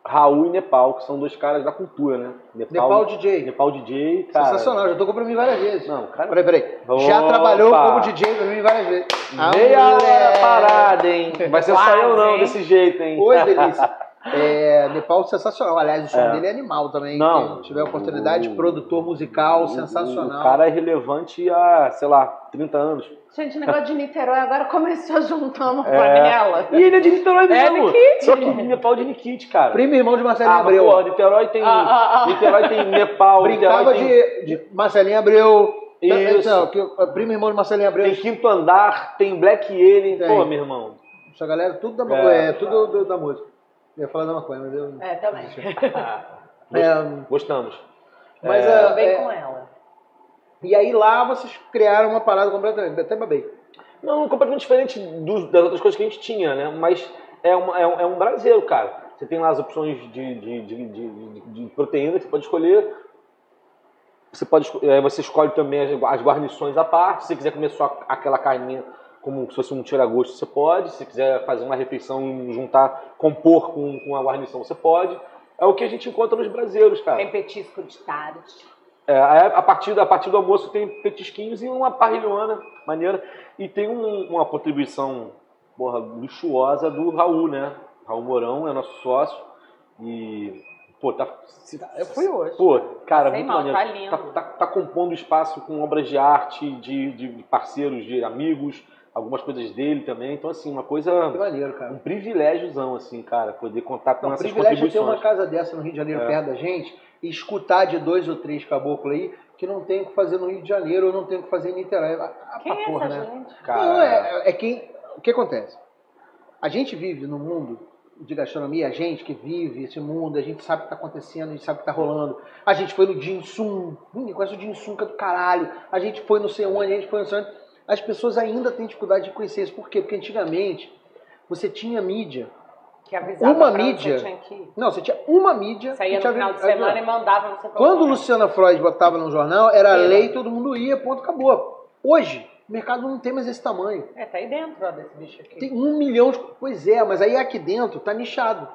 [SPEAKER 3] Raul e Nepal, que são dois caras da cultura, né?
[SPEAKER 1] Nepal DJ.
[SPEAKER 3] Nepal DJ, cara.
[SPEAKER 1] Sensacional, já tocou pra mim várias vezes.
[SPEAKER 3] Não, o cara.
[SPEAKER 1] Peraí, peraí. Já
[SPEAKER 3] Opa!
[SPEAKER 1] trabalhou como DJ pra mim várias vezes. Ah,
[SPEAKER 3] Meia hora
[SPEAKER 1] moleque.
[SPEAKER 3] parada, hein? Vai ser
[SPEAKER 4] Quase,
[SPEAKER 3] só eu não,
[SPEAKER 4] hein?
[SPEAKER 3] desse jeito, hein?
[SPEAKER 1] Oi, delícia. É, Nepal sensacional. Aliás, o som dele é animal também.
[SPEAKER 3] Não.
[SPEAKER 1] Quem tiver oportunidade,
[SPEAKER 3] O-
[SPEAKER 1] produtor musical,
[SPEAKER 3] o-
[SPEAKER 1] sensacional.
[SPEAKER 3] O cara é relevante há, sei lá, 30 anos.
[SPEAKER 4] Gente, o negócio de Niterói agora começou juntando
[SPEAKER 3] É.
[SPEAKER 4] panela.
[SPEAKER 3] E ele é de Niterói
[SPEAKER 4] É,
[SPEAKER 3] mesmo.
[SPEAKER 4] Nikit.
[SPEAKER 3] Só que Nepal de Nikit, cara.
[SPEAKER 1] Primo irmão de Marcelinho
[SPEAKER 3] é ah, mas,
[SPEAKER 1] Abreu.
[SPEAKER 3] pô, é Niterói tem.
[SPEAKER 4] Ah, ah, ah.
[SPEAKER 3] Niterói tem Nepal,
[SPEAKER 1] Brincava Então,
[SPEAKER 3] Niterói tem,
[SPEAKER 1] de, de Marcelinho Abreu.
[SPEAKER 3] Isso.
[SPEAKER 1] Não, que, o primo irmão de Marcelinho Abreu.
[SPEAKER 3] tem quinto andar, tem Black Alien.
[SPEAKER 1] Tem.
[SPEAKER 3] Pô, meu irmão.
[SPEAKER 1] Essa galera, tudo da maconha.
[SPEAKER 3] É.
[SPEAKER 1] É, tudo do- da música. Eu ia falar da maconha, mas eu.
[SPEAKER 4] É, também.
[SPEAKER 1] É,
[SPEAKER 3] Gostamos.
[SPEAKER 1] mas
[SPEAKER 4] Tô
[SPEAKER 1] é,
[SPEAKER 4] bem
[SPEAKER 1] é,
[SPEAKER 4] com ela.
[SPEAKER 1] e aí lá vocês criaram uma parada completamente. Até babei.
[SPEAKER 3] Não, completamente diferente dos- das outras coisas que a gente tinha, né? Mas é, uma- é um, é um braseiro, cara. Você tem lá as opções de, de, de, de- de- de proteína que você pode escolher. Você, pode, esco- eh, você escolhe também as, as guarnições à parte. Se você quiser comer só aquela carninha como se fosse um tira-gosto, você pode. Se quiser fazer uma refeição e juntar, compor com, com a guarnição, você pode. É o que a gente encontra nos braseiros, cara.
[SPEAKER 4] Tem petisco de tarde.
[SPEAKER 3] É, a, a partir, a partir do almoço tem petisquinhos e uma parrilhona maneira. E tem um- uma contribuição porra, luxuosa do Raul, né? Raul Mourão é nosso sócio. E, pô, tá. se-
[SPEAKER 1] Eu fui hoje.
[SPEAKER 3] Pô, cara,
[SPEAKER 4] Sem
[SPEAKER 3] muito
[SPEAKER 4] mal,
[SPEAKER 3] maneiro.
[SPEAKER 4] tá lindo.
[SPEAKER 3] Tá, tá- tá compondo espaço com obras de arte, de, de parceiros, de amigos, algumas coisas dele também. Então, assim, uma
[SPEAKER 1] Que
[SPEAKER 3] coisa.
[SPEAKER 1] maneiro, cara.
[SPEAKER 3] Um privilégiozão, assim, cara, poder contar com
[SPEAKER 1] Não,
[SPEAKER 3] essas
[SPEAKER 1] privilégio é ter uma
[SPEAKER 3] contribuições.
[SPEAKER 1] casa dessa no Rio de Janeiro
[SPEAKER 3] É.
[SPEAKER 1] perto da gente e escutar de dois ou três caboclos aí que não tem o que fazer no Rio de Janeiro ou não tem o que fazer em Niterói. Ah, ah,
[SPEAKER 4] Quem
[SPEAKER 1] pra
[SPEAKER 4] é
[SPEAKER 1] porra,
[SPEAKER 4] essa
[SPEAKER 1] né?
[SPEAKER 4] gente?
[SPEAKER 3] Cara,
[SPEAKER 1] Não, é, é quem. O que acontece? A gente vive num mundo de gastronomia, a gente que vive esse mundo, a gente sabe o que está acontecendo, a gente sabe o que está rolando. A gente foi no Jinsum, ninguém conhece o Jinsum, que é do caralho. A gente foi não sei onde, a gente foi não sei onde. As pessoas ainda têm dificuldade de conhecer isso. Por quê? Porque antigamente você tinha mídia
[SPEAKER 4] Que avisava
[SPEAKER 1] Uma
[SPEAKER 4] pra onde
[SPEAKER 1] mídia.
[SPEAKER 4] Você tinha que ir.
[SPEAKER 1] Não, você tinha uma mídia. que
[SPEAKER 4] Saía
[SPEAKER 1] te
[SPEAKER 4] no
[SPEAKER 1] avi-
[SPEAKER 4] final de semana
[SPEAKER 1] avisava.
[SPEAKER 4] e mandava você pra
[SPEAKER 1] Quando
[SPEAKER 4] lugar.
[SPEAKER 1] Luciana Freud botava no jornal, era
[SPEAKER 4] Era.
[SPEAKER 1] lei, todo mundo ia, ponto, acabou. Hoje, o mercado não tem mais esse tamanho.
[SPEAKER 4] É, tá aí dentro ó, desse bicho aqui.
[SPEAKER 1] Tem um milhão de. Pois é, mas aí aqui dentro tá nichado.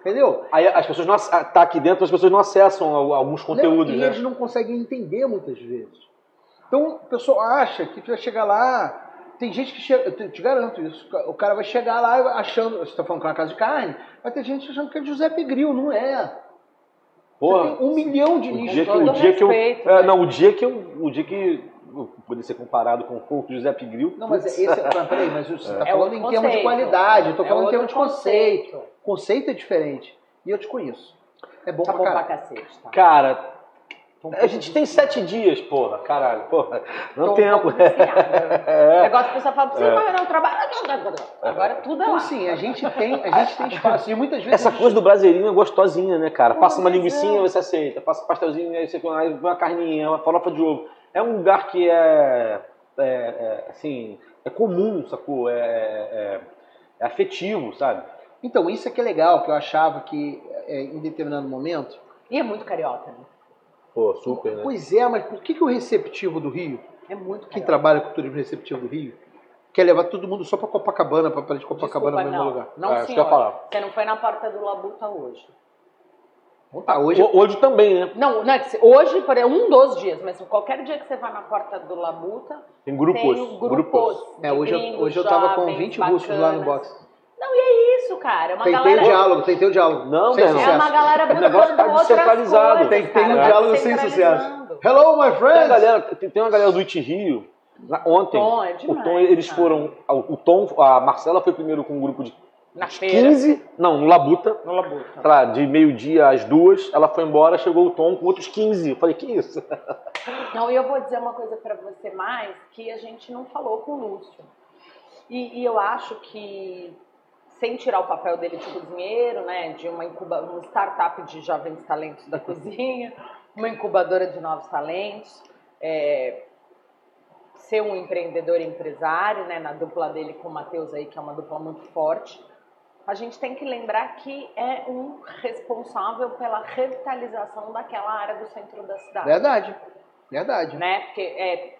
[SPEAKER 1] Entendeu?
[SPEAKER 3] Aí as pessoas não ac- tá aqui dentro, as pessoas não acessam al- alguns conteúdos,
[SPEAKER 1] e
[SPEAKER 3] né?
[SPEAKER 1] eles não conseguem entender muitas vezes. Então, o pessoal acha que vai chegar lá. Tem gente que chega, eu te- te garanto isso, o cara vai chegar lá achando, você está falando que é uma casa de carne, vai ter gente achando que é Giuseppe Grill, não é. Você
[SPEAKER 3] Porra,
[SPEAKER 1] tem um milhão de
[SPEAKER 3] o
[SPEAKER 1] nichos.
[SPEAKER 3] dia que,
[SPEAKER 4] todo
[SPEAKER 3] o dia que eu,
[SPEAKER 4] respeito,
[SPEAKER 3] é,
[SPEAKER 4] né?
[SPEAKER 3] não, o dia que eu, o dia que eu poder ser comparado com o José Pigril.
[SPEAKER 1] Não, mas é, esse, mas peraí, mas você está
[SPEAKER 4] É
[SPEAKER 1] tá falando
[SPEAKER 4] outro
[SPEAKER 1] em termos de
[SPEAKER 4] conceito.
[SPEAKER 1] qualidade, eu estou
[SPEAKER 4] É
[SPEAKER 1] falando em
[SPEAKER 4] outro
[SPEAKER 1] termos de conceito. conceito. é diferente. E eu te conheço. É bom
[SPEAKER 4] Tá
[SPEAKER 1] pra
[SPEAKER 4] bom pra
[SPEAKER 1] caralho.
[SPEAKER 4] cacete, tá?
[SPEAKER 3] Cara,
[SPEAKER 1] Então,
[SPEAKER 3] a gente tem sete dias, porra, caralho, porra.
[SPEAKER 1] Então,
[SPEAKER 3] Não
[SPEAKER 4] Tô um
[SPEAKER 3] tempo. né?
[SPEAKER 4] pouco viciada.
[SPEAKER 3] É.
[SPEAKER 4] O negócio que a pessoa fala, pra você
[SPEAKER 3] É.
[SPEAKER 4] não, não trabalho. Agora tudo é
[SPEAKER 1] Então,
[SPEAKER 4] lá.
[SPEAKER 1] assim, a gente tem, a gente tem espaço. E muitas vezes.
[SPEAKER 3] Essa
[SPEAKER 1] a gente-
[SPEAKER 3] coisa do brasileirinho é gostosinha, né, cara?
[SPEAKER 4] Pô,
[SPEAKER 3] Passa uma
[SPEAKER 4] mas
[SPEAKER 3] linguiçinha,
[SPEAKER 4] é.
[SPEAKER 3] você aceita. Passa um pastelzinho, aí você aí uma carninha, uma farofa de ovo. É um lugar que é, é, é, assim, é comum, sacou? É, é- é afetivo, sabe?
[SPEAKER 1] Então, isso é que é legal, que eu achava que é, em determinado momento.
[SPEAKER 4] E é muito carioca, né?
[SPEAKER 3] Pô, super, né?
[SPEAKER 1] Pois é, mas por que, que o receptivo do Rio,
[SPEAKER 4] É muito
[SPEAKER 1] quem
[SPEAKER 4] carioca.
[SPEAKER 1] trabalha com turismo receptivo do Rio, quer levar todo mundo só pra Copacabana, pra praia de Copacabana
[SPEAKER 4] Desculpa,
[SPEAKER 1] no mesmo
[SPEAKER 4] não.
[SPEAKER 1] lugar? Ah,
[SPEAKER 4] Não,
[SPEAKER 3] é, isso que eu ia
[SPEAKER 4] senhora.
[SPEAKER 3] falar.
[SPEAKER 4] Você não foi na porta do Labuta hoje.
[SPEAKER 1] Bom, tá, hoje.
[SPEAKER 3] O- Hoje também, né?
[SPEAKER 4] Não, não é que se- hoje, por exemplo, um dos dias, mas qualquer dia que você vá na porta do Labuta, tem
[SPEAKER 3] Tem grupos.
[SPEAKER 4] um
[SPEAKER 3] grupos.
[SPEAKER 4] grupos.
[SPEAKER 1] É, hoje, eu,
[SPEAKER 4] gringos,
[SPEAKER 1] hoje eu tava com
[SPEAKER 4] jovens,
[SPEAKER 1] 20 russos lá no
[SPEAKER 4] bacanas.
[SPEAKER 1] box.
[SPEAKER 4] Não, e é isso, cara. É uma
[SPEAKER 1] Tentei o
[SPEAKER 4] galera.
[SPEAKER 1] diálogo, tentei o diálogo.
[SPEAKER 3] Não,
[SPEAKER 1] sem
[SPEAKER 3] meu irmão.
[SPEAKER 4] É uma
[SPEAKER 1] sucesso.
[SPEAKER 4] galera
[SPEAKER 3] O negócio
[SPEAKER 4] buscando
[SPEAKER 3] tá
[SPEAKER 4] outras
[SPEAKER 3] descentralizado.
[SPEAKER 4] coisas,
[SPEAKER 1] Tem- tem um
[SPEAKER 4] cara,
[SPEAKER 1] diálogo
[SPEAKER 4] tá
[SPEAKER 1] sem
[SPEAKER 4] centralizando.
[SPEAKER 1] Hello, my
[SPEAKER 3] Tem, a
[SPEAKER 1] friends!
[SPEAKER 3] galera, tem, tem uma galera do Iti Rio. lá- Ontem,
[SPEAKER 4] Tom, é
[SPEAKER 3] o
[SPEAKER 4] demais,
[SPEAKER 3] Tom, eles
[SPEAKER 4] cara.
[SPEAKER 3] foram. O Tom, a Marcela foi primeiro com um grupo de
[SPEAKER 4] Na feira.
[SPEAKER 3] 15. Não, um Labuta.
[SPEAKER 4] No Labuta.
[SPEAKER 3] sei lá, de meio-dia às duas, ela foi embora, chegou o Tom com outros 15. Eu falei, que isso?
[SPEAKER 4] Não, e eu vou dizer uma coisa pra você mais que a gente não falou com o Lúcio. E, e eu acho que, sem tirar o papel dele de cozinheiro, né, de uma, incuba, uma startup de jovens talentos da cozinha, uma incubadora de novos talentos, é, ser um empreendedor e empresário, né, na dupla dele com o Matheus aí, que é uma dupla muito forte. A gente tem que lembrar que é um responsável pela revitalização daquela área do centro da cidade
[SPEAKER 1] Verdade. Verdade.
[SPEAKER 4] né? Porque é,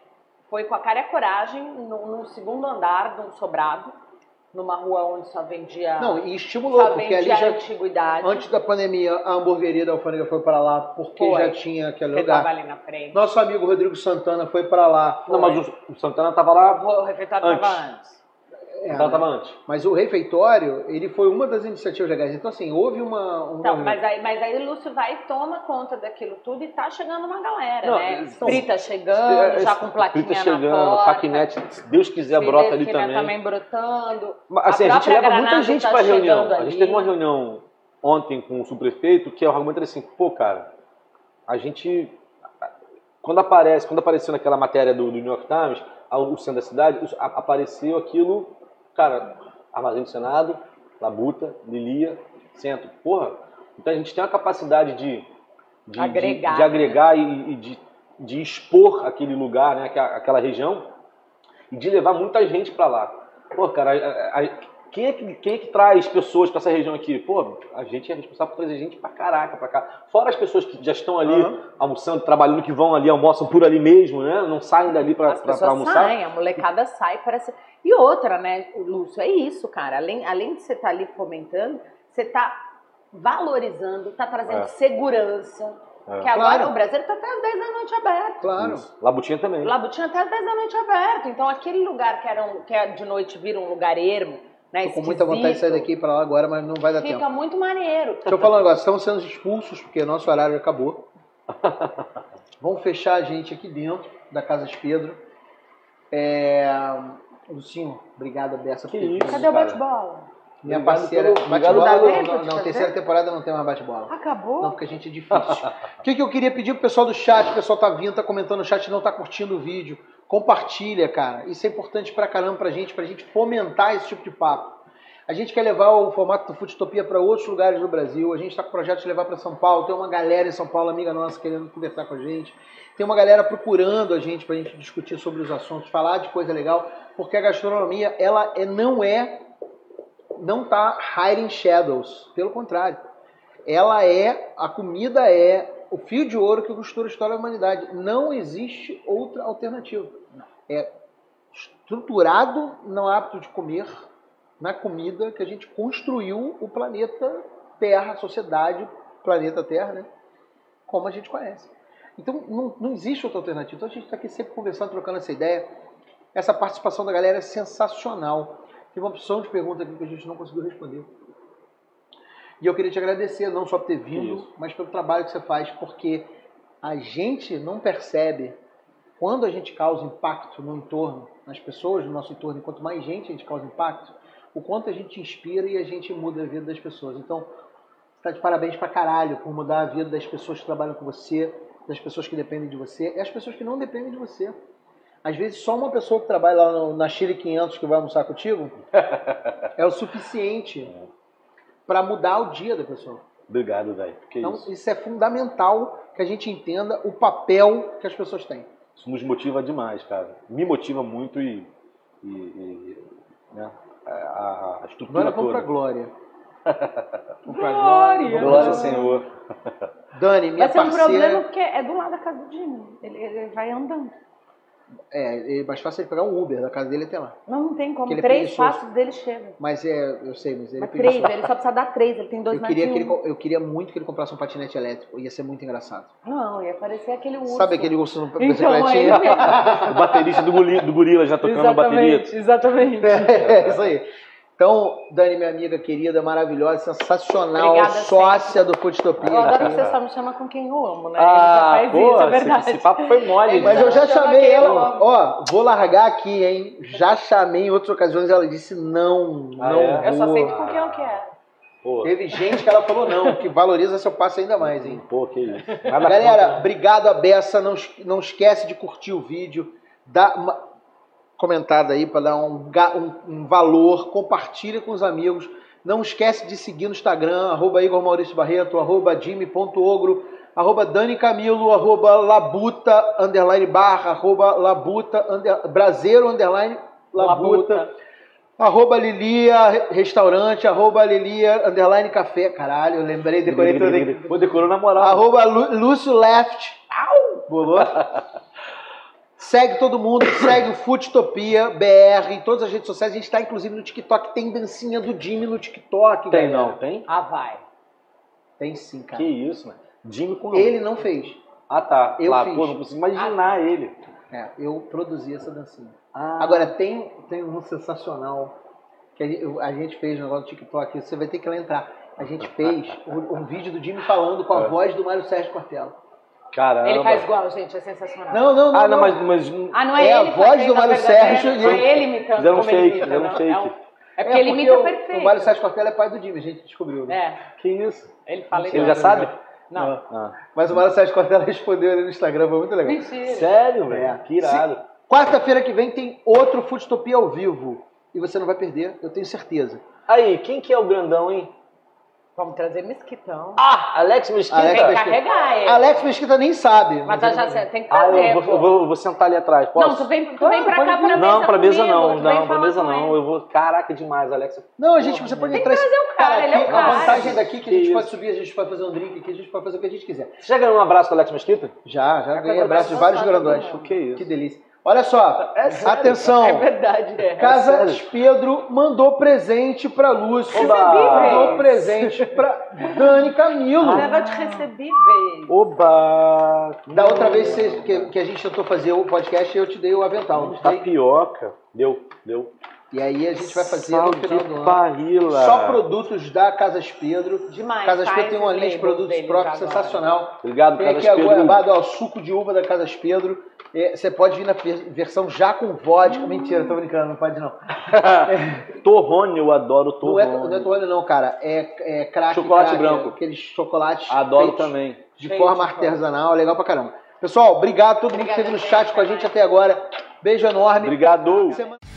[SPEAKER 4] foi com a cara e a coragem no, no segundo andar de um sobrado, numa rua onde só vendia,
[SPEAKER 1] Não, e estimulou,
[SPEAKER 4] só
[SPEAKER 1] porque ali
[SPEAKER 4] vendia
[SPEAKER 1] já.
[SPEAKER 4] antiguidade.
[SPEAKER 1] Antes da pandemia, a hamburgueria da Alfândega foi pra lá porque
[SPEAKER 4] Foi.
[SPEAKER 1] já tinha aquele
[SPEAKER 4] Você tava
[SPEAKER 1] lugar.
[SPEAKER 4] ali na frente.
[SPEAKER 1] Nosso amigo Rodrigo Santana foi pra lá.
[SPEAKER 3] Não, mas o, o Santana tava lá,
[SPEAKER 4] O refeitório
[SPEAKER 3] Antes.
[SPEAKER 4] tava antes.
[SPEAKER 3] o
[SPEAKER 1] É,
[SPEAKER 3] Santana tava antes.
[SPEAKER 1] Mas o refeitório, ele foi uma das iniciativas legais. Então, assim, houve uma. Um
[SPEAKER 4] Então,
[SPEAKER 1] movimento.
[SPEAKER 4] mas aí, mas aí o Lúcio vai e toma conta daquilo tudo e tá chegando uma galera,
[SPEAKER 3] Não,
[SPEAKER 4] né?
[SPEAKER 3] então-
[SPEAKER 4] Frita chegando, já com plaquinha
[SPEAKER 3] Frita
[SPEAKER 4] na
[SPEAKER 3] chegando,
[SPEAKER 4] porta.
[SPEAKER 3] paquinete, se Deus quiser,
[SPEAKER 4] se
[SPEAKER 3] brota
[SPEAKER 4] Deus
[SPEAKER 3] ali
[SPEAKER 4] quiser,
[SPEAKER 3] também.
[SPEAKER 4] também brotando.
[SPEAKER 3] Mas, assim, a,
[SPEAKER 4] A
[SPEAKER 3] gente
[SPEAKER 4] própria
[SPEAKER 3] leva muita
[SPEAKER 4] Granada
[SPEAKER 3] gente
[SPEAKER 4] tá
[SPEAKER 3] pra reunião.
[SPEAKER 4] chegando
[SPEAKER 3] A gente
[SPEAKER 4] ali.
[SPEAKER 3] teve uma reunião ontem com o subprefeito que o argumento era assim, pô, cara, a gente. Quando aparece, quando apareceu naquela matéria do, do New York Times, a- o centro da cidade, isso, a- apareceu aquilo, cara, Armazém do Senado, Labuta, Lilia, centro. Porra, então a gente tem a capacidade de, de- de-
[SPEAKER 4] Agregar,
[SPEAKER 3] de,
[SPEAKER 4] né?
[SPEAKER 3] agregar e, e de, de expor aquele lugar, né, aquela, aquela região, e de levar muita gente pra lá. Pô, cara, a- a- a- quem, é que, quem é que traz pessoas pra essa região aqui? Pô, a gente é responsável por trazer gente pra caraca, pra cá. Fora as pessoas que já estão ali
[SPEAKER 1] Aham.
[SPEAKER 3] almoçando, trabalhando, que vão ali, almoçam por ali mesmo, né? Não saem dali pra,
[SPEAKER 4] As
[SPEAKER 3] pra- pra
[SPEAKER 4] pessoas
[SPEAKER 3] almoçar.
[SPEAKER 4] saem, a molecada sai para ser. E outra, né, Lúcio, é isso, cara. Além, além de você estar ali fomentando, você está valorizando, está trazendo
[SPEAKER 3] É.
[SPEAKER 4] segurança.
[SPEAKER 3] É.
[SPEAKER 4] Que agora
[SPEAKER 1] Claro.
[SPEAKER 4] o brasileiro está até às 10 da noite aberto.
[SPEAKER 1] Claro.
[SPEAKER 3] Isso. Labutinha também.
[SPEAKER 4] O Labutinho até às 10 da noite aberto. Então aquele lugar que, era um, que de noite vira um lugar ermo, né?
[SPEAKER 1] Tô com muita vontade de sair
[SPEAKER 4] esquisito,
[SPEAKER 1] daqui pra lá agora, mas não vai dar tempo.
[SPEAKER 4] Fica muito maneiro.
[SPEAKER 1] Deixa eu falar um negócio. Estamos sendo expulsos porque nosso horário acabou. Vão fechar a gente aqui dentro da Casas Pedro. É... Lucinho, obrigado, Bessa.
[SPEAKER 3] Que
[SPEAKER 1] por ter
[SPEAKER 3] isso,
[SPEAKER 1] vindo.
[SPEAKER 4] Cadê o
[SPEAKER 3] cara.
[SPEAKER 4] bate-bola?
[SPEAKER 1] Minha
[SPEAKER 3] Obrigado
[SPEAKER 1] parceira.
[SPEAKER 3] pelo-
[SPEAKER 1] Bate-bola,
[SPEAKER 4] obrigado
[SPEAKER 1] não,
[SPEAKER 4] pelo-
[SPEAKER 1] não, não, terceira temporada não tem mais bate-bola.
[SPEAKER 4] Acabou?
[SPEAKER 1] Não, porque a gente é difícil. o que, que eu queria pedir pro pessoal do chat? O pessoal tá vindo, tá comentando no chat, não tá curtindo o vídeo. Compartilha, cara. Isso é importante pra caramba pra gente, pra gente fomentar esse tipo de papo. A gente quer levar o formato do Futopia para outros lugares do Brasil. A gente está com o projeto de levar para São Paulo. Tem uma galera em São Paulo, amiga nossa, querendo conversar com a gente. Tem uma galera procurando a gente para a gente discutir sobre os assuntos, falar de coisa legal, porque a gastronomia ela é- não é não tá hiding shadows, pelo contrário. Ela é, a comida é o fio de ouro que costura a história da humanidade. Não existe outra alternativa. É estruturado no hábito de comer, na comida que a gente construiu o planeta Terra, a sociedade, planeta Terra, né? Como a gente conhece. Então não, não existe outra alternativa. Então a gente está aqui sempre conversando, trocando essa ideia. Essa participação da galera é sensacional. Teve uma opção de pergunta aqui que a gente não conseguiu responder. E eu queria te agradecer, não só por ter vindo,
[SPEAKER 3] Isso.
[SPEAKER 1] mas pelo trabalho que você faz, porque a gente não percebe quando a gente causa impacto no entorno, nas pessoas, no nosso entorno, e quanto mais gente a gente causa impacto, o quanto a gente inspira e a gente muda a vida das pessoas. Então, você tá de parabéns pra caralho por mudar a vida das pessoas que trabalham com você, das pessoas que dependem de você, e as pessoas que não dependem de você. Às vezes, só uma pessoa que trabalha lá no- na Chile 500 que vai almoçar contigo é o suficiente para mudar o dia da pessoa.
[SPEAKER 3] Obrigado, velho. Que
[SPEAKER 1] Então,
[SPEAKER 3] isso.
[SPEAKER 1] isso é fundamental que a gente entenda o papel que as pessoas têm.
[SPEAKER 3] Isso nos motiva demais, cara. Me motiva muito e. e- e, né, a- a, a estrutura
[SPEAKER 1] Agora vamos para
[SPEAKER 3] toda.
[SPEAKER 1] glória. Vamos pra
[SPEAKER 2] Glória!
[SPEAKER 1] Glória,
[SPEAKER 3] Glória ao Senhor.
[SPEAKER 1] Dani, minha
[SPEAKER 2] Vai ser um
[SPEAKER 1] parceira.
[SPEAKER 2] problema porque é do lado da casa do Jimmy. Ele, ele vai andando.
[SPEAKER 1] É, é mais fácil ele pegar um Uber da casa dele até lá.
[SPEAKER 2] Não, não tem como.
[SPEAKER 1] Porque ele é
[SPEAKER 2] Três
[SPEAKER 1] preguiçoso.
[SPEAKER 2] passos dele chega.
[SPEAKER 1] Mas é, eu sei, mas ele
[SPEAKER 2] Mas
[SPEAKER 1] pediu-
[SPEAKER 2] três, ele só precisa dar três. Ele tem dois
[SPEAKER 1] Eu queria,
[SPEAKER 2] mais
[SPEAKER 1] que ele,
[SPEAKER 2] um.
[SPEAKER 1] co- eu queria muito que ele comprasse um patinete elétrico, ia ser muito engraçado.
[SPEAKER 2] Não, ia parecer aquele Um urso.
[SPEAKER 1] Sabe aquele urso no
[SPEAKER 2] Então, é
[SPEAKER 1] bicicletinha?
[SPEAKER 2] ele mesmo.
[SPEAKER 3] O baterista do, goli, do Gorila já tocando bateria.
[SPEAKER 2] Exatamente, exatamente.
[SPEAKER 1] É, isso aí. Então, Dani, minha amiga querida, maravilhosa, sensacional,
[SPEAKER 2] Obrigada,
[SPEAKER 1] sócia do Futopia.
[SPEAKER 2] Eu adoro que você só me chama com quem eu amo, né?
[SPEAKER 4] tá
[SPEAKER 3] Ah,
[SPEAKER 2] ele já faz
[SPEAKER 3] pô,
[SPEAKER 2] isso, é
[SPEAKER 3] esse,
[SPEAKER 2] verdade.
[SPEAKER 3] esse papo foi mole,
[SPEAKER 2] Ele
[SPEAKER 3] né?
[SPEAKER 1] Mas eu já
[SPEAKER 2] Chama
[SPEAKER 1] chamei
[SPEAKER 2] quem eu
[SPEAKER 1] ela,
[SPEAKER 2] amo.
[SPEAKER 1] ó, vou largar aqui, hein? Já chamei em outras ocasiões, ela disse não, não
[SPEAKER 3] Ah, é?
[SPEAKER 2] Eu só
[SPEAKER 1] vou.
[SPEAKER 2] aceito com quem eu quero.
[SPEAKER 3] Pô,
[SPEAKER 1] Teve gente que ela falou não, que valoriza seu passo ainda mais, hein?
[SPEAKER 3] pô, que isso. Nada
[SPEAKER 1] Galera, obrigado a beça. Não, es- não esquece de curtir o vídeo, dá uma comentada aí para dar um, ga- um- um valor, compartilha com os amigos. Não esquece de seguir no Instagram, arroba Igor Maurício Barreto, arroba Jimmy.ogro, arroba Dani Camilo, arroba Labuta, underline barra, arroba Labuta, under, Braseiro, underline Labuta, arroba Lilia Restaurante, arroba Lilia, underline Café. Caralho, eu lembrei, decorei tudo aqui.
[SPEAKER 3] Pô, decorou na moral. né?
[SPEAKER 1] Arroba Lu- Lúcio Left. Au! Bolou. segue todo mundo, segue o Futopia BR em todas as redes sociais. A gente está inclusive no TikTok. Tem dancinha do Jimmy no TikTok.
[SPEAKER 3] Tem
[SPEAKER 1] galera.
[SPEAKER 3] não, tem?
[SPEAKER 2] Ah, vai.
[SPEAKER 1] Tem sim, cara.
[SPEAKER 3] Que isso, mano. Jimmy com
[SPEAKER 1] Ele não fez.
[SPEAKER 3] Ah, tá.
[SPEAKER 1] Eu
[SPEAKER 3] Lá,
[SPEAKER 1] fiz.
[SPEAKER 3] pô, não consigo imaginar ele.
[SPEAKER 1] É, eu produzi essa dancinha.
[SPEAKER 3] Ah,
[SPEAKER 1] Agora, tem, tem um sensacional que a gente, eu- a gente fez um negócio do TikTok. Você vai ter que lá entrar. A gente fez um, um vídeo do Jimmy falando com a
[SPEAKER 3] É.
[SPEAKER 1] voz do Mário Sérgio Cortella.
[SPEAKER 3] caramba.
[SPEAKER 4] Ele faz igual, gente, é sensacional.
[SPEAKER 1] Não, não, não.
[SPEAKER 3] Ah, não, mas, mas
[SPEAKER 4] Ah, não
[SPEAKER 1] É
[SPEAKER 4] é,
[SPEAKER 1] a
[SPEAKER 4] ele
[SPEAKER 1] voz
[SPEAKER 4] fazendo
[SPEAKER 1] do Mário
[SPEAKER 4] verdadeira-
[SPEAKER 1] Sérgio e
[SPEAKER 4] Não
[SPEAKER 1] ele-
[SPEAKER 4] é ele imitando.
[SPEAKER 3] fizeram um
[SPEAKER 4] como ele
[SPEAKER 3] fake,
[SPEAKER 4] imita,
[SPEAKER 3] fizeram um
[SPEAKER 4] não.
[SPEAKER 3] fake.
[SPEAKER 4] É, um- é porque ele imita
[SPEAKER 1] o-
[SPEAKER 4] perfeito.
[SPEAKER 1] O Mário Sérgio Cortella é pai do Jimmy, a gente descobriu. né?
[SPEAKER 4] É,
[SPEAKER 3] Que isso?
[SPEAKER 4] ele fala
[SPEAKER 3] Ele já
[SPEAKER 4] igual.
[SPEAKER 3] sabe?
[SPEAKER 4] Não.
[SPEAKER 3] Ah.
[SPEAKER 1] Mas o Mário Sérgio Cortella respondeu ele no Instagram, foi muito legal.
[SPEAKER 4] Mentira.
[SPEAKER 3] Sério, velho?
[SPEAKER 1] É.
[SPEAKER 3] Que irado.
[SPEAKER 1] Quarta-feira que vem tem outro Futopia ao vivo. E você não vai perder, eu tenho certeza.
[SPEAKER 3] Aí, quem que é o grandão, hein?
[SPEAKER 4] Vamos trazer mesquitão.
[SPEAKER 3] Ah, Alex Mesquita.
[SPEAKER 1] Alex
[SPEAKER 4] tem que
[SPEAKER 1] Mesquita.
[SPEAKER 4] carregar ele.
[SPEAKER 1] Alex Mesquita nem sabe.
[SPEAKER 4] Mas tá
[SPEAKER 1] ele
[SPEAKER 4] já
[SPEAKER 1] vai-
[SPEAKER 4] já tem que
[SPEAKER 3] Ah,
[SPEAKER 4] trazer.
[SPEAKER 3] eu vou,
[SPEAKER 4] pô.
[SPEAKER 3] eu vou- eu vou sentar ali atrás, posso?
[SPEAKER 4] Não, tu vem, tu
[SPEAKER 1] Claro,
[SPEAKER 4] vem pra
[SPEAKER 1] pode
[SPEAKER 4] cá
[SPEAKER 1] vir.
[SPEAKER 4] pra mesa
[SPEAKER 3] Não, pra mesa
[SPEAKER 4] comigo,
[SPEAKER 3] não.
[SPEAKER 4] tu vem
[SPEAKER 3] Não, pra
[SPEAKER 4] falar
[SPEAKER 3] mesa
[SPEAKER 4] com
[SPEAKER 3] não.
[SPEAKER 4] ele.
[SPEAKER 3] Eu vou... Caraca, demais, Alex.
[SPEAKER 1] Não, a gente, você pode entrar.
[SPEAKER 4] trazer o cara, ele é o
[SPEAKER 1] A
[SPEAKER 4] cara.
[SPEAKER 1] vantagem daqui é que a
[SPEAKER 3] Que
[SPEAKER 1] gente
[SPEAKER 3] isso.
[SPEAKER 1] pode subir, a gente pode fazer um drink aqui, a gente pode fazer o que a gente quiser.
[SPEAKER 3] Você já ganhou um abraço do Alex Mesquita?
[SPEAKER 1] Já, já ganhei
[SPEAKER 4] coisa
[SPEAKER 1] abraço de
[SPEAKER 4] mais
[SPEAKER 1] vários
[SPEAKER 4] gostosa do
[SPEAKER 1] grandões.
[SPEAKER 4] mundo.
[SPEAKER 3] Que isso.
[SPEAKER 1] Que delícia. Olha só,
[SPEAKER 3] É sério?
[SPEAKER 1] atenção.
[SPEAKER 4] É verdade, é.
[SPEAKER 1] Casas Pedro mandou presente pra Lúcio.
[SPEAKER 3] Oba!
[SPEAKER 1] Mandou presente pra Dani Camilo.
[SPEAKER 4] Mas Eu te recebi, velho.
[SPEAKER 3] Oba!
[SPEAKER 1] Da outra vez cês- que, que a gente tentou fazer o podcast, eu te dei o avental. não sei?
[SPEAKER 3] Tapioca. Deu, deu.
[SPEAKER 1] E aí a gente vai fazer
[SPEAKER 3] Sal
[SPEAKER 1] no
[SPEAKER 3] de
[SPEAKER 1] final do ano.
[SPEAKER 3] parrila.
[SPEAKER 1] Só produtos da Casas Pedro.
[SPEAKER 4] Demais.
[SPEAKER 1] Casas
[SPEAKER 4] faz
[SPEAKER 1] Pedro tem uma
[SPEAKER 4] esse
[SPEAKER 1] linha de
[SPEAKER 4] label
[SPEAKER 1] produtos
[SPEAKER 4] deles
[SPEAKER 1] próprios
[SPEAKER 4] agora.
[SPEAKER 1] sensacional.
[SPEAKER 3] Obrigado,
[SPEAKER 1] Tem
[SPEAKER 3] Carlos
[SPEAKER 1] aqui a
[SPEAKER 3] Pedro.
[SPEAKER 1] goiabada, ó, suco de uva da Casas Pedro. É, Você pode vir na ver- versão já com
[SPEAKER 4] Hum.
[SPEAKER 1] vodka. Mentira, tô brincando, não pode não.
[SPEAKER 3] torrone, eu adoro torrone.
[SPEAKER 1] Não é, não é toalha não, cara. É, é crack.
[SPEAKER 3] Chocolate
[SPEAKER 1] crack,
[SPEAKER 3] branco.
[SPEAKER 1] Aqueles chocolates
[SPEAKER 3] Adoro
[SPEAKER 1] feitos
[SPEAKER 3] também.
[SPEAKER 1] de
[SPEAKER 4] Feito,
[SPEAKER 1] forma
[SPEAKER 4] cara.
[SPEAKER 1] artesanal. Legal pra caramba. Pessoal, obrigado a todo mundo que
[SPEAKER 4] Obrigada,
[SPEAKER 1] esteve no
[SPEAKER 4] gente.
[SPEAKER 1] chat com a gente até agora. Beijo enorme.
[SPEAKER 3] Obrigado.
[SPEAKER 1] Semana-